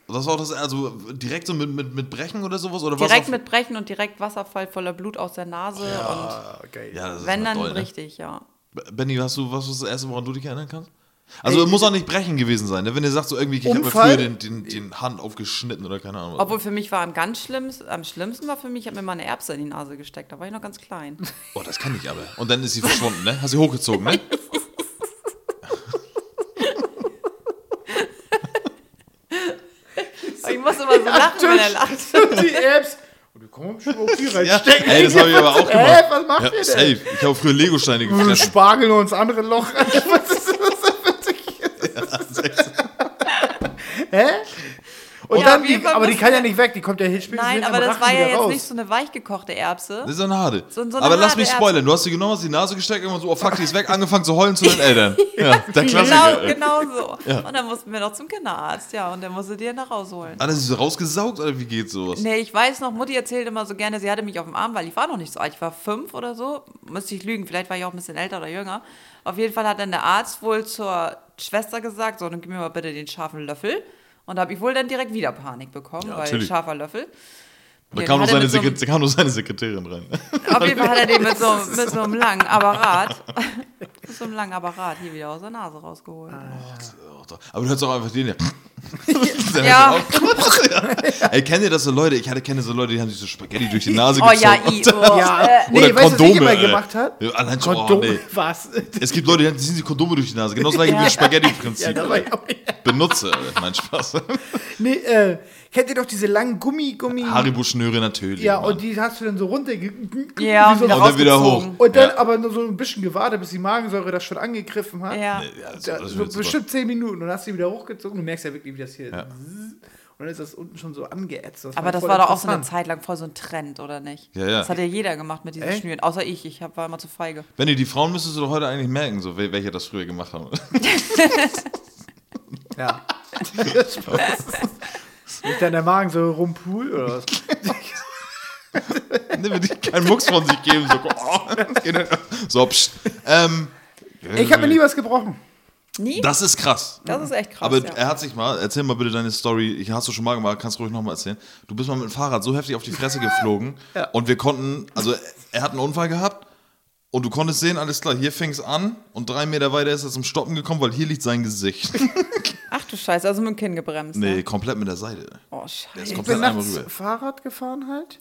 Das war auch das, also direkt so mit, mit, mit Brechen oder sowas? Oder was
Direkt
auf-
mit Brechen und direkt Wasserfall voller Blut aus der Nase
Ah, geil.
Ja, das
und wenn
ist
dann
doll, ne?
richtig, ja.
B- Benni, hast du was ist das erste, woran du dich erinnern kannst?
Äh,
Also muss auch nicht brechen gewesen sein, ne? wenn ihr sagt, so irgendwie, ich habe mir früher
Unfall?
den, den, den Hand aufgeschnitten oder keine Ahnung. was.
Obwohl für mich war am ganz schlimmsten, am schlimmsten war für mich, ich habe mir mal eine Erbse in die Nase gesteckt, da war ich noch ganz klein.
Oh, das kann ich aber. Und dann ist sie verschwunden, ne? Hast sie hochgezogen, ne?
ich muss immer so lachen, wenn er lacht.
die Apps. Und wir kommen schon auf die reinstecken.
Ey, das habe ich aber auch
Hä,
gemacht.
was macht ihr denn?
Safe. Ich habe früher Legosteine
Hm.
Wir
gefressen.
spargeln uns andere Loch rein. Was ist das denn für ein- Hä? Und
Ja,
dann
auf jeden
die,
Fall
aber die
müssen
kann
wir-
ja nicht weg, die kommt ja hin spätestens
Nein,
hinterm
aber das
Rachen
war ja
wieder
jetzt
raus.
nicht so eine weich gekochte Erbse.
Das ist eine Hade.
So- so eine
aber lass
Hade,
mich
ja.
spoilern. Du hast sie genommen, hast die Nase gesteckt und so, oh fuck, die ist weg, angefangen zu heulen zu den Eltern. Ja, der Klassiker.
Genau,
ey.
genau so. Und dann mussten wir noch zum Kinderarzt, ja, und der musste die dann nach Hause holen.
Ah, das ist so rausgesaugt, oder wie geht sowas?
Nee, ich weiß noch, Mutti erzählt immer so gerne, sie hatte mich auf dem Arm, weil ich war noch nicht so alt. Ich war fünf oder so. Müsste ich lügen, vielleicht war ich auch ein bisschen älter oder jünger. Auf jeden Fall hat dann der Arzt wohl zur Schwester gesagt, so, dann gib mir mal bitte den scharfen Löffel. Und da habe ich wohl dann direkt wieder Panik bekommen,
Ja,
weil
natürlich.
scharfer Löffel.
Da
Ja,
kam, nur
den hat er
seine
mit so einem-
Sekre- da kam nur seine Sekretärin rein.
Auf jeden Fall hat er den mit so, einem- mit so einem langen Apparat, mit so einem langen Apparat hier wieder aus der Nase rausgeholt.
Ah. Aber du hörst auch einfach den hier. Der
Ja.
hört auch- Ja. Ey, kennt ihr das so Leute? Ich hatte kenne so Leute, die haben sich so Spaghetti durch die Nase
oh
gezogen.
ja, i, oh,
Ja,
äh,
Oder
nee, weißt du, was ich
Kondome,
immer
Alter.
gemacht hat?
Ja, allein schon,
Kondome,
Kondome. Oh, nee.
was?
Es gibt Leute, die ziehen sich Kondome durch die Nase. Genau das gleiche wie das
Ja,
Spaghetti-Prinzip.
da war ich auch nicht.
Benutze. Alter. Nein, Spaß.
Nee, äh, kennt ihr doch diese langen Gummi, Gummi?
Haribo-Schnüre natürlich.
ja,
Mann.
und die hast du dann so runterge...
Ja,
wie so
wieder
Und dann wieder
rausgezogen.
hoch.
Und dann
Ja.
aber nur so ein bisschen gewartet, bis die Magensäure das schon angegriffen hat.
Ja.
Ja, das,
Da,
das
so
wird super.
bestimmt 10 Minuten und hast die wieder hochgezogen. Du merkst ja wirklich, wie das hier. zzz, Und dann ist das unten schon so angeätzt.
Aber das
voll
war doch auch so eine
interessant.
Zeit lang voll so ein Trend, oder nicht?
Ja, ja.
Das hat ja jeder gemacht mit diesen
Echt?
Schnüren, außer ich. Ich hab, war immer zu feige.
Benni, die Frauen müsstest du doch heute eigentlich merken, so, wel- welche das früher gemacht haben.
Ja. Liegt dann der Magen so rumpool oder was?
ne, wenn die keinen Mucks von sich geben, so, oh, so, pst. Ähm,
Ich habe mir nie was gebrochen.
Nie? Das,
Das ist krass.
ist echt krass.
Aber
ja.
er hat sich mal, erzähl mal bitte deine Story, ich hast du schon mal gemacht, kannst ruhig nochmal erzählen. Du bist mal mit dem Fahrrad so heftig auf die Fresse geflogen
Ja.
und wir konnten, also er hat einen Unfall gehabt und du konntest sehen, alles klar, hier fing es an und drei Meter weiter ist er zum Stoppen gekommen, weil hier liegt sein Gesicht.
Ach du Scheiße, also mit dem Kinn gebremst.
nee,
Ne?
komplett mit der Seite.
Oh,
Der
Scheiße.
ist
Ich
komplett
bin
einmal
nachts
rüber.
Fahrrad gefahren halt.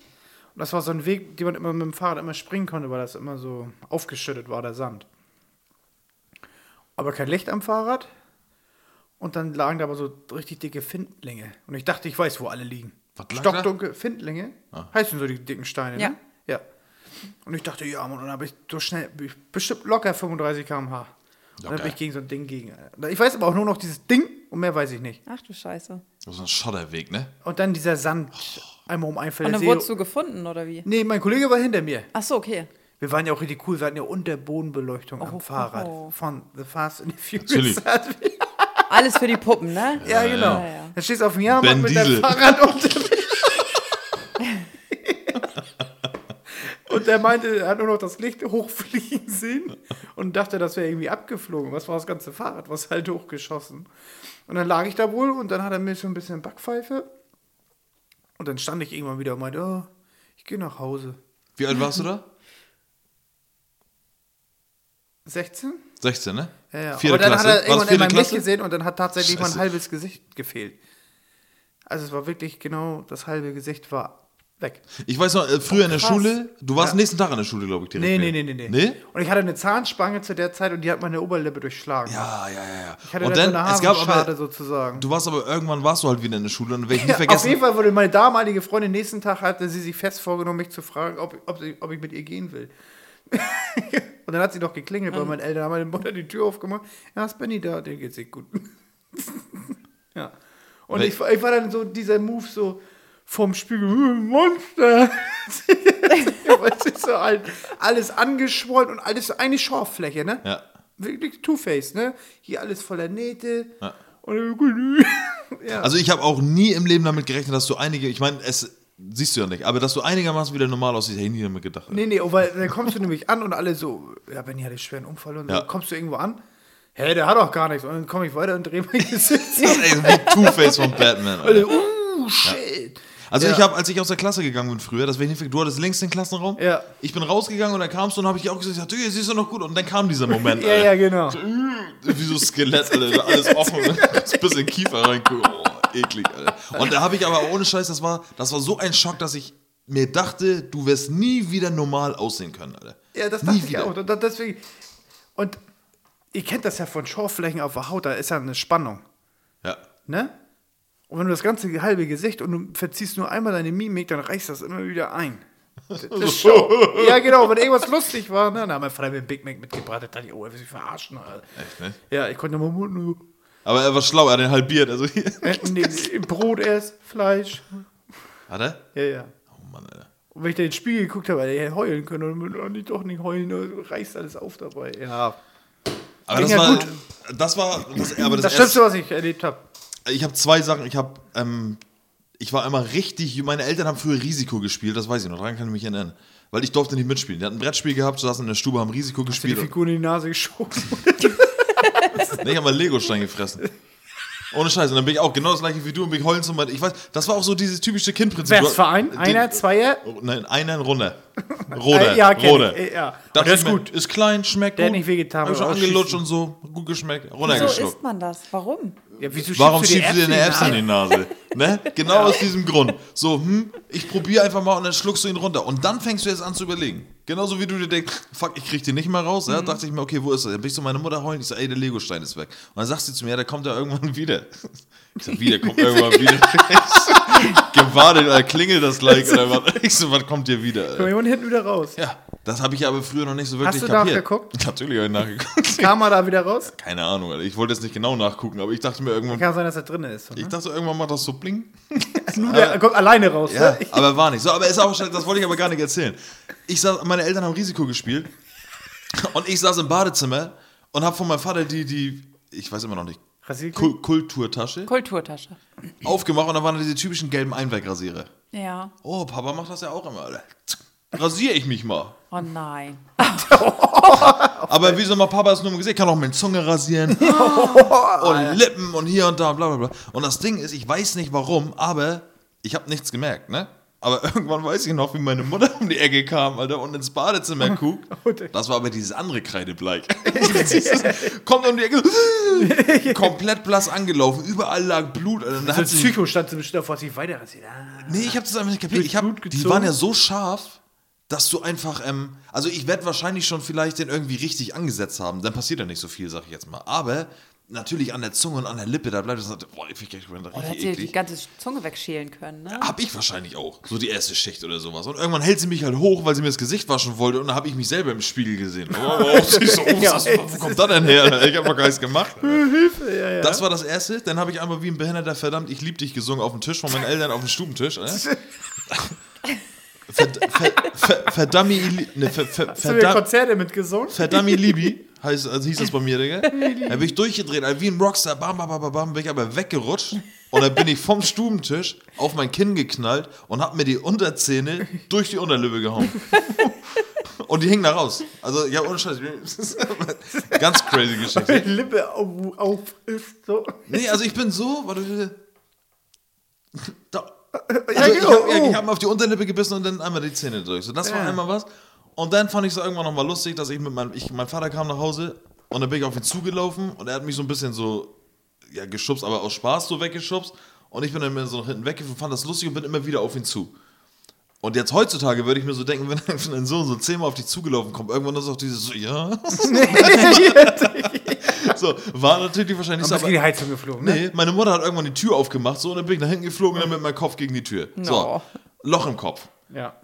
Und das war so ein Weg, den man immer mit dem Fahrrad immer springen konnte, weil das immer so aufgeschüttet war, der Sand. Aber kein Licht am Fahrrad. Und dann lagen da aber so richtig dicke Findlinge. Und ich dachte, ich weiß, wo alle liegen.
Was lag da? Ah.
Stockdunkel, Findlinge. Heißen so die dicken Steine,
Ja.
ne? Ja. Und ich dachte, ja, Mann, und dann habe ich so schnell, ich bestimmt locker 35 km/h. Und dann
Locker.
bin ich gegen so ein Ding gegen. äh, Ich weiß aber auch nur noch dieses Ding und mehr weiß ich nicht.
Ach du Scheiße.
Das ist ein Schotterweg, ne?
Und dann dieser Sand
Oh.
einmal um ein
Und dann wurdest du gefunden, oder wie?
Nee, mein Kollege war hinter mir.
Ach so, okay.
Wir waren ja auch richtig cool, wir hatten ja Unterbodenbeleuchtung
Oh,
am Fahrrad
oh.
von The Fast and the Furious.
Natürlich.
Alles für die Puppen, ne?
ja, genau.
ja, ja.
Dann stehst du auf dem Jahrmarkt
Ben
mit
Diesel.
deinem Fahrrad unter Und er meinte, er hat nur noch das Licht hochfliegen sehen und dachte, das wäre irgendwie abgeflogen. Was war das ganze Fahrrad? Was halt hochgeschossen. Und dann lag ich da wohl und dann hat er mir schon ein bisschen Backpfeife. Und dann stand ich irgendwann wieder und meinte, oh, ich gehe nach Hause.
Wie alt warst du da?
16?
16, ne?
Ja, ja.
Vierte
aber dann
Klasse.
hat er
War das
irgendwann in
vierte
meinem Licht
Klasse?
gesehen und dann hat tatsächlich mein
Scheiße.
halbes Gesicht gefehlt. Also es war wirklich genau das halbe Gesicht war Weg.
Ich weiß noch, äh, früher in der
krass.
Schule, du warst
Ja.
am nächsten Tag in der Schule, glaube ich, direkt.
Nee, nee,
ne?
nee, nee, nee.
Nee?
Und ich hatte eine Zahnspange zu der Zeit und die hat meine Oberlippe durchschlagen.
Ja, ja, ja,
Ich
ja.
hatte
Und
da so
dann,
eine
es gab
Hasenscharte
aber,
sozusagen.
du warst aber irgendwann warst du halt wieder in der Schule und dann werde ich nie
Ja, auf jeden
vergessen.
Fall wurde meine damalige Freundin nächsten Tag hatte sie sich fest vorgenommen, mich zu fragen, ob, ob, sie, ob ich mit ihr gehen will. und dann hat sie doch geklingelt,
Ah.
weil meine Eltern haben meine Mutter die Tür aufgemacht. Ja, ist Benny da, der geht's nicht gut. ja. Und
Wel-
ich, war- ich war dann so dieser Move so vom Spiegel, "Äh, Monster. Weißt du, so halt alles angeschwollen und alles so eine Schorffläche, ne?
Ja.
Wirklich Two-Face, ne? Hier alles voller Nähte.
Ja.
Und ja.
Also ich habe auch nie im Leben damit gerechnet, dass du einige, ich meine, es siehst du ja nicht, aber dass du einigermaßen wieder normal aussiehst, hätte ich nie damit gedacht.
Nee, nee, oh, weil dann kommst du nämlich an und alle so, ja, Benny hatte einen schweren Unfall und
Ja.
so, kommst du irgendwo an, hä, der hat doch gar nichts. Und dann komme ich weiter und drehe mein Gesicht.
Das ist ey, wie Two-Face von Batman. Alter.
alle, uh, shit.
Also
Ja.
ich habe, als ich aus der Klasse gegangen bin früher, das werd ich nicht, vergessen, du hattest längst den Klassenraum,
Ja.
ich bin rausgegangen und dann kamst du und habe ich dir auch gesagt, du, hier siehst du noch gut. Und dann kam dieser Moment,
Ja,
Alter.
ja, genau.
Wie so Skelett, Alter, alles offen. Ein bisschen Kiefer reingucken. Oh, eklig, Alter. Und da habe ich aber ohne Scheiß, das war, das war so ein Schock, dass ich mir dachte, du wirst nie wieder normal aussehen können, Alter.
Ja, das
Nie
dachte ich
wieder.
auch. Und da- deswegen, und ihr kennt das ja von Schorflächen auf der Haut, da ist ja eine Spannung,
Ja.
ne? Und wenn du das ganze halbe Gesicht und du verziehst nur einmal deine Mimik, dann reißt das immer wieder ein. Das ist Show. Ja, genau, wenn irgendwas lustig war, ne? Dann haben wir Freitag mit Big Mac mitgebracht, da dachte ich, oh, er will sich verarschen. Alter.
Echt, ne?
Ja, ich konnte nur Mund nur.
Aber er war schlau, er hat den halbiert. Also,
Äh, nee, nee, Brot erst, Fleisch.
hat er?
Ja, ja.
Oh Mann, Alter.
Und wenn ich da in den Spiegel geguckt habe, hätte ich hätte heulen können und oh, nicht, doch nicht heulen, oh, reißt alles auf dabei. Ja.
Aber
Ging
das
ja
war,
gut.
das war, das, aber das,
Das,
das
Schlimmste, was ich erlebt habe.
ich habe zwei Sachen. Ich habe, ähm, ich war immer richtig, meine Eltern haben früher Risiko gespielt, das weiß ich noch, daran kann ich mich erinnern. Weil ich durfte nicht mitspielen. Die hatten ein Brettspiel gehabt, saßen in der Stube, haben Risiko
Hast du die
gespielt.
Figur in die Nase geschoben?
Nee, ich habe mal Legostein gefressen. Ohne Scheiße. Und dann bin ich auch genau das gleiche wie du und bin ich heulend zum Beispiel. Ich weiß, das war auch so dieses typische Kindprinzip.
Wer ist Verein?
Den-
Einer, Zweier?
Oh, Nein, einer in Runde. Roder.
Äh, ja, kenn ich.
Roder.
Äh, ja.
Dachte
Und das
ich
ist
mir,
gut.
Ist klein, schmeckt
Der hat
gut.
nicht wehgetan,
Hab ich schon
aber
angelutscht
ausschießen.
und so. Gut geschmeckt.
Wieso
Runtergeschluckt.
isst man das? Warum?
Ja, wieso
Warum
dir
schiebst du dir eine Apps in die Nase? Ne? Genau aus diesem Grund. So, hm, ich probiere einfach mal und dann schluckst du ihn runter. Und dann fängst du jetzt an zu überlegen. Genauso wie du dir denkst, fuck, ich krieg den nicht mal raus. Ja, dachte ich mir, okay, wo ist er? Dann bin ich zu meiner Mutter heulen. Ich sag, ey, der Legostein ist weg. Und dann sagst du zu mir, ja, der kommt ja irgendwann wieder. Ich sag, wie, der kommt irgendwann wieder. Gewartet, Alter, klingelt das gleich oder was? Ich so, was kommt hier wieder? Alter?
Komm, jemand hinten wieder raus.
Ja, das habe ich aber früher noch nicht so wirklich
Hast du
kapiert.
nachgeguckt?
Natürlich habe ich nachgeguckt.
Kam er da wieder raus?
Keine Ahnung, Alter. Ich wollte jetzt nicht genau nachgucken, aber ich dachte mir irgendwann,
Kann sein, dass er drin ist.
ich
Ne?
dachte, irgendwann macht das so bling.
Nur der, er kommt alleine raus.
Ja,
Ne?
aber war nicht. So, aber ist auch schon, das wollte ich aber gar nicht erzählen. Ich saß, meine Eltern haben Risiko gespielt und ich saß im Badezimmer und habe von meinem Vater die, die, ich weiß immer noch nicht,
Rasierklingen?
Kul Kulturtasche
Kulturtasche.
aufgemacht und da waren diese typischen gelben Einwegrasierer.
Ja.
Oh, Papa macht das ja auch immer, Alter. Rasiere ich mich mal.
Oh nein.
Aber wieso mal Papa ist nur im Gesicht, ich kann auch meine Zunge rasieren und Lippen und hier und da und bla bla bla. Und das Ding ist, ich weiß nicht warum, aber ich habe nichts gemerkt, ne? Aber irgendwann weiß ich noch, wie meine Mutter um die Ecke kam, Alter, und ins Badezimmer guckt. Das war aber dieses andere Kreidebleich. Dieses- Kommt um die Ecke, komplett blass angelaufen, überall lag Blut. Alter. Und da hat
Als
sie
Psycho stand sie bestimmt davor, hat sich weiter rasiert. Ah.
Nee, ich habe das einfach nicht kapiert. Ich hab,
Blut
die
gezogen?
waren ja so scharf, dass du einfach, ähm, also ich werde wahrscheinlich schon vielleicht den irgendwie richtig angesetzt haben. Dann passiert ja nicht so viel, sag ich jetzt mal. Aber natürlich an der Zunge und an der Lippe, da bleibt es, boah, ich finde das
Oder
richtig
hätte die
eklig.
ganze Zunge wegschälen können, ne?
Hab ich wahrscheinlich auch. So die erste Schicht oder sowas. Und irgendwann hält sie mich halt hoch, weil sie mir das Gesicht waschen wollte. Und dann habe ich mich selber im Spiegel gesehen. Oh, oh, sie ist so, oh, was, wo kommt das denn her? Ich habe noch gar nichts gemacht.
Ja, ja.
Das war das erste. Dann habe ich einmal wie ein Behinderter verdammt, ich lieb dich gesungen auf dem Tisch von meinen Eltern auf dem Stubentisch. Äh? Verd, ver, ver, verdammi, ili- ne, ver, ver,
Hast du mir
verdam,
Konzerte mitgesungen?
verdammi Libi, heißt, also hieß das bei mir, Digga. Da bin ich durchgedreht, also wie ein Rockstar, bam, bam, bam, bam, bam, bin ich aber weggerutscht. Und dann bin ich vom Stubentisch auf mein Kinn geknallt und hab mir die Unterzähne durch die Unterlippe gehauen. Und die hingen da raus. Also, ja, ohne Scheiß. Ganz crazy Geschichte.
Die Lippe auf, auf ist so.
Nee, also ich bin so, warte, warte. Da.
Ja,
Also ich
genau,
habe
oh.
hab mir auf die Unterlippe gebissen und dann einmal die Zähne durch. So, das war
Ja.
einmal was. Und dann fand ich es irgendwann nochmal lustig, dass ich mit meinem, ich, mein Vater kam nach Hause und dann bin ich auf ihn zugelaufen und er hat mich so ein bisschen so, ja, geschubst, aber aus Spaß so weggeschubst. Und ich bin dann immer so nach hinten weggefahren, fand das lustig und bin immer wieder auf ihn zu. Und jetzt heutzutage würde ich mir so denken, wenn ein Sohn so zehnmal auf dich zugelaufen kommt, irgendwann ist auch dieses so, ja. so, war natürlich wahrscheinlich
Dann
so.
bist du
Aber,
in die Heizung geflogen, ne?
nee, meine Mutter hat irgendwann die Tür aufgemacht, so, und dann bin ich nach hinten geflogen und dann mit meinem Kopf gegen die Tür. So,
No.
Loch im Kopf.
Ja.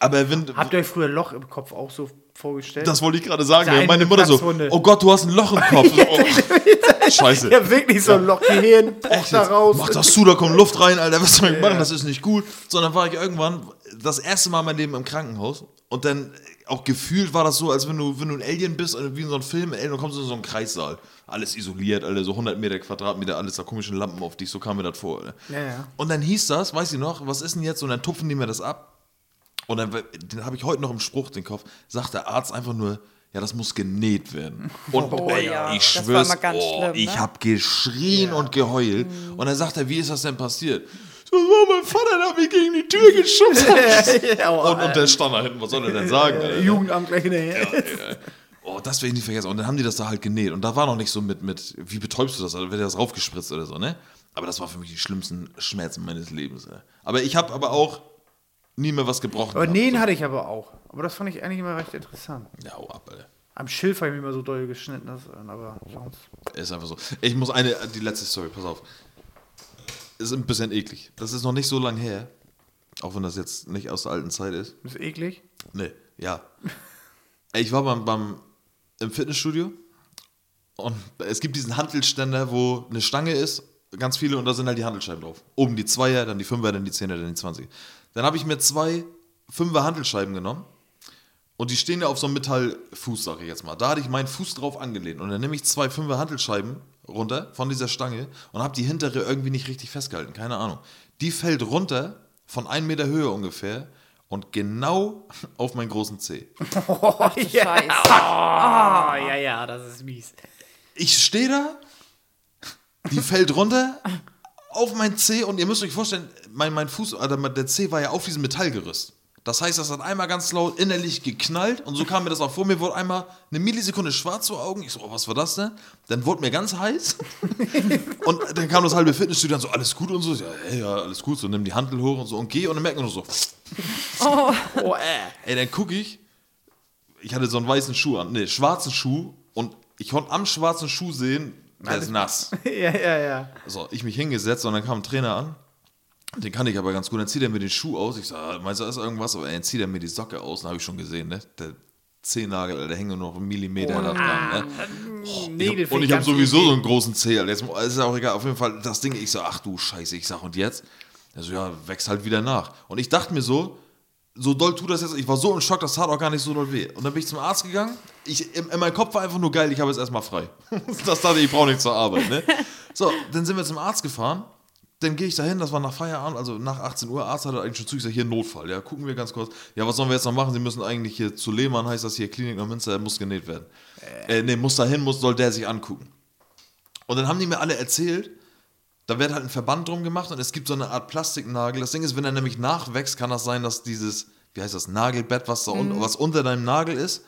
Aber wenn,
Habt ihr euch früher Loch im Kopf auch so vorgestellt?
das wollte ich gerade sagen, ne?
Seine
meine Mutter so,
Platzwunde.
oh Gott, du hast ein Loch im Kopf. So, oh, Scheiße.
ja, wirklich so ein Loch hier hin, poch
Echt
da
jetzt?
raus.
Mach das zu, da kommt Luft rein, Alter, was soll ich machen? Das ist nicht gut. Sondern war ich irgendwann das erste Mal in meinem Leben im Krankenhaus und dann auch gefühlt war das so, als wenn du, wenn du ein Alien bist, also wie in so einem Film, Alien, dann kommst du in so einen Kreissaal. Alles isoliert, alle so 100 Meter Quadratmeter, alles da komischen Lampen auf dich, so kam mir das vor. Alter.
Ja, ja.
Und dann hieß das, weiß ich noch, was ist denn jetzt? Und dann tupfen die mir das ab. Und dann, den habe ich heute noch im Spruch, den Kopf, sagt der Arzt einfach nur, ja, das muss genäht werden. Und
Oh
ey,
ja,
ich
das war
schwör's,
immer ganz
oh,
schlimm,
ich
ne? Mhm.
habe geschrien und geheult. Und dann sagt er, wie ist das denn passiert? So, so, mein Vater der hat mich gegen die Tür geschubst.
ja,
oh,
und, und der stand da hinten, was soll er denn sagen? Alter?
Jugendamt gleich hinterher.
Oh, das werde ich nicht vergessen. Und dann haben die das da halt genäht. Und da war noch nicht so mit, mit wie betäubst du das? Oder wird das raufgespritzt oder so, ne? Aber das war für mich die schlimmsten Schmerzen meines Lebens. Ey. Aber ich habe aber auch nie mehr was gebrochen.
Aber
gehabt.
nähen hatte ich aber auch. Aber das fand ich eigentlich immer recht interessant.
Ja, hau ab, Alter.
Am Schilf habe ich mir immer so doll geschnitten, das, aber sonst.
Ist einfach so. Ich muss eine, äh, die letzte Story, pass auf. Ist ein bisschen eklig. Das ist noch nicht so lang her. Auch wenn das jetzt nicht aus der alten Zeit ist.
Ist eklig.
Nee, ja. Ey, Ich war beim, beim im Fitnessstudio und es gibt diesen Hantelständer, wo eine Stange ist, ganz viele und da sind halt die Hantelscheiben drauf. Oben die Zweier, dann die Fünfer, dann die Zehner, dann die Zwanzig. Dann habe ich mir zwei Fünfer Hantelscheiben genommen und die stehen ja auf so einem Metallfuß, sage ich jetzt mal. Da hatte ich meinen Fuß drauf angelehnt und dann nehme ich zwei Fünfer Hantelscheiben runter von dieser Stange und habe die hintere irgendwie nicht richtig festgehalten, keine Ahnung. Die fällt runter von 1 Meter Höhe ungefähr und genau auf meinen großen Zeh.
Oh, ja.
Scheiße.
Ah, ja, ja, das ist mies.
Ich stehe da, die fällt runter auf mein Zeh und ihr müsst euch vorstellen, mein, mein Fuß, also der Zeh war ja auf diesem Metallgerüst. Das heißt, das hat einmal ganz laut innerlich geknallt und so kam mir das auch vor. Mir wurde einmal eine Millisekunde schwarz vor Augen. Ich so, oh, was war das denn? Dann wurde mir ganz heiß und dann kam das halbe Fitnessstudio und so, alles gut und so. Ich so, Ja, ey, ja, alles gut. So, nimm die Handel hoch und so und geh und dann merken wir nur so,
Oh, äh.
Ey, dann gucke ich. Ich hatte so einen weißen Schuh an. Nee, schwarzen Schuh. Und ich konnte am schwarzen Schuh sehen, der ist nass.
Ja, ja, ja.
So, ich mich hingesetzt und dann kam ein Trainer an. Den kann ich aber ganz gut. Dann zieht er mir den Schuh aus. Ich sage, meinst du, da ist irgendwas? Aber ey, dann zieht er mir die Socke aus. Dann habe ich schon gesehen, ne? Der Zehennagel, Alter, der hängt nur noch einen Millimeter da dran, ne?
Nägel
ich hab, und
finde
ich habe
ganz
sowieso
eklig.
so einen großen Zeh. Alter. Jetzt mu- ist ja auch egal. Auf jeden Fall das Ding. Ich so, ach du Scheiße. Ich sag, und jetzt? Also ja, wächst halt wieder nach. Und ich dachte mir so, so doll tut das jetzt. Ich war so im Schock, das tat auch gar nicht so doll weh. Und dann bin ich zum Arzt gegangen. Ich, in, in meinem Kopf war einfach nur geil, ich habe jetzt erstmal frei. das dachte ich, ich brauche nicht zur Arbeit. Ne? So, dann sind wir zum Arzt gefahren. Dann gehe ich dahin, das war nach Feierabend, also nach 18 Uhr. Arzt hat eigentlich schon zu, ich sage, hier Notfall. Ja, gucken wir ganz kurz. Ja, was sollen wir jetzt noch machen? Sie müssen eigentlich hier zu Lehmann, heißt das hier, Klinik nach Münster, muss genäht werden. Äh, nee, muss dahin, muss, soll der sich angucken. Und dann haben die mir alle erzählt, da wird halt ein Verband drum gemacht und es gibt so eine Art Plastiknagel. Das Ding ist, wenn er nämlich nachwächst, kann das sein, dass dieses, wie heißt das, Nagelbett, was, da un was unter deinem Nagel ist,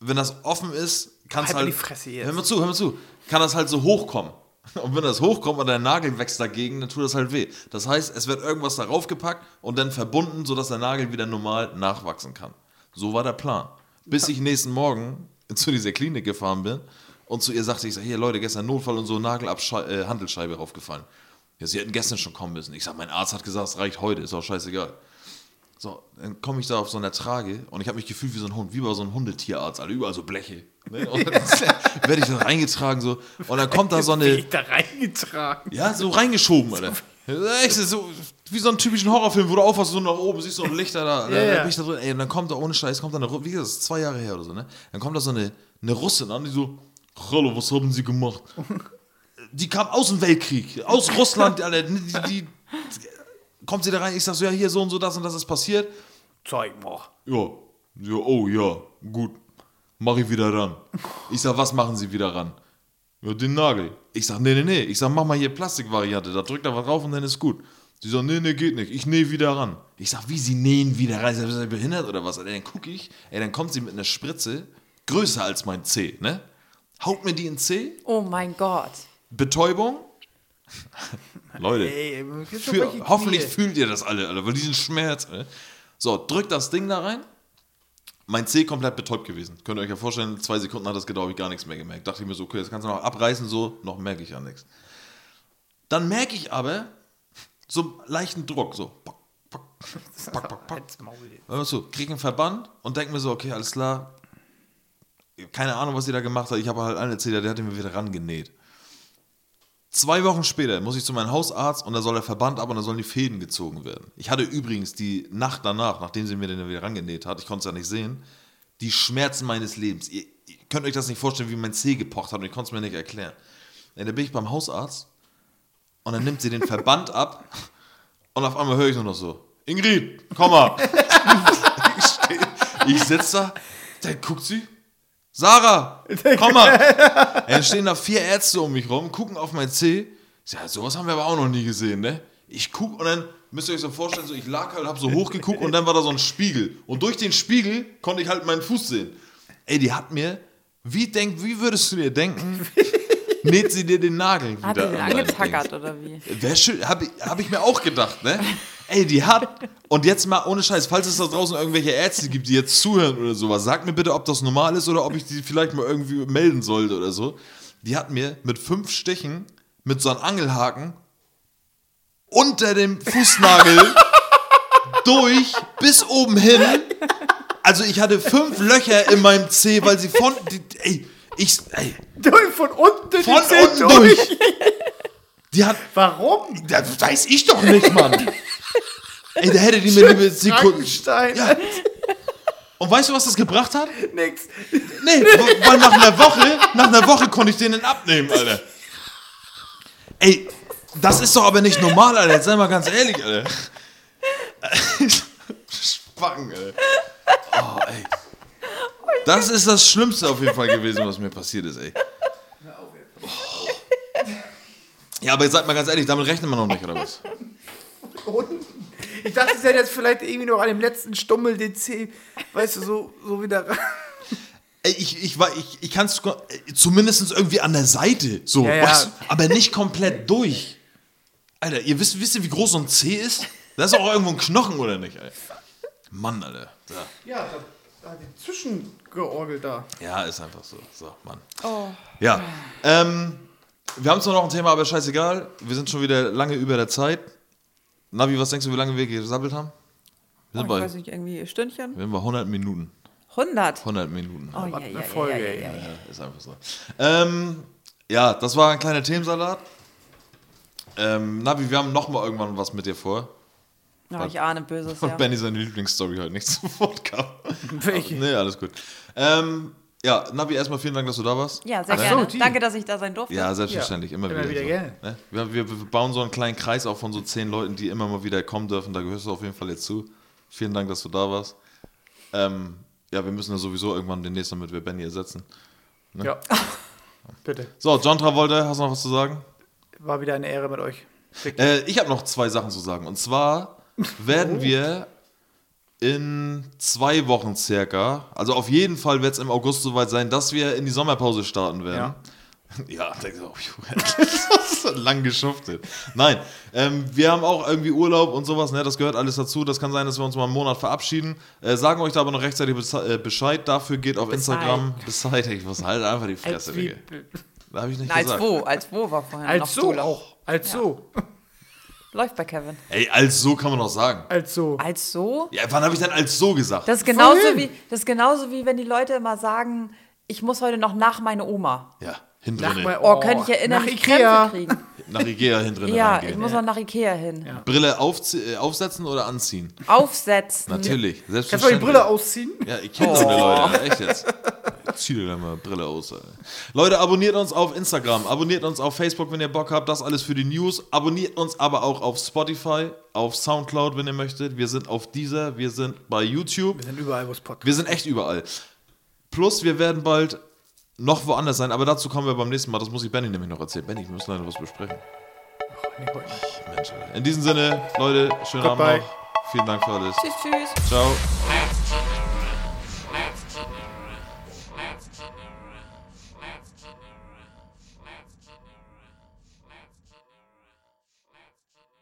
wenn das offen ist, kann es
Halt mal
halt.
die Fresse jetzt.
Hör mal zu, hör mal zu. Kann das halt so hochkommen. Und wenn das hochkommt und der Nagel wächst dagegen, dann tut das halt weh. Das heißt, es wird irgendwas darauf gepackt und dann verbunden, sodass der Nagel wieder normal nachwachsen kann. So war der Plan. Bis ich nächsten Morgen zu dieser Klinik gefahren bin und zu ihr sagte, ich sage, hier Leute, gestern Notfall und so Nagelabschei- äh, Handelscheibe raufgefallen. Ja, sie hätten gestern schon kommen müssen. Ich sage, mein Arzt hat gesagt, es reicht heute, ist auch scheißegal. So, dann komme ich da auf so einer Trage und ich habe mich gefühlt wie so ein Hund, wie bei so einem Hundetierarzt, alle überall so Bleche. Ne? Und dann werde ich dann reingetragen so und dann kommt da so
Bin
eine,
ich da reingetragen.
ja, so reingeschoben, Alter. Echt, so, wie so einen typischen Horrorfilm, wo du aufwachst und so nach oben siehst so ein Lichter da.
Ja,
da,
ja.
bin ich da drin, ey, und dann kommt da ohne Scheiß, kommt da eine, Ru- wie gesagt, das ist zwei Jahre her oder so, ne? Dann kommt da so eine, eine Russin an, die so, Hallo, was haben sie gemacht? Die kam aus dem Weltkrieg, aus Russland, Alter, die, die, die kommt sie da rein, ich sag so, ja, hier so und so, das und das ist passiert.
Zeig mal.
Ja. ja, oh ja, gut. Mach ich wieder ran. Ich sag, was machen Sie wieder ran? Ja, den Nagel. Ich sag, nee, nee, nee. Ich sag, mach mal hier Plastikvariante. Da drückt er was drauf und dann ist gut. Sie sagt, nee, nee, geht nicht. Ich nähe wieder ran. Ich sag, wie, Sie nähen wieder ran? Ich sag, sind Sie behindert oder was? Ey, dann guck ich, ey, dann kommt sie mit einer Spritze, größer als mein C, ne? Haut mir die in C,
Oh mein Gott.
Betäubung. Leute
Ey, ey, jetzt
für, hoffentlich fühlt ihr das alle, Alter, weil diesen Schmerz. Ne? So, drückt das Ding da rein. Mein C komplett betäubt gewesen. Könnt ihr euch ja vorstellen, zwei Sekunden hat das gedauert, hab ich gar nichts mehr gemerkt. Dachte ich mir so, okay, das kannst du noch abreißen, so, noch merke ich ja nichts. Dann merke ich aber so einen leichten Druck, so. Bock, bock, bock, bock, bock.
Halt's Maul.
Hör mal zu, krieg einen Verband und denk mir so, okay, alles klar. Keine Ahnung, was die da gemacht hat. Ich habe halt einen erzählt, der hat ihn mir wieder rangenäht. Zwei Wochen später muss ich zu meinem Hausarzt und da soll der Verband ab und da sollen die Fäden gezogen werden. Ich hatte übrigens die Nacht danach, nachdem sie mir den wieder rangenäht hat, ich konnte es ja nicht sehen, die Schmerzen meines Lebens. Ihr, ihr könnt euch das nicht vorstellen, wie mein Zeh gepocht hat und ich konnte es mir nicht erklären. Ja, Da bin ich beim Hausarzt und dann nimmt sie den Verband ab und auf einmal höre ich nur noch so, Ingrid, komm mal. ich steh, ich sitze da, dann guckt sie, Sarah, komm mal. Dann stehen da vier Ärzte um mich rum, gucken auf mein Zeh. Ich sag, sowas haben wir aber auch noch nie gesehen, ne? Ich guck und dann müsst ihr euch so vorstellen, so ich lag halt, hab so hochgeguckt und dann war da so ein Spiegel. Und durch den Spiegel konnte ich halt meinen Fuß sehen. Ey, die hat mir, wie denk, wie würdest du dir denken, näht sie dir den Nagel wieder
Hat er den
an dein
angetackert oder wie?
Wäre schön, habe hab ich mir auch gedacht, ne? Ey, die hat. Und jetzt mal ohne Scheiß, falls es da draußen irgendwelche Ärzte gibt, die jetzt zuhören oder sowas, sagt mir bitte, ob das normal ist oder ob ich die vielleicht mal irgendwie melden sollte oder so. Die hat mir mit fünf Stichen, mit so einem Angelhaken, unter dem Fußnagel durch bis oben hin. Also ich hatte fünf Löcher in meinem Zeh, weil sie von. Die, ey, ich. Ey,
Durch, von unten die
von
Zehen
unten durch. Die hat
Warum?
das weiß ich doch nicht, Mann. Ey, da hätte die mir liebe Sekunden.
Frankenstein.
Ja. Und weißt du, was das gebracht hat?
Nix.
Nee, wo- weil nach einer Woche, nach einer Woche konnte ich den dann abnehmen, Alter. Ey, das ist doch aber nicht normal, Alter. Jetzt sei mal ganz ehrlich, Alter. Spacken, Alter. Oh, ey. Das ist das Schlimmste auf jeden Fall gewesen, was mir passiert ist, ey. Oh. Ja, aber jetzt seid mal ganz ehrlich, damit rechnet man noch nicht, oder was?
Unten. Ich dachte, es hätte jetzt vielleicht irgendwie noch an dem letzten Stummel den Zeh, weißt du, so, so wieder rein.
Ey, Ich, ich, war- ich, ich kann es zumindest irgendwie an der Seite, so,
Ja, ja.
weißt du? aber nicht komplett durch. Alter, ihr wisst, wisst ihr, wie groß so ein Zeh ist? Das ist auch irgendwo ein Knochen, oder nicht? Alter? Mann, Alter. Ja.
Ja, da, da hat die Zwischengeorgel da.
ja, ist einfach so. So, Mann.
Oh,
Ja. Ähm, wir haben zwar noch ein Thema, aber scheißegal. Wir sind schon wieder lange über der Zeit. Navi, was denkst du, wie lange wir gesammelt haben? Wir
Oh, ich
sind, bei,
weiß nicht, irgendwie Stündchen?
wir sind bei 100 Minuten.
100.
100 Minuten.
Oh, ja,
eine
ja, ja, ja,
Folge,
ja,
ey.
ja.
Ja, ist einfach so. Ähm, ja, das war ein kleiner Themensalat. Ähm, Nabi, wir haben nochmal irgendwann was mit dir vor.
Oh, ich ahne Böses,
Und
ja.
Benny seine Lieblingsstory heute nicht zu Wort kam.
Welche?
Nee, alles gut. Ähm, ja, Nabi, erstmal vielen Dank, dass du da warst.
Ja, sehr
Ach so,
gerne.
die.
Danke, dass ich da sein durfte.
Ja, selbstverständlich, immer,
immer
wieder.
wieder gerne.
so. Ne? wir, wir wir bauen so einen kleinen Kreis auch von so zehn Leuten, die immer mal wieder kommen dürfen. Da gehörst du auf jeden Fall jetzt zu. Vielen Dank, dass du da warst. Ähm, ja, wir müssen ja sowieso irgendwann demnächst, damit wir Benny ersetzen.
Ja. Bitte.
So, John Travolta, hast du noch was zu sagen?
War wieder eine Ehre mit euch.
Äh, ich habe noch zwei Sachen zu sagen. Und zwar werden wir in zwei Wochen circa, also auf jeden Fall wird es im August soweit sein, dass wir in die Sommerpause starten werden. Ja, denkst du auch, Junge, oh, das ist so lang geschuftet. Nein, ähm, wir haben auch irgendwie Urlaub und sowas, ne, das gehört alles dazu. Das kann sein, dass wir uns mal einen Monat verabschieden. Äh, sagen euch da aber noch rechtzeitig beze- äh, Bescheid. Dafür geht auf Instagram Bescheid. Ich muss halt einfach die Fresse, Digga. Da habe ich nicht
Na, als
gesagt.
wo? Als wo war vorhin noch
Als so
Dula.
auch. Als so.
Läuft bei Kevin.
Ey, als so kann man doch sagen.
Als so.
Als so?
Ja, wann habe ich denn als so gesagt?
Das ist, genauso
Vorhin.
wie, das ist genauso wie, wenn die Leute immer sagen, ich muss heute noch nach meine Oma.
Ja, hinten drin. Nach,
Oh, könnte ich erinnern,
Nach
ich
Ikea.
Krämpfe kriegen.
Ikea hinten drin.
Ja,
reingehen.
ich muss noch nach Ikea hin.
Brille aufzie- äh, aufsetzen oder anziehen?
Aufsetzen.
Natürlich,
Kannst du mal
selbstverständlich.
die Brille Oh. ausziehen?
Ja, ich kenne so eine Leute, echt jetzt. Zieh dir da mal Brille aus. Alter. Leute, abonniert uns auf Instagram, abonniert uns auf Facebook, wenn ihr Bock habt, das alles für die News. Abonniert uns aber auch auf Spotify, auf Soundcloud, wenn ihr möchtet. Wir sind auf dieser, wir sind bei YouTube.
Wir sind überall, wo es Podcast
Wir sind echt überall. Plus, wir werden bald noch woanders sein, aber dazu kommen wir beim nächsten Mal. Das muss ich Benny nämlich noch erzählen. Benny, wir müssen leider was besprechen. Mensch, Alter. In diesem Sinne, Leute, schönen Abend
Goodbye.
noch. Vielen Dank für alles.
Tschüss, tschüss.
Ciao.
Let's